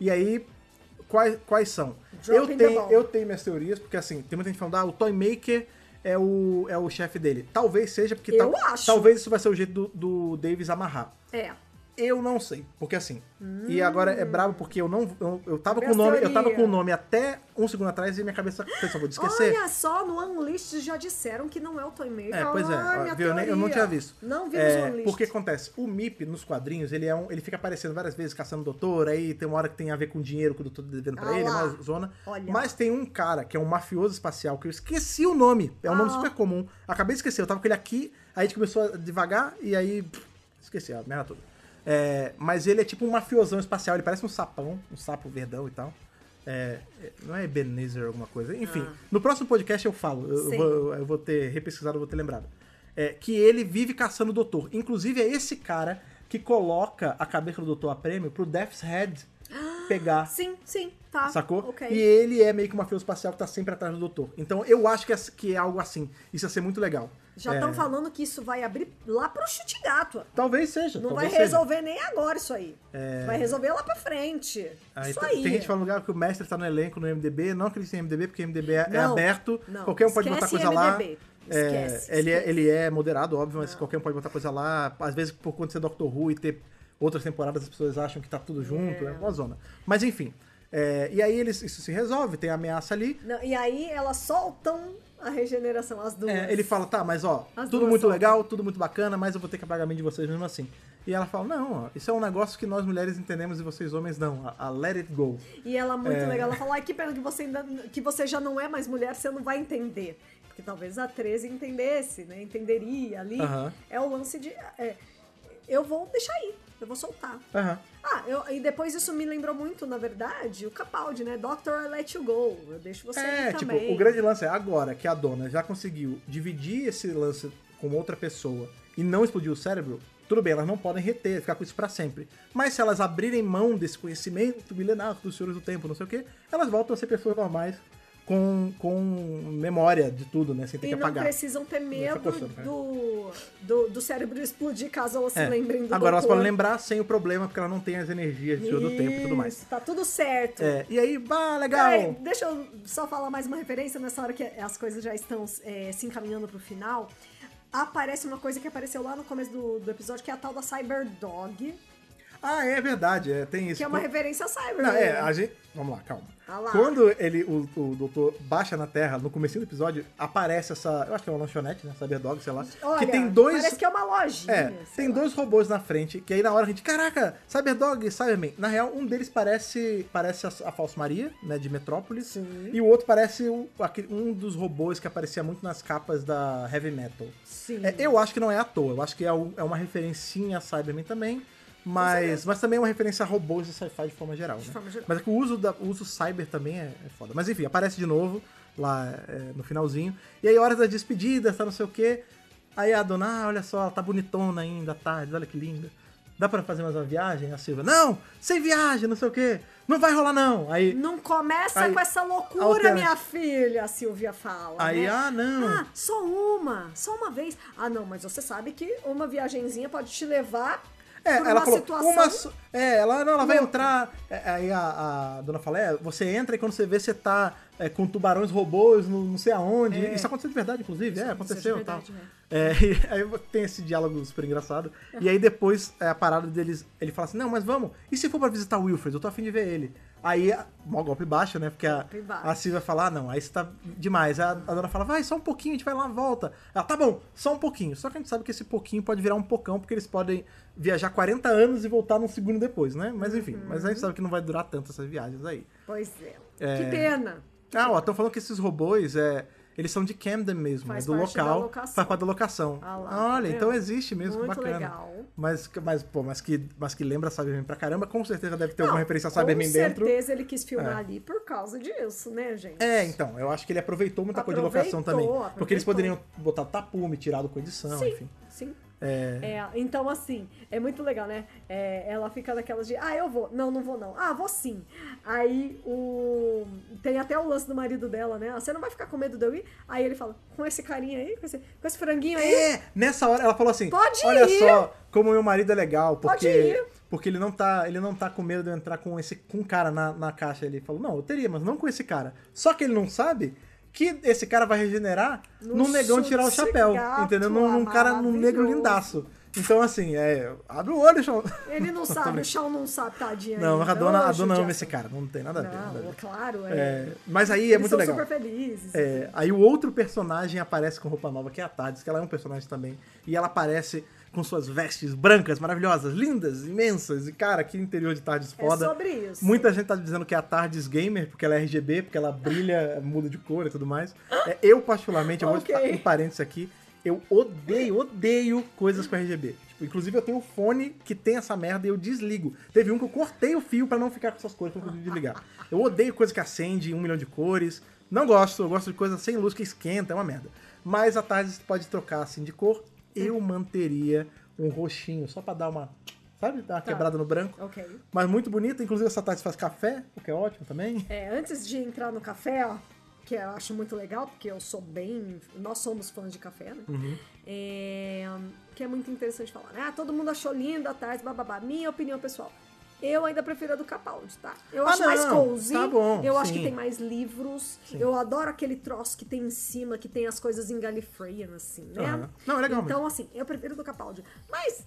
Speaker 1: E aí, quais, quais são?
Speaker 2: Drop
Speaker 1: Eu
Speaker 2: in the
Speaker 1: tenho,
Speaker 2: ball.
Speaker 1: eu tenho minhas teorias, porque assim, tem muita gente falando, ah, o Toymaker é o, é o chefe dele. Talvez seja, porque
Speaker 2: Eu
Speaker 1: tal-
Speaker 2: acho.
Speaker 1: talvez isso vai ser o jeito do, do Davis amarrar.
Speaker 2: É.
Speaker 1: Eu não sei, porque assim. E agora é brabo porque eu não. Eu, eu tava com o
Speaker 2: Minhas
Speaker 1: nome. Eu tava
Speaker 2: teorias.
Speaker 1: com o nome até um segundo atrás e minha cabeça pensou, vou esquecer.
Speaker 2: Olha só, no Unleashed já disseram que não é o Toy Maker.
Speaker 1: É, pois é.
Speaker 2: Ah,
Speaker 1: ó,
Speaker 2: minha
Speaker 1: viu? Eu, nem- eu não tinha
Speaker 2: teoria.
Speaker 1: visto.
Speaker 2: Não vimos o
Speaker 1: é,
Speaker 2: Unleashed.
Speaker 1: Porque acontece, o MIP nos quadrinhos, ele é um, ele fica aparecendo várias vezes caçando o doutor, aí tem uma hora que tem a ver com dinheiro que o doutor tá devendo pra
Speaker 2: Ah
Speaker 1: ele,
Speaker 2: lá.
Speaker 1: uma zona.
Speaker 2: Olha.
Speaker 1: Mas tem um cara que é um mafioso espacial que eu esqueci o nome. É um
Speaker 2: Ah.
Speaker 1: nome super comum. Acabei de esquecer, eu tava com ele aqui, aí a gente começou a devagar e aí pff, esqueci a merda toda. É, mas ele é tipo um mafiosão espacial, ele parece um sapão, um sapo verdão e tal. É, é, não é Ebenezer alguma coisa. Enfim, no próximo podcast eu falo. Eu,
Speaker 2: Ah. Sim.
Speaker 1: eu vou, eu vou ter repesquisado, eu vou ter lembrado. É, que ele vive caçando o doutor. Inclusive, é esse cara que coloca a cabeça do doutor a prêmio pro Death's Head pegar.
Speaker 2: Sim, sim, tá.
Speaker 1: Sacou?
Speaker 2: Ok.
Speaker 1: E ele é meio que um mafioso espacial que tá sempre atrás do doutor. Então eu acho que é, que é algo assim. Isso ia ser muito legal.
Speaker 2: Já
Speaker 1: É,
Speaker 2: estão falando que isso vai abrir lá pro chute gato.
Speaker 1: Talvez seja.
Speaker 2: Não vai
Speaker 1: talvez seja.
Speaker 2: resolver nem agora isso aí. Vai resolver lá pra frente.
Speaker 1: Aí
Speaker 2: isso
Speaker 1: tá-
Speaker 2: aí.
Speaker 1: É. Tem gente falando ah, que o mestre tá no elenco no MDB, não acredito em MDB, porque MDB é, é
Speaker 2: Não,
Speaker 1: aberto,
Speaker 2: não,
Speaker 1: qualquer um pode botar
Speaker 2: esquece
Speaker 1: coisa lá.
Speaker 2: MDB,
Speaker 1: É,
Speaker 2: esquece,
Speaker 1: ele, é,
Speaker 2: esquece.
Speaker 1: ele é moderado, óbvio, mas qualquer um pode botar coisa lá. Às vezes, por conta de ser Doctor Who e ter outras temporadas, as pessoas acham que tá tudo junto, é, uma zona. Mas enfim. é, e aí eles, isso se resolve, tem a ameaça ali.
Speaker 2: Não, e aí elas soltam a regeneração, as duas.
Speaker 1: É, ele fala, tá, mas ó,
Speaker 2: As
Speaker 1: tudo
Speaker 2: duas
Speaker 1: muito
Speaker 2: são.
Speaker 1: legal, tudo muito bacana, mas eu vou ter que apagar a mente de vocês mesmo assim. E ela fala, não, ó, isso é um negócio que nós mulheres entendemos e vocês homens não. A, a let it go.
Speaker 2: E ela é muito
Speaker 1: é.
Speaker 2: legal. Ela fala, ai, que pena que você, ainda, que você já não é mais mulher, você não vai entender. Porque talvez a 13 entendesse, né? Entenderia ali.
Speaker 1: Aham.
Speaker 2: É o lance de... é, eu vou deixar aí. Eu vou soltar.
Speaker 1: Aham.
Speaker 2: Ah, eu- e depois isso me lembrou muito, na verdade, o Capaldi, né? Doctor, I let you go. Eu deixo você
Speaker 1: É,
Speaker 2: ir
Speaker 1: tipo,
Speaker 2: também.
Speaker 1: o grande lance é agora que a dona já conseguiu dividir esse lance com outra pessoa e não explodiu o cérebro, tudo bem, elas não podem reter, ficar com isso pra sempre. Mas se elas abrirem mão desse conhecimento milenar dos senhores do tempo, não sei o quê, elas voltam a ser pessoas normais com, com memória de tudo, né? Sem ter
Speaker 2: E
Speaker 1: que
Speaker 2: não
Speaker 1: apagar.
Speaker 2: precisam ter medo
Speaker 1: coçando, né?
Speaker 2: do, do, do cérebro explodir caso elas
Speaker 1: É.
Speaker 2: se lembrem do
Speaker 1: Agora elas
Speaker 2: doutor.
Speaker 1: podem lembrar sem o problema, porque elas não têm as energias do senhor do tempo e tudo mais.
Speaker 2: Isso, Tá tudo certo.
Speaker 1: É, e aí, bah, legal!
Speaker 2: Peraí, deixa eu só falar mais uma referência nessa hora que as coisas já estão é, se encaminhando pro final. Aparece uma coisa que apareceu lá no começo do, do episódio, que é a tal da Cyberdog,
Speaker 1: Ah, é verdade, é, tem isso.
Speaker 2: que é uma
Speaker 1: Co-
Speaker 2: referência a Cyber.
Speaker 1: Não, é,
Speaker 2: né?
Speaker 1: a gente. Vamos lá, calma.
Speaker 2: Ah lá.
Speaker 1: Quando ele, o, o doutor baixa na Terra, no começo do episódio, aparece essa. Eu acho que é uma lanchonete, né? Saber Dog, sei lá.
Speaker 2: Olha,
Speaker 1: que tem dois.
Speaker 2: Parece que é uma lojinha.
Speaker 1: É,
Speaker 2: sei
Speaker 1: tem
Speaker 2: lá.
Speaker 1: dois robôs na frente, que aí na hora a gente, caraca, Cyberdog e Cyberman. Na real, um deles parece parece a, a Falsa Maria, né, de Metrópolis.
Speaker 2: Sim.
Speaker 1: E o outro parece o- aquele- um dos robôs que aparecia muito nas capas da Heavy Metal.
Speaker 2: Sim.
Speaker 1: É, eu acho que não é à toa, eu acho que é, um- é uma referencinha a Cyberman também, mas, mas também é uma referência a robôs e sci-fi de forma geral, né?
Speaker 2: forma geral.
Speaker 1: Mas é que o uso, da, o uso cyber também é, é foda. Mas enfim, aparece de novo lá é, no finalzinho. E aí, horas das despedidas, tá não sei o quê. Aí a dona, ah, olha só, ela tá bonitona ainda, à tarde, olha que linda. Dá pra fazer mais uma viagem? A Silvia, não, sem viagem, não sei o quê. Não vai rolar não. Aí,
Speaker 2: Não começa
Speaker 1: Aí,
Speaker 2: com essa loucura,
Speaker 1: alterna-
Speaker 2: minha filha, a Silvia fala.
Speaker 1: aí
Speaker 2: né?
Speaker 1: ah, não.
Speaker 2: Ah, só uma, só uma vez. Ah, não, mas você sabe que uma viagenzinha pode te levar
Speaker 1: É,
Speaker 2: pra
Speaker 1: ela
Speaker 2: uma
Speaker 1: falou,
Speaker 2: situação.
Speaker 1: uma so- É, ela, não, ela vai entrar. é, Aí a, a dona fala: é, você entra e quando você vê, você tá é, com tubarões robôs, no, não sei aonde. Isso aconteceu de verdade, inclusive. é, aconteceu
Speaker 2: aconteceu de
Speaker 1: e tal.
Speaker 2: verdade,
Speaker 1: É, e aí tem esse diálogo super engraçado. E aí depois é, a parada deles, ele fala assim: não, mas vamos, e se for pra visitar o Wilfred? Eu tô afim de ver ele. Aí, a- mó golpe baixo, né? Porque a,
Speaker 2: Golpe baixo.
Speaker 1: a Silvia fala: ah, não, aí você tá demais. A, a dona fala: vai, só um pouquinho, a gente vai lá, volta. Ela, tá bom, só um pouquinho. Só que a gente sabe que esse pouquinho pode virar um pocão, porque eles podem viajar 40 anos e voltar num segundo depois, né? Mas enfim, mas a gente sabe que não vai durar tanto essas viagens aí.
Speaker 2: Pois é. Que pena.
Speaker 1: Ah, ó, estão falando que esses robôs é. Eles são de Camden mesmo,
Speaker 2: Faz
Speaker 1: né? Do
Speaker 2: parte da
Speaker 1: local.
Speaker 2: locação.
Speaker 1: faz parte da locação.
Speaker 2: Ah lá, tá
Speaker 1: Olha,
Speaker 2: vendo?
Speaker 1: então existe mesmo, que
Speaker 2: Muito
Speaker 1: bacana.
Speaker 2: legal.
Speaker 1: Mas, mas, pô, mas que, mas que lembra Cyberman pra caramba, com certeza deve ter
Speaker 2: Não,
Speaker 1: alguma referência a Cyberman
Speaker 2: com
Speaker 1: dentro.
Speaker 2: certeza ele quis filmar ali por causa disso, né, gente?
Speaker 1: É, então, eu acho que ele aproveitou muita coisa de locação também.
Speaker 2: Aproveitou,
Speaker 1: Porque eles
Speaker 2: aproveitou.
Speaker 1: poderiam botar tapume, tirado com edição,
Speaker 2: sim,
Speaker 1: então, enfim.
Speaker 2: sim.
Speaker 1: É.
Speaker 2: É, então, assim, é muito legal, né? É, ela fica naquelas de, ah, eu vou. Não, não vou não. Ah, vou sim. Aí o. Tem até o lance do marido dela, né? "Ah, Você não vai ficar com medo de eu ir? Aí ele fala, com esse carinha aí, com esse, com esse franguinho aí.
Speaker 1: É, nessa hora ela falou assim:
Speaker 2: Pode
Speaker 1: Olha
Speaker 2: ir.
Speaker 1: só, como meu marido é legal,
Speaker 2: Pode
Speaker 1: porque.
Speaker 2: ir.
Speaker 1: Porque ele não tá, ele não tá com medo de eu entrar com esse com um cara na, na caixa. Ele falou: "Não, eu teria, mas não com esse cara". Só que ele não sabe que esse cara vai regenerar
Speaker 2: Num
Speaker 1: num negão tirar o chapéu,
Speaker 2: sossegado,
Speaker 1: entendeu? Num, num cara num negro
Speaker 2: maravilhoso.
Speaker 1: lindaço. Então assim, é, abre o olho, Sean.
Speaker 2: Ele não sabe, o chão não sabe, tadinha.
Speaker 1: Não, mas a
Speaker 2: ainda.
Speaker 1: dona, a dona ama
Speaker 2: Ô, É, então, judiação.
Speaker 1: esse cara, não tem nada a ver. nada a
Speaker 2: Não,
Speaker 1: ver.
Speaker 2: claro, é.
Speaker 1: É, mas aí é
Speaker 2: Eles
Speaker 1: muito
Speaker 2: são
Speaker 1: legal.
Speaker 2: super felizes.
Speaker 1: É, aí o outro personagem aparece com roupa nova, que é a Tades, que ela é um personagem também. E ela aparece com suas vestes brancas, maravilhosas, lindas, imensas. E, cara, que interior de Tardes
Speaker 2: É
Speaker 1: foda.
Speaker 2: sobre isso.
Speaker 1: Muita gente tá dizendo que é a Tardes Gamer, porque ela é RGB, porque ela brilha, muda de cor e tudo mais. É, eu, particularmente, eu
Speaker 2: Ok.
Speaker 1: vou de pa- um parênteses aqui. Eu odeio, odeio coisas com RGB. Tipo, inclusive, eu tenho um fone que tem essa merda e eu desligo. Teve um que eu cortei o fio pra não ficar com essas cores que eu consegui desligar. Eu odeio coisa que acende em um milhão de cores. Não gosto, eu gosto de coisa sem luz que esquenta, é uma merda. Mas a tarde você pode trocar assim de cor. Eu manteria um roxinho, só pra dar uma. Sabe? Dar uma
Speaker 2: Tá.
Speaker 1: quebrada no branco.
Speaker 2: Ok.
Speaker 1: Mas muito bonita, inclusive essa tarde faz café, o que é ótimo também.
Speaker 2: É, antes de entrar no café, ó, que eu acho muito legal, porque eu sou bem. Nós somos fãs de café, né?
Speaker 1: Uhum.
Speaker 2: É, que é muito interessante falar, né? Ah, todo mundo achou linda, tarde, bababá. Minha opinião pessoal. Eu ainda prefiro a do Capaldi, tá? Eu
Speaker 1: Ah,
Speaker 2: acho mais
Speaker 1: não,
Speaker 2: cozy.
Speaker 1: tá bom,
Speaker 2: eu acho
Speaker 1: sim.
Speaker 2: que tem mais livros. Eu adoro aquele troço que tem em cima, que tem as coisas em Gallifreyan, assim, né?
Speaker 1: Aham. Não, é legal mesmo.
Speaker 2: Então, assim, eu prefiro do Capaldi. Mas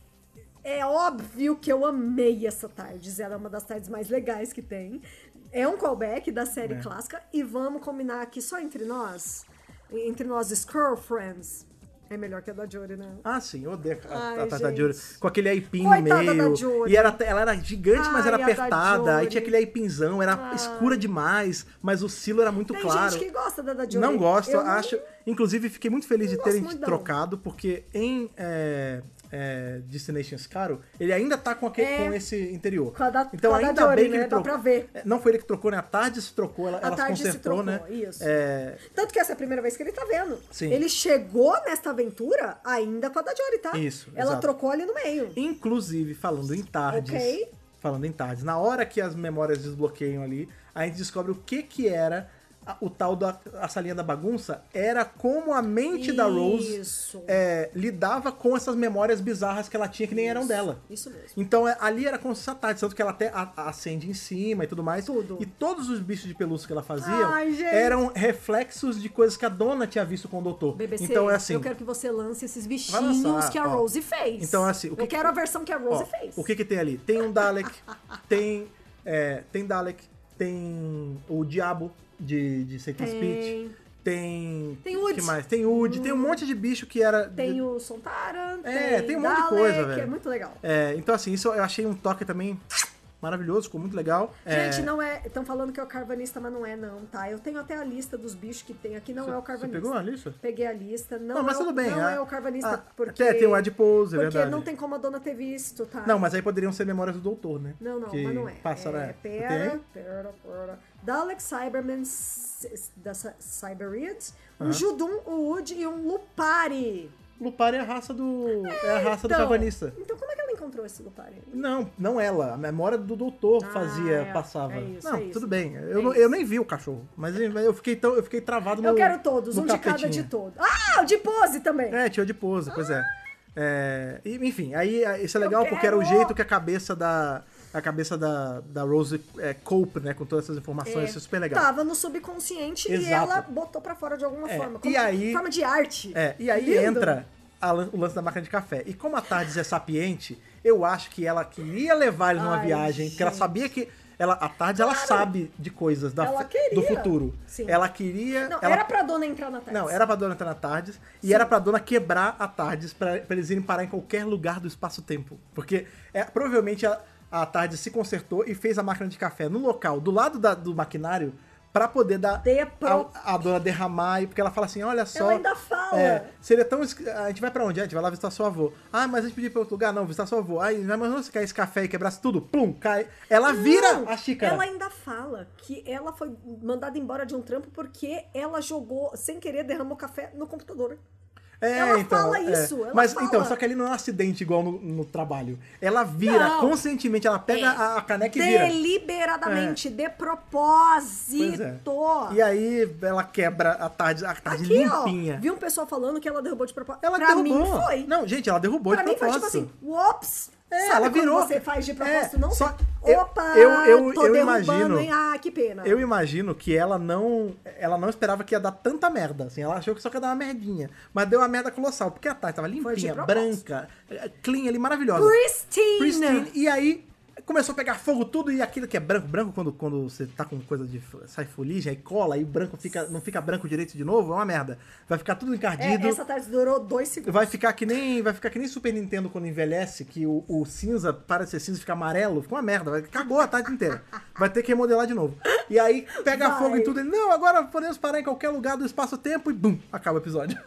Speaker 2: é óbvio que eu amei essa tarde. Ela é uma das tardes mais legais que tem. É um callback da série
Speaker 1: É.
Speaker 2: clássica. E vamos combinar aqui só entre nós. Entre nós, Squirrel Friends. É melhor que a da Jory, né?
Speaker 1: Ah, sim, eu odeio a, a,
Speaker 2: Ai,
Speaker 1: Tata
Speaker 2: gente.
Speaker 1: Jory. Com aquele aipim
Speaker 2: Coitada
Speaker 1: no meio.
Speaker 2: da Jory.
Speaker 1: E era, ela era gigante, mas era
Speaker 2: Ai, a da
Speaker 1: apertada. Aí
Speaker 2: Jory.
Speaker 1: tinha aquele aipinzão, era escura demais, mas o silo era muito
Speaker 2: Tem
Speaker 1: claro.
Speaker 2: gente que gosta da da Jory.
Speaker 1: Não gosto,
Speaker 2: Eu
Speaker 1: acho. Inclusive, fiquei muito feliz de
Speaker 2: não
Speaker 1: terem
Speaker 2: gosto muito, não.
Speaker 1: trocado, porque em é, é, Destination Scaro, ele ainda tá com, aquele,
Speaker 2: É.
Speaker 1: com esse interior.
Speaker 2: Com a da-
Speaker 1: então,
Speaker 2: com a da
Speaker 1: ainda
Speaker 2: Jory,
Speaker 1: bem que ele
Speaker 2: né? Dá
Speaker 1: trocou.
Speaker 2: pra ver.
Speaker 1: É, Não foi ele que trocou, né? A tarde se trocou, ela,
Speaker 2: A
Speaker 1: ela
Speaker 2: Tardes
Speaker 1: se
Speaker 2: se
Speaker 1: consertou,
Speaker 2: trocou,
Speaker 1: né?
Speaker 2: isso.
Speaker 1: É,
Speaker 2: Tanto que essa é a primeira vez que ele tá vendo.
Speaker 1: Sim.
Speaker 2: Ele chegou nesta aventura ainda com a da Jory, tá?
Speaker 1: Isso,
Speaker 2: Ela
Speaker 1: exato.
Speaker 2: trocou ali no meio.
Speaker 1: Inclusive, falando em tardes.
Speaker 2: Ok.
Speaker 1: Falando em tardes. Na hora que as memórias desbloqueiam ali, a gente descobre o que que era a- o tal da a salinha da bagunça. Era como a mente da Rose
Speaker 2: Isso.
Speaker 1: é, lidava com essas memórias bizarras que ela tinha que nem eram dela.
Speaker 2: Isso mesmo.
Speaker 1: Então é, ali era como se fosse a tarde, tanto que ela até a- a- acende em cima e tudo mais.
Speaker 2: Tudo.
Speaker 1: E todos os bichos de pelúcia que ela fazia
Speaker 2: Ai, gente.
Speaker 1: eram reflexos de coisas que a dona tinha visto com o doutor.
Speaker 2: BBC,
Speaker 1: então é assim.
Speaker 2: eu quero que você lance esses
Speaker 1: Vai
Speaker 2: bichinhos
Speaker 1: lançar,
Speaker 2: que a
Speaker 1: ó.
Speaker 2: Rose fez.
Speaker 1: Então, assim, o que-
Speaker 2: eu quero a versão que a Rose
Speaker 1: Ó,
Speaker 2: fez.
Speaker 1: O que que tem ali? Tem um Dalek, tem, é, tem Dalek, tem o Diabo de, de Satan's
Speaker 2: Tem.
Speaker 1: Pit, tem...
Speaker 2: Tem Ud.
Speaker 1: que mais? Tem Ud, tem um monte de bicho que era...
Speaker 2: Tem o Sontaran,
Speaker 1: É, tem um monte de
Speaker 2: Dalek,
Speaker 1: coisa, velho.
Speaker 2: É muito legal.
Speaker 1: É, então, assim, isso eu achei um toque também maravilhoso, ficou muito legal. É,
Speaker 2: Gente, não é. Estão falando que é o carvanista, mas não é, não, tá? Eu tenho até a lista dos bichos que tem aqui, não é o
Speaker 1: Você
Speaker 2: carvanista.
Speaker 1: pegou a lista?
Speaker 2: Peguei a lista. Não,
Speaker 1: Não, mas
Speaker 2: é o-
Speaker 1: tudo bem,
Speaker 2: Não
Speaker 1: a-
Speaker 2: é o carvanista,
Speaker 1: a-
Speaker 2: porque.
Speaker 1: até tem o Adipose, é
Speaker 2: Porque
Speaker 1: verdade.
Speaker 2: não tem como a dona ter visto, tá?
Speaker 1: Não, mas aí poderiam ser memórias do doutor, né?
Speaker 2: Não, não,
Speaker 1: Que
Speaker 2: mas não é.
Speaker 1: Passaram,
Speaker 2: é,
Speaker 1: é.
Speaker 2: pera,
Speaker 1: Tem?
Speaker 2: pera, pera. Dalek Cyberman s- da Cy- Cyberids, um Judum, um Ud e um Lupari.
Speaker 1: Lupar é a raça do... É, a raça
Speaker 2: Então-
Speaker 1: do cavanista.
Speaker 2: Então como é que ela encontrou esse Lupari?
Speaker 1: Não, não ela. A memória do doutor
Speaker 2: Ah,
Speaker 1: fazia,
Speaker 2: é.
Speaker 1: passava.
Speaker 2: É isso,
Speaker 1: não,
Speaker 2: é isso.
Speaker 1: tudo bem. Eu,
Speaker 2: É
Speaker 1: não-
Speaker 2: isso.
Speaker 1: eu nem vi o cachorro, mas eu eu fiquei, tão, eu fiquei travado no
Speaker 2: Eu quero todos,
Speaker 1: no
Speaker 2: um de cada
Speaker 1: capetinha.
Speaker 2: de todo. Ah, o de pose também.
Speaker 1: É, tinha o de pose, pois é. É, e, enfim, aí a- isso é
Speaker 2: Eu
Speaker 1: legal porque era
Speaker 2: quero!
Speaker 1: o jeito que a cabeça da a cabeça da, da Rose é, cope, né, com todas essas informações, isso é super legal.
Speaker 2: Tava no subconsciente e
Speaker 1: Exato.
Speaker 2: ela botou pra fora de alguma
Speaker 1: É,
Speaker 2: forma.
Speaker 1: e
Speaker 2: Como,
Speaker 1: aí-
Speaker 2: Forma de arte.
Speaker 1: É, e aí
Speaker 2: Lindo.
Speaker 1: entra a lan- o lance da máquina de café. E como a Tardes é sapiente, eu acho que ela queria levar ele numa
Speaker 2: Ai,
Speaker 1: viagem, porque ela
Speaker 2: gente.
Speaker 1: sabia que. Ela, a Tardes, ela sabe de coisas da,
Speaker 2: Ela
Speaker 1: do
Speaker 2: queria.
Speaker 1: futuro.
Speaker 2: Sim.
Speaker 1: Ela queria.
Speaker 2: Não,
Speaker 1: ela-
Speaker 2: era pra dona entrar na tarde.
Speaker 1: Não, era pra dona entrar na Tardes e
Speaker 2: Sim.
Speaker 1: era pra dona quebrar a Tardes pra, pra eles irem parar em qualquer lugar do espaço-tempo. Porque é, provavelmente a, a Tardes se consertou e fez a máquina de café no local, do lado da- do maquinário, pra poder dar
Speaker 2: De pro-
Speaker 1: a, a dona derramar. E porque ela fala assim, olha só...
Speaker 2: ainda fala.
Speaker 1: é, seria tão... es- A gente vai pra onde? "Ah, A gente vai lá visitar seu avô. Ah, mas a gente pediu pra outro lugar? Não, visitar seu avô. Aí, mas não se cair esse café e quebrasse tudo, plum, cai. Ela vira
Speaker 2: Não,
Speaker 1: a xícara.
Speaker 2: Ela ainda fala que ela foi mandada embora de um trampo porque ela jogou, sem querer, derramou café no computador.
Speaker 1: É,
Speaker 2: Ela
Speaker 1: então,
Speaker 2: fala
Speaker 1: é.
Speaker 2: isso, ela
Speaker 1: Mas
Speaker 2: fala.
Speaker 1: então, só que ali não é um acidente igual no, no trabalho. Ela vira
Speaker 2: Não.
Speaker 1: conscientemente, ela pega
Speaker 2: É.
Speaker 1: a, a caneca e vira. É.
Speaker 2: Deliberadamente, de
Speaker 1: Pois
Speaker 2: propósito. Tá
Speaker 1: é. E aí ela quebra a tarde, a tarde
Speaker 2: Aqui,
Speaker 1: limpinha.
Speaker 2: ó, vi um pessoal falando que ela derrubou de propósito.
Speaker 1: Ela
Speaker 2: pra
Speaker 1: derrubou.
Speaker 2: mim foi.
Speaker 1: Não, gente, ela derrubou
Speaker 2: pra
Speaker 1: de
Speaker 2: mim foi
Speaker 1: propósito.
Speaker 2: tipo assim, ops.
Speaker 1: É,
Speaker 2: Sabe
Speaker 1: ela
Speaker 2: quando
Speaker 1: virou.
Speaker 2: você faz de propósito,
Speaker 1: É,
Speaker 2: não?
Speaker 1: só-
Speaker 2: Você-
Speaker 1: eu-
Speaker 2: Opa,
Speaker 1: eu- eu-
Speaker 2: tô
Speaker 1: eu
Speaker 2: derrubando,
Speaker 1: imagino-
Speaker 2: hein? Ah, que pena.
Speaker 1: Eu imagino que ela não, ela não esperava que ia dar tanta merda, assim. Ela achou que só que ia dar uma merdinha. Mas deu uma merda colossal, porque a Tati tava limpinha,
Speaker 2: propósito.
Speaker 1: branca, eh, clean ali, maravilhosa.
Speaker 2: Pristine.
Speaker 1: Pristine. E aí começou a pegar fogo tudo e aquilo que é branco, branco quando, quando você tá com coisa de f- sai fuligem, aí cola e branco fica, não fica branco direito de novo, é uma merda. Vai ficar tudo
Speaker 2: É,
Speaker 1: encardido.
Speaker 2: essa tarde durou dois segundos.
Speaker 1: Vai ficar que nem vai ficar que nem Super Nintendo quando envelhece, que o, o cinza para de ser cinza e fica amarelo, fica uma merda, vai- cagou a tarde inteira. Vai ter que remodelar de novo. E aí pega
Speaker 2: Vai.
Speaker 1: fogo e tudo, e, não, agora podemos parar em qualquer lugar do espaço-tempo e bum, acaba o episódio.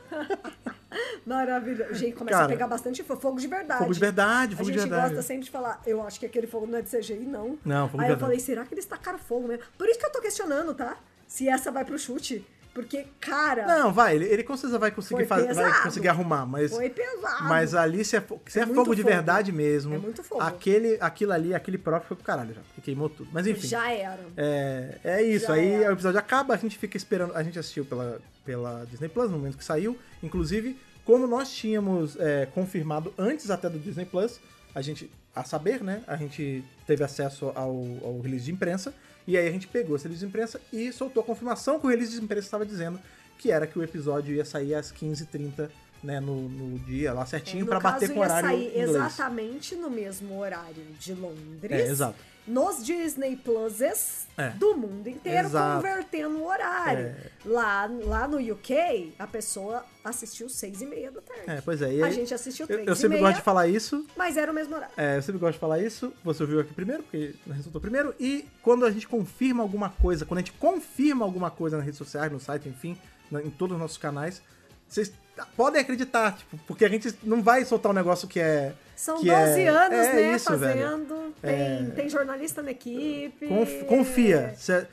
Speaker 2: Maravilhoso. Gente, começa
Speaker 1: Cara.
Speaker 2: a pegar bastante fogo. Fogo de verdade.
Speaker 1: Fogo de verdade, fogo
Speaker 2: a
Speaker 1: de
Speaker 2: gente
Speaker 1: verdade.
Speaker 2: gosta sempre de falar, eu acho que aquele fogo não é de CGI, não.
Speaker 1: Não, fogo de
Speaker 2: Aí eu
Speaker 1: verdade.
Speaker 2: falei, será que eles tacaram fogo mesmo? Por isso que eu tô questionando, tá? Se essa vai pro chute. Porque, cara,
Speaker 1: Não, vai, ele, ele com certeza vai conseguir
Speaker 2: Foi
Speaker 1: fazer, vai
Speaker 2: pesado.
Speaker 1: conseguir arrumar, mas
Speaker 2: foi pesado.
Speaker 1: Mas ali, se é, fo- se é,
Speaker 2: É muito
Speaker 1: fogo de
Speaker 2: fogo.
Speaker 1: verdade mesmo,
Speaker 2: É muito fogo.
Speaker 1: Aquele, aquilo ali, aquele próprio foi pro caralho já, porque queimou tudo. Mas enfim,
Speaker 2: Já era.
Speaker 1: é, é isso.
Speaker 2: Já
Speaker 1: aí
Speaker 2: era.
Speaker 1: o episódio acaba, a gente fica esperando. A gente assistiu pela, pela Disney Plus no momento que saiu. Inclusive, como nós tínhamos é, confirmado antes até do Disney Plus, a gente, a saber, né? A gente teve acesso ao, ao release de imprensa. E aí a gente pegou esse release de imprensa e soltou a confirmação que o release de imprensa estava dizendo que era que o episódio ia sair às 15h30, né, no, no dia lá certinho,
Speaker 2: É, No
Speaker 1: pra
Speaker 2: caso,
Speaker 1: bater com o
Speaker 2: ia
Speaker 1: horário
Speaker 2: sair
Speaker 1: inglês.
Speaker 2: exatamente no mesmo horário de Londres.
Speaker 1: É, exato.
Speaker 2: Nos Disney Pluses
Speaker 1: É.
Speaker 2: do mundo inteiro,
Speaker 1: Exato. É.
Speaker 2: convertendo o horário. Lá, lá no UK, a pessoa assistiu seis e meia da tarde.
Speaker 1: É, pois é. E
Speaker 2: a
Speaker 1: aí-
Speaker 2: gente assistiu
Speaker 1: eu,
Speaker 2: três
Speaker 1: eu
Speaker 2: e
Speaker 1: sempre
Speaker 2: meia,
Speaker 1: gosto de falar isso,
Speaker 2: mas era o mesmo horário.
Speaker 1: É, eu sempre gosto de falar isso, você ouviu aqui primeiro, porque na gente soltou primeiro, e quando a gente confirma alguma coisa, quando a gente confirma alguma coisa nas redes sociais, no site, enfim, na- em todos os nossos canais, vocês t- podem acreditar, tipo, porque a gente não vai soltar um negócio que é.
Speaker 2: São
Speaker 1: que
Speaker 2: 12
Speaker 1: é-
Speaker 2: anos,
Speaker 1: é
Speaker 2: né,
Speaker 1: isso, velho. É.
Speaker 2: fazendo. Tem, tem jornalista na equipe.
Speaker 1: Conf- confia. Cê, a-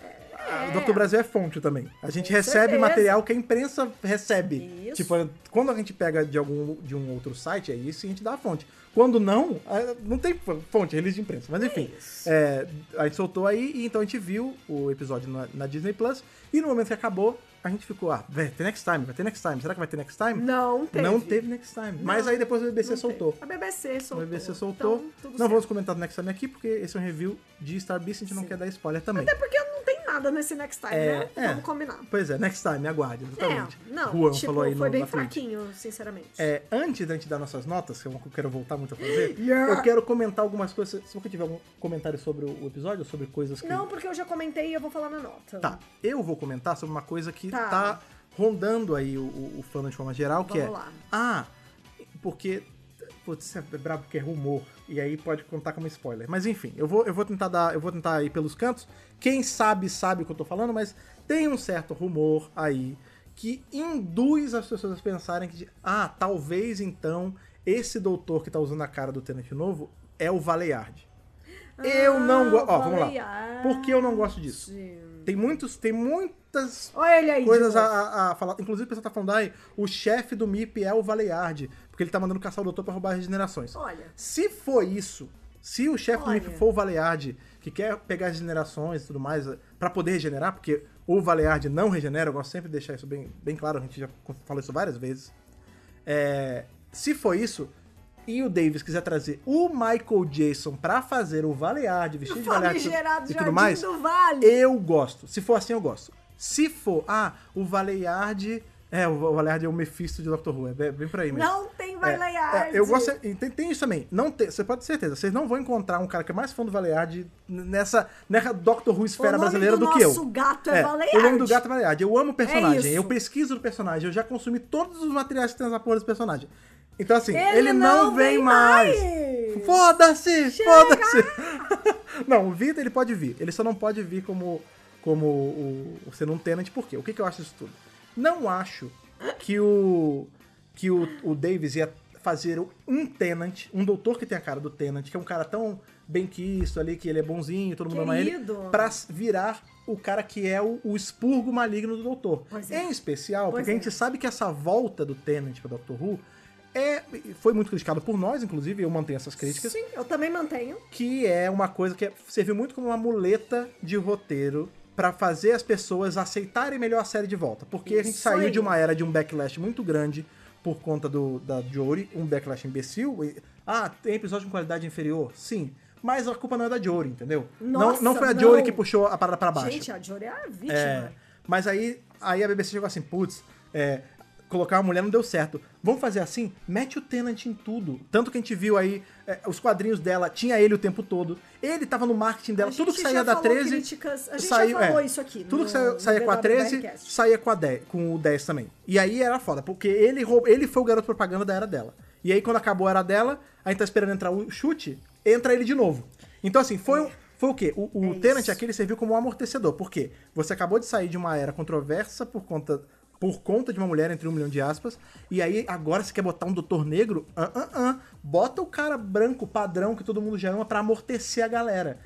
Speaker 1: O Dr. Brasil é fonte também. A gente recebe
Speaker 2: certeza.
Speaker 1: material que a imprensa recebe.
Speaker 2: Isso.
Speaker 1: Tipo, quando a gente pega de algum de um outro site, é isso e a gente dá a fonte. Quando não, a- não tem f- fonte, é release de imprensa. Mas enfim, é, a gente soltou aí e então a gente viu o episódio na, na Disney Plus. E no momento que acabou, a gente ficou, ah, vai ter next time, vai ter next time. Será que vai ter next time?
Speaker 2: Não teve.
Speaker 1: Não teve next time. Mas aí depois o BBC
Speaker 2: Não
Speaker 1: soltou.
Speaker 2: teve. A BBC soltou.
Speaker 1: O BBC soltou.
Speaker 2: Então, tudo
Speaker 1: não
Speaker 2: certo.
Speaker 1: vamos comentar do Next Time aqui, porque esse é um review de Star Beast, a gente não
Speaker 2: Sim.
Speaker 1: quer dar spoiler também.
Speaker 2: Até É porque não tem nada nesse Next Time,
Speaker 1: É,
Speaker 2: né?
Speaker 1: é.
Speaker 2: Vamos combinar.
Speaker 1: Pois é, Next Time, aguarde, exatamente.
Speaker 2: É, não,
Speaker 1: Juan
Speaker 2: tipo,
Speaker 1: falou aí
Speaker 2: foi
Speaker 1: no,
Speaker 2: bem
Speaker 1: na Twitch.
Speaker 2: fraquinho, sinceramente.
Speaker 1: É, antes da gente dar nossas notas, que é uma que eu quero voltar muito a fazer,
Speaker 2: Yeah.
Speaker 1: eu quero comentar algumas coisas. Se você tiver algum comentário sobre o episódio, sobre coisas que.
Speaker 2: Não, porque eu já comentei e eu vou falar na nota.
Speaker 1: Tá, eu vou comentar sobre uma coisa que tá,
Speaker 2: Então. Tá.
Speaker 1: rondando aí o, o, o fandom de forma geral, que
Speaker 2: Vamos
Speaker 1: é.
Speaker 2: lá.
Speaker 1: Ah, porque. Putz, isso é brabo porque é rumor. E aí pode contar como spoiler. Mas enfim, eu vou, eu vou tentar dar. Eu vou tentar ir pelos cantos. Quem sabe sabe o que eu tô falando, mas tem um certo rumor aí que induz as pessoas a pensarem que. Ah, talvez então esse doutor que tá usando a cara do Tenente Novo é o Valeyard.
Speaker 2: Ah,
Speaker 1: eu não gosto. Ó, vamos lá. Por que eu não gosto disso? Tem muitos. Tem muitas
Speaker 2: Olha ele aí. de
Speaker 1: coisas a,
Speaker 2: novo.
Speaker 1: a- a falar. Inclusive, o pessoal tá falando, ai, o chefe do MIP é o Valeyard, porque ele tá mandando caçar o doutor pra roubar as regenerações.
Speaker 2: Olha.
Speaker 1: Se for isso, se o chefe do
Speaker 2: Olha.
Speaker 1: MIP for o Valeyard, que quer pegar as regenerações e tudo mais, eh, pra poder regenerar, porque o Valeyard não regenera, eu gosto sempre de deixar isso bem, bem claro, a gente já falou isso várias vezes. É, se for isso, e o Davis quiser trazer o Michael Jason pra fazer o Valeyard, vestir de Valeyard
Speaker 2: Famigerado
Speaker 1: e tudo
Speaker 2: Jardim
Speaker 1: mais,
Speaker 2: do Vale.
Speaker 1: eu gosto. Se for assim, eu gosto. Se for, ah, o Valeyard. É, o Valeyard é o Mephisto de Doctor Who. É bem, bem por aí mesmo.
Speaker 2: Não tem
Speaker 1: É,
Speaker 2: Valeyard.
Speaker 1: é, eu gosto. E tem, tem isso também. Não tem, você pode ter certeza, vocês não vão encontrar um cara que é mais fã do Valeyard nessa, nessa Doctor Who
Speaker 2: O
Speaker 1: esfera
Speaker 2: nome
Speaker 1: brasileira do,
Speaker 2: do
Speaker 1: que eu.
Speaker 2: nosso gato é Valeyard.
Speaker 1: O nome do gato é Valeyard. Eu amo o personagem.
Speaker 2: isso.
Speaker 1: eu pesquiso o personagem. Eu já consumi todos os materiais que tem nessa porra desse personagem. Então, assim, ele,
Speaker 2: Ele
Speaker 1: não,
Speaker 2: não
Speaker 1: vem
Speaker 2: vem
Speaker 1: mais.
Speaker 2: mais.
Speaker 1: Foda-se! Foda-se! não, o Vitor ele pode vir. Ele só não pode vir como, como o, o sendo um tenant. Por quê? O que, que eu acho disso tudo? Não acho que o. que o, o Davis ia fazer um tenant, um doutor que tem a cara do tenant, que é um cara tão benquisto ali, que ele é bonzinho, todo mundo
Speaker 2: Querido.
Speaker 1: ama ele, pra virar o cara que é o, o expurgo maligno do Doutor.
Speaker 2: Pois é.
Speaker 1: Em especial,
Speaker 2: Pois
Speaker 1: porque a
Speaker 2: é.
Speaker 1: gente sabe que essa volta do Tennant pra Doctor Who é, foi muito criticado por nós, inclusive, eu mantenho essas críticas
Speaker 2: Sim, eu também mantenho.
Speaker 1: que é uma coisa que serviu muito como uma muleta de roteiro pra fazer as pessoas aceitarem melhor a série de volta. Porque a gente
Speaker 2: Isso
Speaker 1: saiu
Speaker 2: aí.
Speaker 1: de uma era de um backlash muito grande por conta do, da Jory, um backlash imbecil. e- ah, tem episódio com qualidade inferior? Sim. Mas a culpa não é da Jory, entendeu?
Speaker 2: Nossa,
Speaker 1: não, não foi a
Speaker 2: não.
Speaker 1: Jory que puxou a parada pra baixo.
Speaker 2: Gente, a Jory é a vítima.
Speaker 1: É, mas aí, aí a BBC chegou assim, putz, é, colocar uma mulher não deu certo. Vamos fazer assim? Mete o Tenant em tudo. Tanto que a gente viu aí, é, os quadrinhos dela, tinha ele o tempo todo. Ele tava no marketing dela,
Speaker 2: A
Speaker 1: tudo que
Speaker 2: gente
Speaker 1: saía
Speaker 2: já
Speaker 1: da
Speaker 2: falou
Speaker 1: 13...
Speaker 2: críticas- a gente já
Speaker 1: saiu- é,
Speaker 2: falou isso aqui
Speaker 1: Tudo
Speaker 2: no-
Speaker 1: que saía,
Speaker 2: no
Speaker 1: saía com a 13,
Speaker 2: DWBcast.
Speaker 1: saía com, a 10, com o 10 também. E aí era foda, porque ele, roub- ele foi o garoto propaganda da era dela. E aí quando acabou a era dela, a gente tá esperando entrar o chute, entra ele de novo. Então assim, foi, um- foi o quê? O, o
Speaker 2: É
Speaker 1: Tenant
Speaker 2: isso.
Speaker 1: aqui ele serviu como um amortecedor. Por quê? Você acabou de sair de uma era controversa por conta, por conta de uma mulher, entre um milhão de aspas, e aí agora você quer botar um doutor negro? Ah, ah, ah. Bota o cara branco padrão que todo mundo já ama pra amortecer a galera.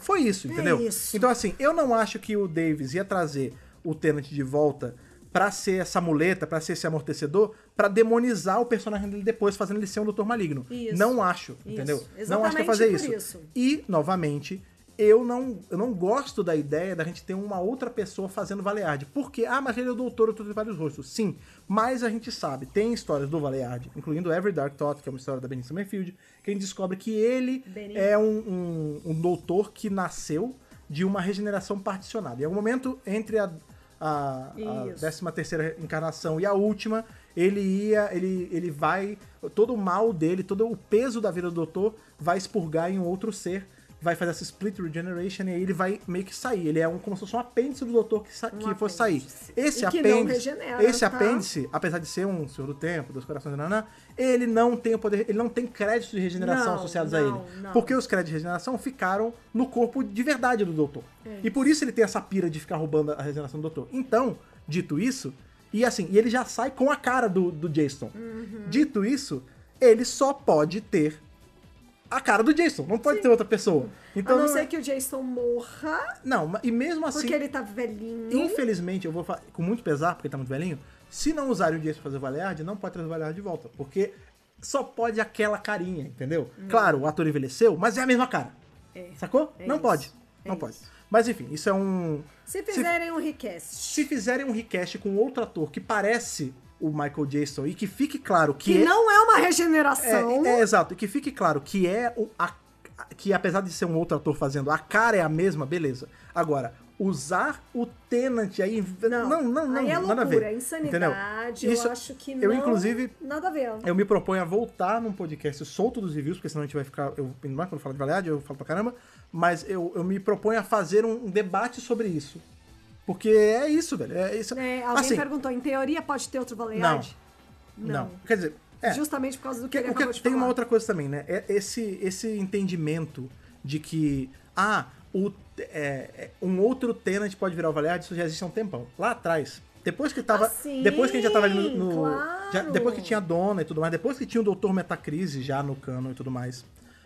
Speaker 1: Foi isso, entendeu?
Speaker 2: É isso.
Speaker 1: Então, assim, eu não acho que o Davis ia trazer o Tenant de volta pra ser essa muleta, pra ser esse amortecedor, pra demonizar o personagem dele depois, fazendo ele ser um doutor maligno.
Speaker 2: Isso.
Speaker 1: Não acho,
Speaker 2: Isso.
Speaker 1: entendeu? Não acho
Speaker 2: Exatamente
Speaker 1: que ia fazer
Speaker 2: por
Speaker 1: isso.
Speaker 2: isso.
Speaker 1: E, novamente, eu não, eu não gosto da ideia da gente ter uma outra pessoa fazendo Valearde. Porque, ah, mas ele é o doutor, eu tenho vários rostos. Sim, mas a gente sabe, tem histórias do Valearde, incluindo Every Dark Thought, que é uma história da Benícia Mayfield, que a gente descobre que ele
Speaker 2: Benny.
Speaker 1: é um, um, um doutor que nasceu de uma regeneração particionada. Em algum momento, entre a, a,
Speaker 2: Isso.
Speaker 1: 13 terceira encarnação e a última, ele ia, ele, ele vai, todo o mal dele, todo o peso da vida do doutor vai expurgar em um outro ser, vai fazer essa split regeneration e aí ele vai meio que sair. Ele é um, como se fosse um apêndice do doutor que, sa- que for sair.
Speaker 2: Um apêndice.
Speaker 1: Esse
Speaker 2: E que não
Speaker 1: apêndice,
Speaker 2: regenera,
Speaker 1: esse
Speaker 2: tá?
Speaker 1: apêndice, apesar de ser um senhor do tempo, dos corações nanã, ele não tem o poder, ele não tem créditos de regeneração
Speaker 2: Não,
Speaker 1: associados a
Speaker 2: não,
Speaker 1: ele,
Speaker 2: não.
Speaker 1: porque os créditos de regeneração ficaram no corpo de verdade do doutor.
Speaker 2: É
Speaker 1: E por isso ele tem essa pira de ficar roubando a regeneração do doutor. Então, dito isso, e assim, e ele já sai com a cara do, do Jason.
Speaker 2: Uhum.
Speaker 1: Dito isso, ele só pode ter a cara do Jason, não pode ter outra pessoa. Então,
Speaker 2: a não ser que o Jason morra,
Speaker 1: não, e mesmo assim,
Speaker 2: porque ele tá velhinho.
Speaker 1: infelizmente, eu vou falar com muito pesar, porque ele tá muito velhinho, se não usarem o Jason pra fazer o Valeard, não pode trazer o Valeard de volta, porque só pode aquela carinha, entendeu? Claro, o ator envelheceu, mas é a mesma cara.
Speaker 2: Uhum. É.
Speaker 1: Sacou?
Speaker 2: É
Speaker 1: não
Speaker 2: isso.
Speaker 1: pode.
Speaker 2: É
Speaker 1: Não
Speaker 2: isso.
Speaker 1: pode. Mas enfim, isso é um.
Speaker 2: Se fizerem um request
Speaker 1: Se fizerem um request com outro ator que parece o Michael Jason e que fique claro que.
Speaker 2: que
Speaker 1: é-
Speaker 2: não é uma
Speaker 1: é,
Speaker 2: regeneração,
Speaker 1: é, exato, e que fique claro que é o, a- a- que apesar de ser um outro ator fazendo, a cara é a mesma, beleza. Agora, usar o Tenant aí. Não, não, não, não
Speaker 2: aí é
Speaker 1: nada
Speaker 2: loucura,
Speaker 1: a ver.
Speaker 2: é
Speaker 1: entendeu? é-
Speaker 2: insanidade, eu acho que não.
Speaker 1: Eu, inclusive,
Speaker 2: Nada a ver.
Speaker 1: eu me proponho a voltar num podcast solto dos reviews, porque senão a gente vai ficar. Eu, ainda mais quando falar de validade, eu falo pra caramba. Mas eu, eu me proponho a fazer um, um debate sobre isso. Porque é isso, velho. É isso.
Speaker 2: É, alguém
Speaker 1: assim,
Speaker 2: perguntou, em teoria pode ter outro Baleade?
Speaker 1: não. Quer dizer, é,
Speaker 2: Justamente por causa do que,
Speaker 1: que-
Speaker 2: ele
Speaker 1: o que-
Speaker 2: acabou de
Speaker 1: tem
Speaker 2: falar.
Speaker 1: uma outra coisa também, né? É Esse, esse entendimento de que, ah, o, é, é, um outro Tenant pode virar o Valeard, isso já existe há um tempão. Lá atrás, depois que tava.
Speaker 2: Ah, sim,
Speaker 1: depois que a gente já tava ali no. no-
Speaker 2: claro.
Speaker 1: já- depois que tinha a Dona e tudo mais, depois que tinha o Doutor Metacrise já no cano e tudo mais,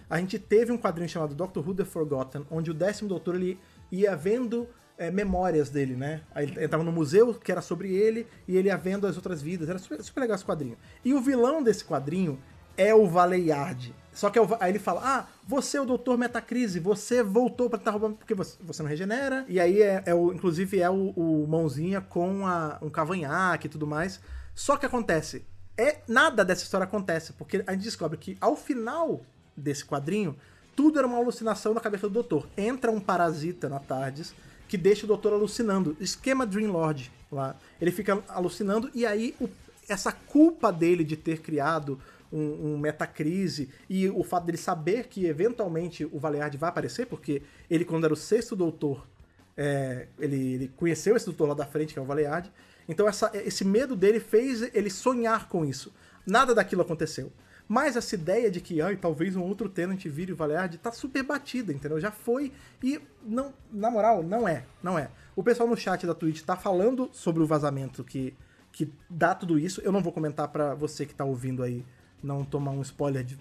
Speaker 1: a gente teve um quadrinho chamado Doctor Who The Forgotten, onde o décimo doutor ele ia vendo. é, memórias dele, né? Aí ele entrava no museu que era sobre ele e ele ia vendo as outras vidas. Era super, super legal esse quadrinho. E o vilão desse quadrinho é o Valeyard. Só que é o Va- aí ele fala: Ah, você é o Doutor Metacrise, você voltou pra estar roubando porque você, você não regenera. E aí é, é o, inclusive é o, o mãozinha com a- um cavanhaque e tudo mais. Só que acontece, é nada dessa história acontece, porque a gente descobre que ao final desse quadrinho, tudo era uma alucinação na cabeça do doutor. Entra um parasita na Tardes que deixa o doutor alucinando. Esquema Dream Lord lá. Ele fica alucinando e aí o- essa culpa dele de ter criado um, um metacrise e o fato dele saber que eventualmente o Valeard vai aparecer, porque ele, quando era o sexto doutor, é, ele, ele conheceu esse doutor lá da frente, que é o Valeard. Então essa- esse medo dele fez ele sonhar com isso. Nada daquilo aconteceu. Mas essa ideia de que ai, talvez um outro Tenant vire o Valeard tá super batida, entendeu? Já foi e, não, na moral, não é. Não é. O pessoal no chat da Twitch tá falando sobre o vazamento que, que dá tudo isso. Eu não vou comentar pra você que tá ouvindo aí não tomar um spoiler de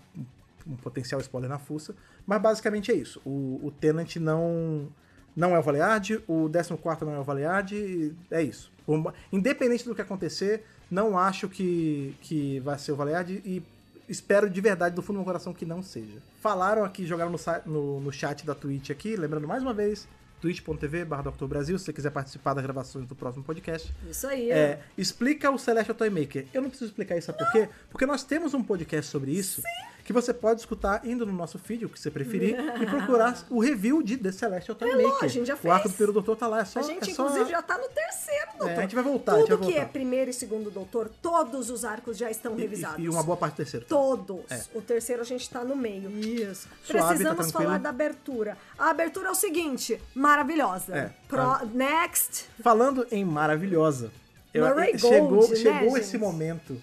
Speaker 1: um potencial spoiler na fuça. Mas basicamente é isso. O, o Tenant não, não é o Valiard, o 14 não é o Valiard, e é isso. O- Independente do que acontecer, não acho que, que vai ser o Valiard e espero de verdade, do fundo do meu coração, que não seja. Falaram aqui, jogaram no, sa- no, no chat da Twitch aqui, lembrando mais uma vez, twitch.tv barra Dr. Brasil, se você quiser participar das gravações do próximo podcast.
Speaker 2: Isso aí.
Speaker 1: É, explica o Celestial Toymaker. Eu não preciso explicar isso, sabe por quê? Porque nós temos um podcast sobre isso que você pode escutar indo no nosso feed, o que você preferir, e procurar o review de The Celestial Toymaker.
Speaker 2: a gente já
Speaker 1: O arco
Speaker 2: fez.
Speaker 1: do Peru Doutor tá lá, é só...
Speaker 2: a gente,
Speaker 1: é só-
Speaker 2: inclusive, já tá no terceiro, doutor.
Speaker 1: É, a gente vai voltar, a
Speaker 2: Tudo
Speaker 1: gente vai
Speaker 2: que é
Speaker 1: voltar.
Speaker 2: primeiro e segundo doutor, todos os arcos já estão
Speaker 1: e-
Speaker 2: revisados.
Speaker 1: E, e uma boa parte do terceiro.
Speaker 2: Todos. O terceiro a gente tá no meio.
Speaker 1: Isso. tá
Speaker 2: Precisamos falar da abertura. A abertura é o seguinte, maravilhosa.
Speaker 1: É.
Speaker 2: Pro- Next.
Speaker 1: Falando em maravilhosa, eu,
Speaker 2: Murray
Speaker 1: chegou,
Speaker 2: Gold, né,
Speaker 1: chegou
Speaker 2: gente?
Speaker 1: esse momento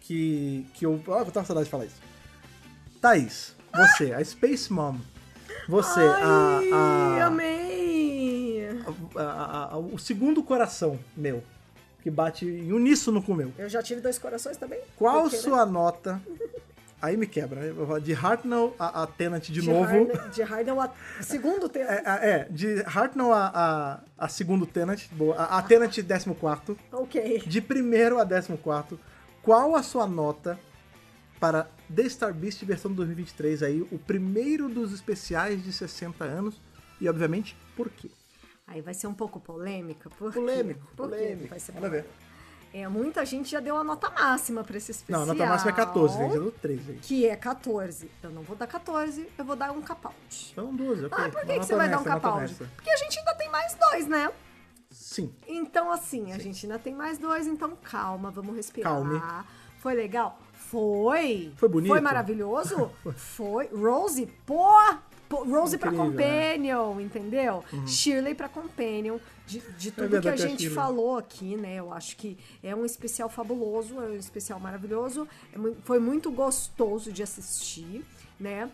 Speaker 1: que, que eu. Ah, eu tava com saudade de falar isso. Thaís, você, a Space Mom. Você, a-
Speaker 2: Ai,
Speaker 1: a,
Speaker 2: amei.
Speaker 1: a- a- a- o segundo coração meu, que bate em uníssono com o meu.
Speaker 2: Eu já tive dois corações também.
Speaker 1: Qual
Speaker 2: Porque, né?
Speaker 1: sua nota? Aí me quebra, né? Eu vou De Hartnell a, a Tenant de,
Speaker 2: De
Speaker 1: novo.
Speaker 2: Harden- de Harden, a- segundo tempo.
Speaker 1: É, a- é, de Hartnell a, a, a segundo Tenant, boa. A, a Tenant 14.
Speaker 2: Ok.
Speaker 1: De primeiro a 14. Qual a sua nota para The Star Beast versão 2023 aí? O primeiro dos especiais de 60 anos. E obviamente, por quê?
Speaker 2: Aí vai ser um pouco polêmica. Por quê?
Speaker 1: Polêmico,
Speaker 2: Por quê
Speaker 1: polêmico.
Speaker 2: Vai ser
Speaker 1: Manda ver.
Speaker 2: É, muita gente já deu a nota máxima pra esse especial.
Speaker 1: Não, a nota máxima é 14, tem que ser do 13 aí.
Speaker 2: Que é 14. Eu não vou dar 14, eu vou dar um capaldi.
Speaker 1: Então, duas, ok.
Speaker 2: Ah, por que,
Speaker 1: Uma
Speaker 2: que você
Speaker 1: nota
Speaker 2: vai
Speaker 1: honesta, uma
Speaker 2: dar um
Speaker 1: nota
Speaker 2: capaldi?
Speaker 1: honesta.
Speaker 2: Porque a gente ainda tem mais dois, né?
Speaker 1: Sim.
Speaker 2: Então, assim, a gente ainda tem mais dois, então calma, vamos respirar.
Speaker 1: Calme.
Speaker 2: Foi legal? Foi.
Speaker 1: Foi bonito?
Speaker 2: Foi maravilhoso? Foi. Rose, pô! pô, Rose pra
Speaker 1: Incrível, né?
Speaker 2: Companion, entendeu? Shirley pra Companion, de, de tudo que a
Speaker 1: verdade, é a
Speaker 2: gente
Speaker 1: Shirley.
Speaker 2: falou aqui, né? Eu acho que é um especial fabuloso, é um especial maravilhoso. é mui- foi muito gostoso de assistir, né?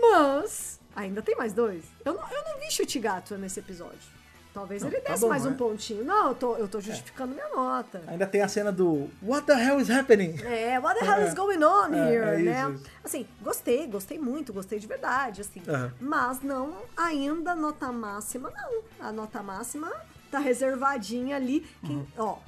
Speaker 2: Mas ainda tem mais dois. Eu não, eu não vi chute gato nesse episódio. Talvez
Speaker 1: Não,
Speaker 2: ele
Speaker 1: tá
Speaker 2: desse
Speaker 1: bom,
Speaker 2: mais um
Speaker 1: né?
Speaker 2: pontinho. Não, eu tô, eu tô justificando minha nota.
Speaker 1: Ainda tem a cena do What the hell is happening?
Speaker 2: É, what the hell is going on
Speaker 1: É,
Speaker 2: here,
Speaker 1: é
Speaker 2: né?
Speaker 1: isso, isso.
Speaker 2: Assim, gostei, gostei muito, gostei de verdade, assim.
Speaker 1: Aham.
Speaker 2: Mas não ainda nota máxima, não. A nota máxima tá reservadinha ali. Quem,
Speaker 1: Uhum.
Speaker 2: Ó,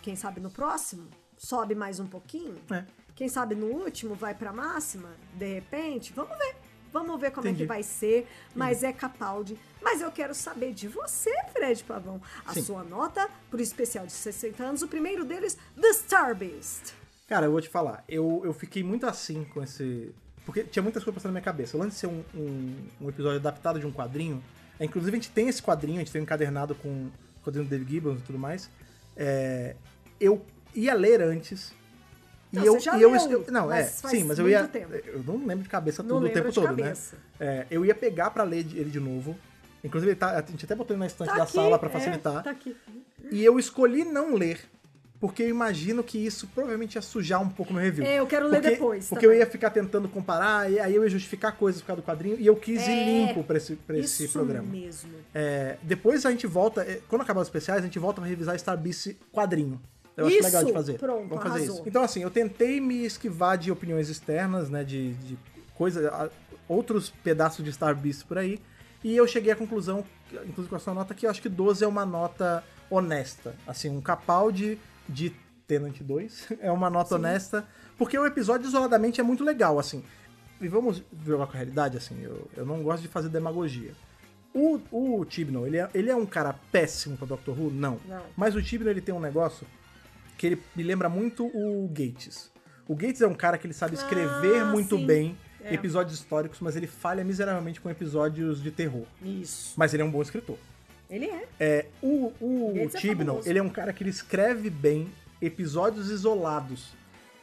Speaker 2: quem sabe no próximo sobe mais um pouquinho.
Speaker 1: É.
Speaker 2: Quem sabe no último vai pra máxima, de repente. Vamos ver. Vamos ver como é
Speaker 1: Entendi.
Speaker 2: que vai ser. Mas é Capaldi. Mas eu quero saber de você, Fred Pavão. A
Speaker 1: Sim.
Speaker 2: sua nota pro especial de 60 anos. O primeiro deles, The Starbeast.
Speaker 1: Cara, eu vou te falar, eu, eu fiquei muito assim com esse. Porque tinha muitas coisas passando na minha cabeça. O lance de ser um, um, um episódio adaptado de um quadrinho. É, inclusive, a gente tem esse quadrinho, a gente tem um encadernado com o quadrinho do David Gibbons e tudo mais. É, eu ia ler antes.
Speaker 2: Não,
Speaker 1: e eu,
Speaker 2: você já
Speaker 1: e eu,
Speaker 2: leu,
Speaker 1: eu- Não,
Speaker 2: mas
Speaker 1: é,
Speaker 2: faz
Speaker 1: sim, mas eu
Speaker 2: muito
Speaker 1: ia.
Speaker 2: tempo.
Speaker 1: Eu não lembro de cabeça
Speaker 2: Não
Speaker 1: tudo o
Speaker 2: lembra
Speaker 1: tempo
Speaker 2: de
Speaker 1: todo,
Speaker 2: cabeça.
Speaker 1: né? É, eu ia pegar pra ler ele de novo. Inclusive, ele tá, a gente até botou ele na estante
Speaker 2: Tá
Speaker 1: da
Speaker 2: aqui,
Speaker 1: sala pra
Speaker 2: é,
Speaker 1: facilitar.
Speaker 2: tá aqui.
Speaker 1: E eu escolhi não ler, porque eu imagino que isso provavelmente ia sujar um pouco meu review.
Speaker 2: É, eu quero ler
Speaker 1: Porque-
Speaker 2: depois
Speaker 1: Porque
Speaker 2: também.
Speaker 1: eu ia ficar tentando comparar, e aí eu ia justificar coisas por causa do quadrinho, e eu quis ir limpo pra esse, pra esse
Speaker 2: É, Isso
Speaker 1: programa.
Speaker 2: mesmo.
Speaker 1: É, depois a gente volta, é, quando acabar os especiais, a gente volta pra revisar Star Beast quadrinho. Eu acho é
Speaker 2: Isso,
Speaker 1: legal de fazer.
Speaker 2: pronto,
Speaker 1: Vamos fazer
Speaker 2: arrasou.
Speaker 1: isso. Então, assim, eu tentei me esquivar de opiniões externas, né? De, de coisa, a- outros pedaços de Star Beast por aí. E eu cheguei à conclusão, inclusive com a sua nota, que eu acho que 12 é uma nota honesta. Assim, um Capaldi de Tenant 2 é uma nota honesta. Porque o episódio isoladamente é muito legal, assim. E vamos jogar com a realidade, assim, eu, eu não gosto de fazer demagogia. O, o Tibno, ele é, ele é um cara péssimo pra Doctor Who? Não.
Speaker 2: Não.
Speaker 1: Mas o Tibno, ele tem um negócio que ele me lembra muito o Gates. O Gates é um cara que ele sabe escrever
Speaker 2: Ah,
Speaker 1: muito
Speaker 2: sim.
Speaker 1: bem
Speaker 2: É.
Speaker 1: episódios históricos, mas ele falha miseravelmente com episódios de terror.
Speaker 2: Isso.
Speaker 1: Mas ele é um bom escritor.
Speaker 2: Ele é.
Speaker 1: É, o o
Speaker 2: Gates é
Speaker 1: Tibno,
Speaker 2: fabuloso.
Speaker 1: ele é um cara que ele escreve bem episódios isolados,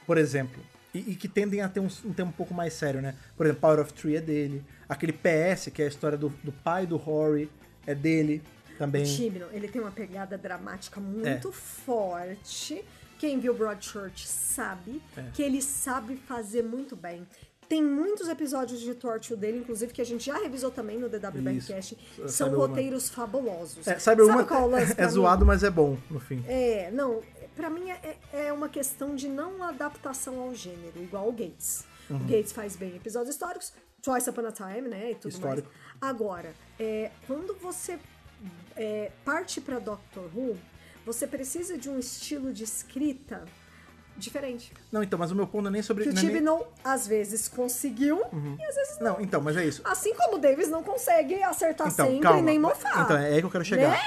Speaker 1: por exemplo. E, e que tendem a ter um, um tema um pouco mais sério, né? Por exemplo, Power of Three é dele. Aquele PS, que é a história do, do pai do Rory, é dele também.
Speaker 2: O Chibnall, ele tem uma pegada dramática muito
Speaker 1: É.
Speaker 2: forte. Quem viu Broadchurch sabe
Speaker 1: É.
Speaker 2: que ele sabe fazer muito bem. Tem muitos episódios de Torture dele, inclusive, que a gente já revisou também no DWBcast.
Speaker 1: Isso.
Speaker 2: São
Speaker 1: Cyberwoman.
Speaker 2: roteiros fabulosos.
Speaker 1: É, Cyberwoman
Speaker 2: sabe qual é o lance
Speaker 1: é,
Speaker 2: pra mim?
Speaker 1: zoado, mas é bom, no fim.
Speaker 2: É, não, pra mim é, é uma questão de não adaptação ao gênero, igual o Gates. O
Speaker 1: Uhum.
Speaker 2: Gates faz bem episódios históricos, Choice Upon a Time, né? E tudo
Speaker 1: Histórico.
Speaker 2: mais. Agora, é, quando você é, parte pra Doctor Who, você precisa de um estilo de escrita diferente.
Speaker 1: Não, então, mas o meu ponto não é nem sobre.
Speaker 2: Que o
Speaker 1: não é nem-
Speaker 2: Tibnon, às vezes, conseguiu e às vezes
Speaker 1: Não, então, mas é isso.
Speaker 2: Assim como o Davis não consegue acertar
Speaker 1: Então,
Speaker 2: sempre
Speaker 1: calma.
Speaker 2: nem mofar.
Speaker 1: Então, é aí que eu quero chegar.
Speaker 2: Né?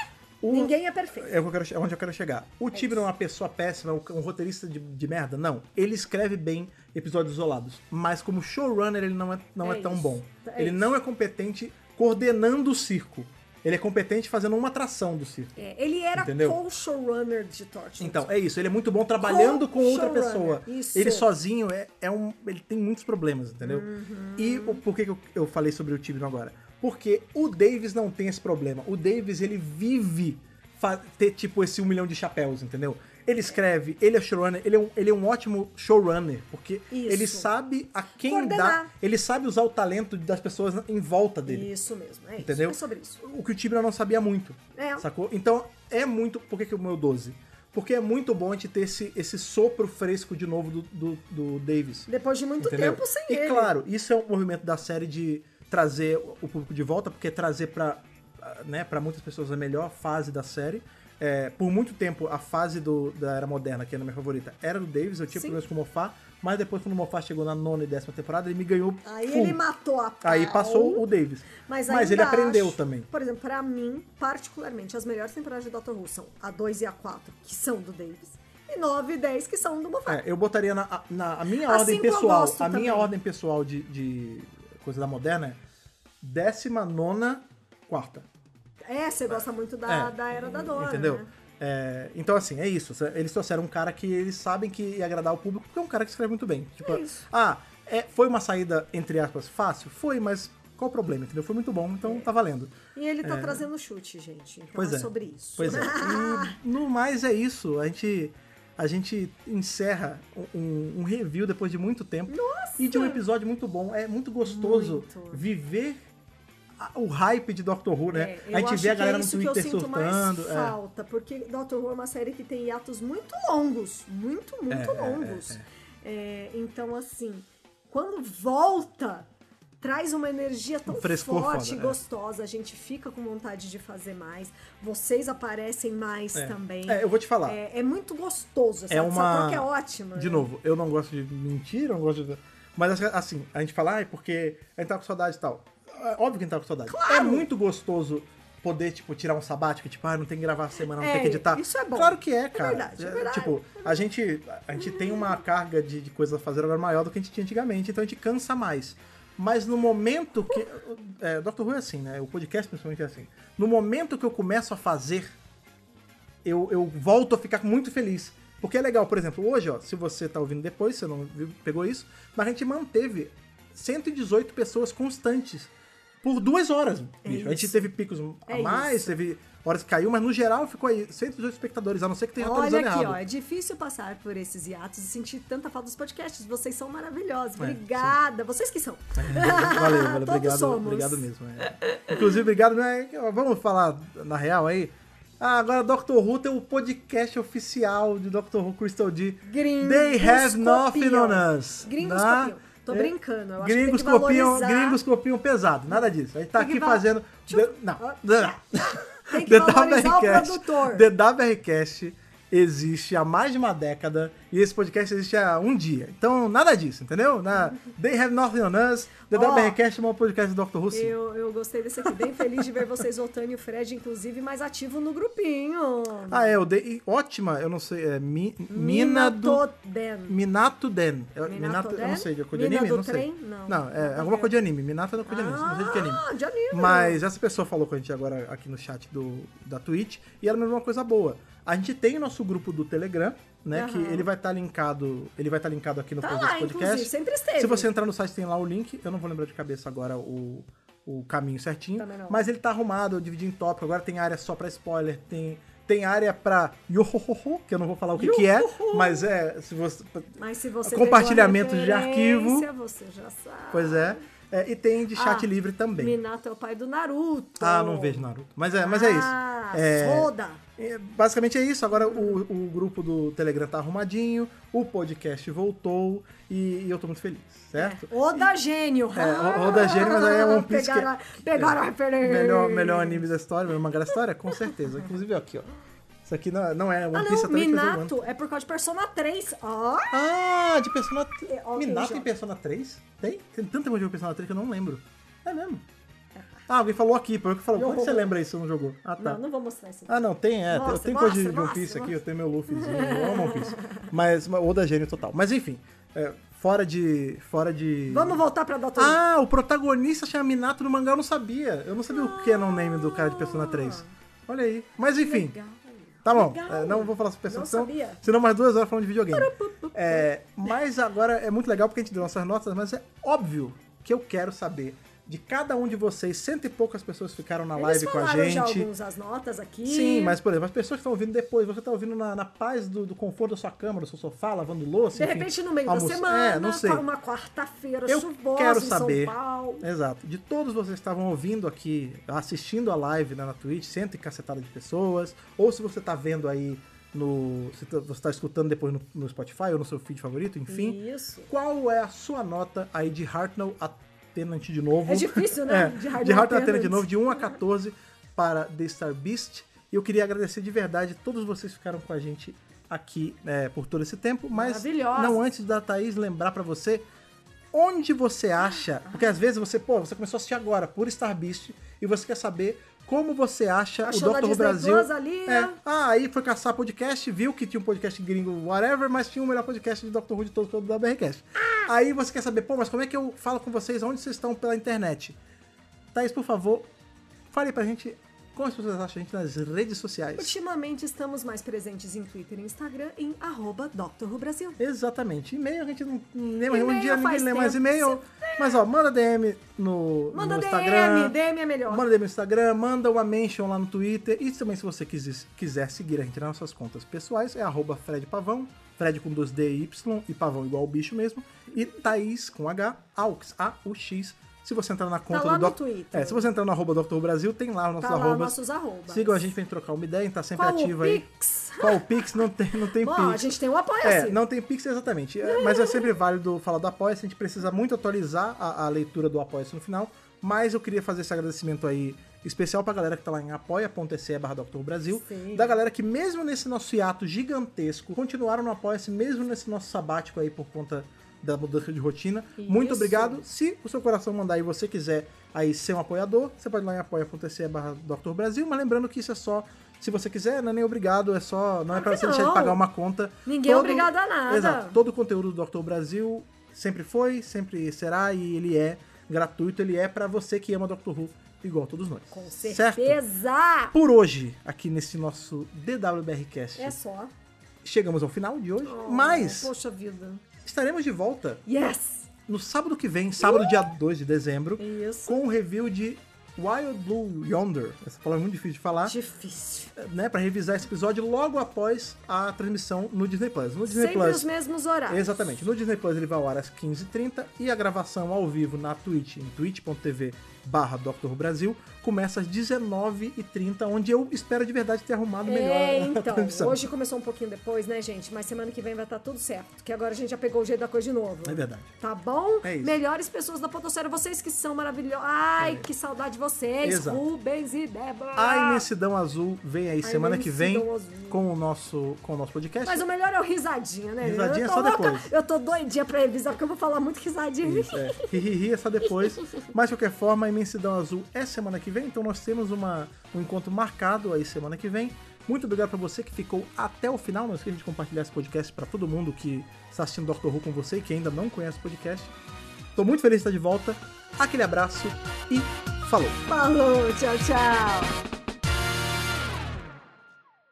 Speaker 1: O-
Speaker 2: Ninguém é perfeito.
Speaker 1: É, o que eu quero che- é onde eu quero chegar. O Tibner é uma pessoa péssima, um um roteirista de, de merda? Não. Ele escreve bem episódios isolados, mas como showrunner ele não é, não é,
Speaker 2: É
Speaker 1: tão
Speaker 2: isso.
Speaker 1: bom.
Speaker 2: É
Speaker 1: ele
Speaker 2: isso.
Speaker 1: não é competente coordenando o circo. Ele é competente fazendo uma atração do circo.
Speaker 2: É, ele era
Speaker 1: Entendeu?
Speaker 2: co-showrunner de Torchwood.
Speaker 1: Então, é isso. Ele é muito bom trabalhando com, outra
Speaker 2: showrunner,
Speaker 1: pessoa.
Speaker 2: né? isso.
Speaker 1: Ele sozinho é, é um. Ele tem muitos problemas, entendeu?
Speaker 2: Uhum.
Speaker 1: E o, por que que eu, eu falei sobre o Tibno agora? Porque o Davis não tem esse problema. O Davis, ele vive fa- ter, tipo, esse um milhão de chapéus, entendeu? Ele escreve, ele é showrunner, ele é um, ele é um ótimo showrunner, porque
Speaker 2: Isso.
Speaker 1: ele sabe a quem dá.
Speaker 2: Coordenar.
Speaker 1: Ele sabe usar o talento das pessoas em volta dele.
Speaker 2: Isso mesmo, é
Speaker 1: Entendeu?
Speaker 2: isso. É sobre isso.
Speaker 1: O que o Tibra não sabia muito.
Speaker 2: É.
Speaker 1: Sacou? Então é muito. Por que, que o meu 12? Porque é muito bom a gente ter esse, esse sopro fresco de novo do, do, do Davis.
Speaker 2: Depois de muito
Speaker 1: entendeu?
Speaker 2: tempo sem
Speaker 1: e
Speaker 2: ele.
Speaker 1: claro, isso é um movimento da série de trazer o público de volta, porque trazer pra, né, pra muitas pessoas a melhor fase da série. É, por muito tempo, a fase do, da era moderna, que era a minha favorita, era do Davis, eu tinha
Speaker 2: Sim.
Speaker 1: problemas com o Mofá, mas depois quando o Mofá chegou na nona e décima temporada, ele me ganhou.
Speaker 2: Aí
Speaker 1: full.
Speaker 2: ele matou a pau.
Speaker 1: Aí passou o Davis.
Speaker 2: Ah, Mas,
Speaker 1: ele
Speaker 2: ainda
Speaker 1: aprendeu
Speaker 2: acho-
Speaker 1: também.
Speaker 2: Por exemplo, pra mim, particularmente, as melhores temporadas de Doctor Who são a 2 e a 4, que são do Davis, e 9 e 10, que são do Moffat.
Speaker 1: É, eu botaria na, a- na- a minha
Speaker 2: Assim
Speaker 1: ordem
Speaker 2: que eu
Speaker 1: pessoal.
Speaker 2: gosto
Speaker 1: A minha
Speaker 2: também.
Speaker 1: ordem pessoal de, de coisa da moderna é décima nona quarta.
Speaker 2: É, você gosta muito da,
Speaker 1: É,
Speaker 2: da Era da Dora,
Speaker 1: entendeu?
Speaker 2: né?
Speaker 1: É, então, assim, é isso. Eles trouxeram um cara que eles sabem que ia agradar o público, porque é um cara que escreve muito bem. Tipo,
Speaker 2: É isso.
Speaker 1: ah, é, foi uma saída, entre aspas, fácil? Foi, mas qual o problema? Entendeu? Foi muito bom,
Speaker 2: É.
Speaker 1: então tá valendo.
Speaker 2: E ele tá trazendo chute, gente. Então
Speaker 1: Pois
Speaker 2: é,
Speaker 1: é.
Speaker 2: sobre isso.
Speaker 1: Pois é. E no mais é isso. A gente, a gente encerra um- um, um review depois de muito tempo. Nossa! E de um episódio muito bom. É muito gostoso
Speaker 2: Muito.
Speaker 1: viver a- o hype de Doctor Who, né?
Speaker 2: É, eu
Speaker 1: a gente
Speaker 2: acho
Speaker 1: vê a
Speaker 2: que
Speaker 1: galera
Speaker 2: é
Speaker 1: no
Speaker 2: isso que eu
Speaker 1: Twitter
Speaker 2: sinto
Speaker 1: surtando.
Speaker 2: mais
Speaker 1: é.
Speaker 2: falta, porque Doctor Who é uma série que tem hiatos muito longos, muito, muito
Speaker 1: é,
Speaker 2: longos. É, então, assim, quando volta, traz uma energia tão
Speaker 1: Um frescor
Speaker 2: forte
Speaker 1: foda,
Speaker 2: e
Speaker 1: é.
Speaker 2: gostosa, a gente fica com vontade de fazer mais, vocês aparecem mais
Speaker 1: É.
Speaker 2: também.
Speaker 1: É, eu vou te falar.
Speaker 2: É, é muito gostoso, essa,
Speaker 1: É uma-
Speaker 2: essa troca é ótima.
Speaker 1: De
Speaker 2: né?
Speaker 1: novo, eu não gosto de mentira, eu não gosto de. Mas assim, a gente fala, ah, é porque a gente tá com saudade e tal. É Óbvio que a gente tá com saudade. É muito gostoso poder, tipo, tirar um sabático, tipo, ah, não tem que gravar a semana, não
Speaker 2: É,
Speaker 1: tem que editar.
Speaker 2: isso é bom.
Speaker 1: Claro que é, cara.
Speaker 2: verdade, é verdade.
Speaker 1: Tipo, a gente, a gente tem uma carga de, de coisas a fazer agora maior do que a gente tinha antigamente, então a gente cansa mais. Mas no momento que. É, Dr. Who é assim, né? O podcast principalmente é assim. No momento que eu começo a fazer eu, eu volto a ficar muito feliz. Porque é legal, por exemplo, hoje, ó, se você tá ouvindo depois, você não viu- pegou isso, mas a gente manteve 118 pessoas constantes por duas horas. bicho. A gente
Speaker 2: É isso.
Speaker 1: teve picos a
Speaker 2: É
Speaker 1: mais,
Speaker 2: isso.
Speaker 1: teve horas que caiu, mas no geral ficou aí 118 espectadores, a não ser que esteja
Speaker 2: Olha
Speaker 1: atualizando
Speaker 2: aqui,
Speaker 1: errado.
Speaker 2: ó, é difícil passar por esses hiatos e sentir tanta falta dos podcasts. Vocês são maravilhosos.
Speaker 1: É,
Speaker 2: Obrigada. Vocês que são.
Speaker 1: Valeu, valeu,
Speaker 2: Todos
Speaker 1: obrigado,
Speaker 2: somos.
Speaker 1: obrigado mesmo. é. Inclusive, obrigado, né? Vamos falar na real aí. Ah, agora Doctor Who tem o podcast oficial de Doctor Who Crystal D.
Speaker 2: Gringos
Speaker 1: They have nothing
Speaker 2: copiam.
Speaker 1: on us.
Speaker 2: Gringos
Speaker 1: né?
Speaker 2: copiam. Tô
Speaker 1: É,
Speaker 2: brincando, eu acho que tem
Speaker 1: gringos
Speaker 2: que
Speaker 1: copiam,
Speaker 2: valorizar.
Speaker 1: gringos copiam pesado, nada disso. A gente tá
Speaker 2: Tem que
Speaker 1: aqui
Speaker 2: va-
Speaker 1: fazendo.
Speaker 2: Tchum.
Speaker 1: de- Não,
Speaker 2: Ah.
Speaker 1: não.
Speaker 2: Tem que
Speaker 1: DWRcast,
Speaker 2: valorizar o produtor.
Speaker 1: DWRcast existe há mais de uma década e esse podcast existe há um dia. Então, nada disso, entendeu? Na, they have nothing on us. The
Speaker 2: Ó.
Speaker 1: WRcast é o maior podcast do Dr. Who. sim.
Speaker 2: Eu, eu gostei desse aqui. Bem feliz de ver vocês voltando e o Fred, inclusive, mais ativo no grupinho.
Speaker 1: Ah, é, o de, e ótima, eu não sei, é mi, Mina do.
Speaker 2: Minatoden.
Speaker 1: Minato Den. É, Minato, eu não
Speaker 2: Den?
Speaker 1: sei, de coisa de
Speaker 2: Mina
Speaker 1: anime?
Speaker 2: do
Speaker 1: não sei.
Speaker 2: trem? Não.
Speaker 1: é
Speaker 2: Não
Speaker 1: alguma
Speaker 2: tem.
Speaker 1: coisa de anime. Minato é coisa de anime, não sei de que anime.
Speaker 2: Ah, de anime.
Speaker 1: Mas essa pessoa falou com a gente agora aqui no chat do, da Twitch e ela me mandou uma coisa boa. A gente tem o nosso grupo do Telegram, né?
Speaker 2: Aham.
Speaker 1: Que ele vai estar linkado. Ele vai estar linkado aqui no
Speaker 2: Tá
Speaker 1: Projeto
Speaker 2: lá, inclusive.
Speaker 1: podcast.
Speaker 2: Sempre esteve.
Speaker 1: Se você entrar no site, tem lá o link. Eu não vou lembrar de cabeça agora o, o caminho certinho.
Speaker 2: Também não.
Speaker 1: Mas ele tá arrumado, eu dividi em tópico. Agora tem área só pra spoiler, tem. Tem área pra yohohoho, que eu não vou falar o que, que é,
Speaker 2: Yohohoho.
Speaker 1: mas é. Se você.
Speaker 2: Mas se você
Speaker 1: Compartilhamento
Speaker 2: pegou a
Speaker 1: de arquivo.
Speaker 2: referência, Você já sabe.
Speaker 1: Pois é. É, e tem de chat
Speaker 2: Ah,
Speaker 1: livre também.
Speaker 2: Minato é o pai do Naruto.
Speaker 1: Ah, não vejo Naruto. Mas é, mas é isso.
Speaker 2: Ah,
Speaker 1: É,
Speaker 2: Soda.
Speaker 1: É, Basicamente é isso. Agora o, o grupo do Telegram tá arrumadinho, o podcast voltou e, e eu tô muito feliz, certo?
Speaker 2: Oda Gênio.
Speaker 1: É, o- Oda Gênio, mas aí é One Piece que- é
Speaker 2: Pegaram, a- pegaram a referência.
Speaker 1: Melhor, melhor anime da história, melhor mangá da história, com certeza. Inclusive aqui, ó. Isso aqui não, não é
Speaker 2: Ah,
Speaker 1: One Piece
Speaker 2: não,
Speaker 1: até fez um ano.
Speaker 2: Minato é por causa de Persona 3. Ah,
Speaker 1: Ah, de Persona
Speaker 2: É, ó,
Speaker 1: Minato
Speaker 2: tem
Speaker 1: tem
Speaker 2: jo-
Speaker 1: Persona 3? Tem? Tem tanta coisa de Persona 3 que eu não lembro. É mesmo? Ah, alguém falou aqui, por que falou,
Speaker 2: Eu
Speaker 1: como é que você
Speaker 2: vou-
Speaker 1: lembra isso não jogou? Ah, tá.
Speaker 2: não, não vou mostrar isso.
Speaker 1: Ah, não, tem, é.
Speaker 2: Mostra,
Speaker 1: tem coisa de-
Speaker 2: mostra,
Speaker 1: de One
Speaker 2: mostra,
Speaker 1: Piece aqui,
Speaker 2: mostra.
Speaker 1: eu tenho meu Luffyzinho, eu amo One Piece. Mas, mas Oda é gênio total. Mas enfim, é, fora de. Fora de.
Speaker 2: Vamos voltar pra Dota
Speaker 1: Ah, o protagonista chama Minato no mangá, eu não sabia. Eu não sabia o canon name do cara de Persona 3. Olha aí. Mas enfim,
Speaker 2: Ah. Legal.
Speaker 1: tá bom.
Speaker 2: Legal.
Speaker 1: é, não vou falar sobre Persona,
Speaker 2: Não
Speaker 1: senão-
Speaker 2: sabia.
Speaker 1: senão mais duas horas falando de videogame. É, mas agora é muito legal porque a gente deu nossas notas, mas é óbvio que eu quero saber de cada um de vocês. Cento e poucas pessoas ficaram na
Speaker 2: Eles
Speaker 1: live com a
Speaker 2: falaram
Speaker 1: gente.
Speaker 2: já alguns as notas aqui.
Speaker 1: Sim, mas por exemplo, as pessoas que estão ouvindo depois, você está ouvindo na, na paz do, do conforto da sua cama, do seu sofá, lavando louça,
Speaker 2: De
Speaker 1: enfim,
Speaker 2: repente, no meio
Speaker 1: almoço-
Speaker 2: da semana, tá
Speaker 1: é, não sei.
Speaker 2: uma quarta-feira
Speaker 1: Eu
Speaker 2: chuvosa
Speaker 1: quero
Speaker 2: em
Speaker 1: saber.
Speaker 2: São Paulo.
Speaker 1: Exato. De todos vocês que estavam ouvindo aqui, assistindo a live né, na Twitch, cento e cacetada de pessoas, ou se você tá vendo aí no. Se tá- você está escutando depois no, no Spotify ou no seu feed favorito, enfim.
Speaker 2: Isso.
Speaker 1: Qual é a sua nota aí de Hartnell a Tenant de novo?
Speaker 2: É difícil, né?
Speaker 1: É,
Speaker 2: De
Speaker 1: de
Speaker 2: Hartnell
Speaker 1: Hartnell a
Speaker 2: a
Speaker 1: Tenant. de
Speaker 2: Tenant.
Speaker 1: novo, de 1 a 14 para The Star Beast. E eu queria agradecer de verdade, todos vocês que ficaram com a gente aqui né, por todo esse tempo, mas
Speaker 2: Maravilhosos.
Speaker 1: não antes da Thaís lembrar pra você onde você acha, porque às vezes você, pô, você começou a assistir agora por Star Beast e você quer saber como você acha
Speaker 2: Achou
Speaker 1: o
Speaker 2: na
Speaker 1: Dr. Who
Speaker 2: Disney
Speaker 1: Brasil.
Speaker 2: Plus ali,
Speaker 1: É.
Speaker 2: né?
Speaker 1: Ah, aí foi caçar podcast, viu que tinha um podcast gringo, whatever, mas tinha o melhor podcast de Dr. Who de todo, todo da BRCast.
Speaker 2: Ah!
Speaker 1: Aí você quer saber, pô, mas como é que eu falo com vocês onde vocês estão pela internet? Thaís, por favor, fale pra gente como as pessoas acham a gente nas redes sociais.
Speaker 2: Ultimamente estamos mais presentes em Twitter e Instagram em arroba Dr. Who Brasil.
Speaker 1: Exatamente. E-mail a gente não não lembra. Um
Speaker 2: E-mail
Speaker 1: dia ninguém
Speaker 2: faz
Speaker 1: lê mais
Speaker 2: tempo.
Speaker 1: e-mail. Mas ó, manda DM no,
Speaker 2: Manda
Speaker 1: no
Speaker 2: DM,
Speaker 1: Instagram.
Speaker 2: DM é melhor.
Speaker 1: Manda DM no Instagram, manda uma mention lá no Twitter. E também se você quiser, quiser seguir a gente nas nossas contas pessoais, é arroba Fred Pavão, Fred com 2D e Y, e Pavão igual o bicho mesmo, e Thaís com H, AUX, A-U-X. Se você entrar na conta
Speaker 2: Tá lá
Speaker 1: do
Speaker 2: no
Speaker 1: Doc-
Speaker 2: Twitter.
Speaker 1: É, se você entrar no arroba Dr. Brasil, tem lá os nossos
Speaker 2: Tá lá
Speaker 1: arrobas.
Speaker 2: nossos arrobas.
Speaker 1: Sigam a gente pra gente trocar uma ideia, a gente tá sempre
Speaker 2: Qual o
Speaker 1: ativo aí.
Speaker 2: Pix?
Speaker 1: Qual o Pix? Não tem, não tem
Speaker 2: Bom,
Speaker 1: Pix.
Speaker 2: a gente tem o apoio
Speaker 1: É,
Speaker 2: assim.
Speaker 1: não tem Pix exatamente. É, Mas é sempre válido falar do apoia a gente precisa muito atualizar a, a leitura do apoia no final. Mas eu queria fazer esse agradecimento aí especial pra galera que tá lá em apoia.se barra Dr. Brasil.
Speaker 2: Sim.
Speaker 1: Da galera que mesmo nesse nosso hiato gigantesco, continuaram no apoia-se, mesmo nesse nosso sabático aí por conta da mudança de rotina. Muito
Speaker 2: Isso.
Speaker 1: obrigado. Se o seu coração mandar e você quiser aí ser um apoiador, você pode ir lá em apoia.se barra Dr. Brasil, mas lembrando que isso é só se você quiser, não é nem obrigado, é só. Não é pra
Speaker 2: que
Speaker 1: você deixar de
Speaker 2: não.
Speaker 1: pagar uma conta.
Speaker 2: Ninguém é obrigado a nada.
Speaker 1: Exato. Todo o conteúdo do Dr. Brasil sempre foi, sempre será e ele é gratuito, ele é pra você que ama Dr. Who igual todos nós.
Speaker 2: Com
Speaker 1: Certo?
Speaker 2: certeza!
Speaker 1: Por hoje, aqui nesse nosso DWBRcast,
Speaker 2: É só.
Speaker 1: chegamos ao final de hoje,
Speaker 2: Oh,
Speaker 1: mas
Speaker 2: Poxa vida.
Speaker 1: estaremos de volta
Speaker 2: Yes!
Speaker 1: no sábado que vem, sábado dia 2 de dezembro,
Speaker 2: Isso.
Speaker 1: com o review de Wild Blue Yonder. Essa palavra é muito difícil de falar.
Speaker 2: Difícil.
Speaker 1: né, para revisar esse episódio logo após a transmissão no Disney Plus. No Disney
Speaker 2: Sempre
Speaker 1: Plus.
Speaker 2: os mesmos horários.
Speaker 1: Exatamente. No Disney Plus ele vai ao ar às 15h30 e a gravação ao vivo na Twitch, em twitch.tv barra Dr. Brasil, começa às 19h30, onde eu espero de verdade ter arrumado melhor
Speaker 2: É,
Speaker 1: a
Speaker 2: então,
Speaker 1: transmissão.
Speaker 2: hoje começou um pouquinho depois, né, gente? Mas semana que vem vai estar tudo certo, que agora a gente já pegou o jeito da coisa de novo.
Speaker 1: É verdade.
Speaker 2: Tá bom?
Speaker 1: É isso. É.
Speaker 2: Melhores pessoas da Podosfera, vocês que são maravilhosos. Ai, que saudade de vocês,
Speaker 1: Exato.
Speaker 2: Rubens e Débora.
Speaker 1: A Imensidão Azul vem aí semana que vem
Speaker 2: Ah! Imensidão Azul.
Speaker 1: com o nosso com o nosso podcast.
Speaker 2: Mas o melhor é o risadinha, né?
Speaker 1: Risadinha é
Speaker 2: eu
Speaker 1: só
Speaker 2: tô louca,
Speaker 1: depois.
Speaker 2: Eu tô doidinha pra revisar, porque eu vou falar muito risadinha.
Speaker 1: Isso, é. Ri, ri, ri é só depois. Mas, de qualquer forma, a Imensidão Azul é semana que vem, então nós temos uma, um encontro marcado aí semana que vem. Muito obrigado pra você que ficou até o final. Não esqueça de compartilhar esse podcast pra todo mundo que está assistindo Doctor Who com você e que ainda não conhece o podcast. Tô muito feliz de estar de volta. Aquele abraço e falou!
Speaker 2: Falou, tchau, tchau.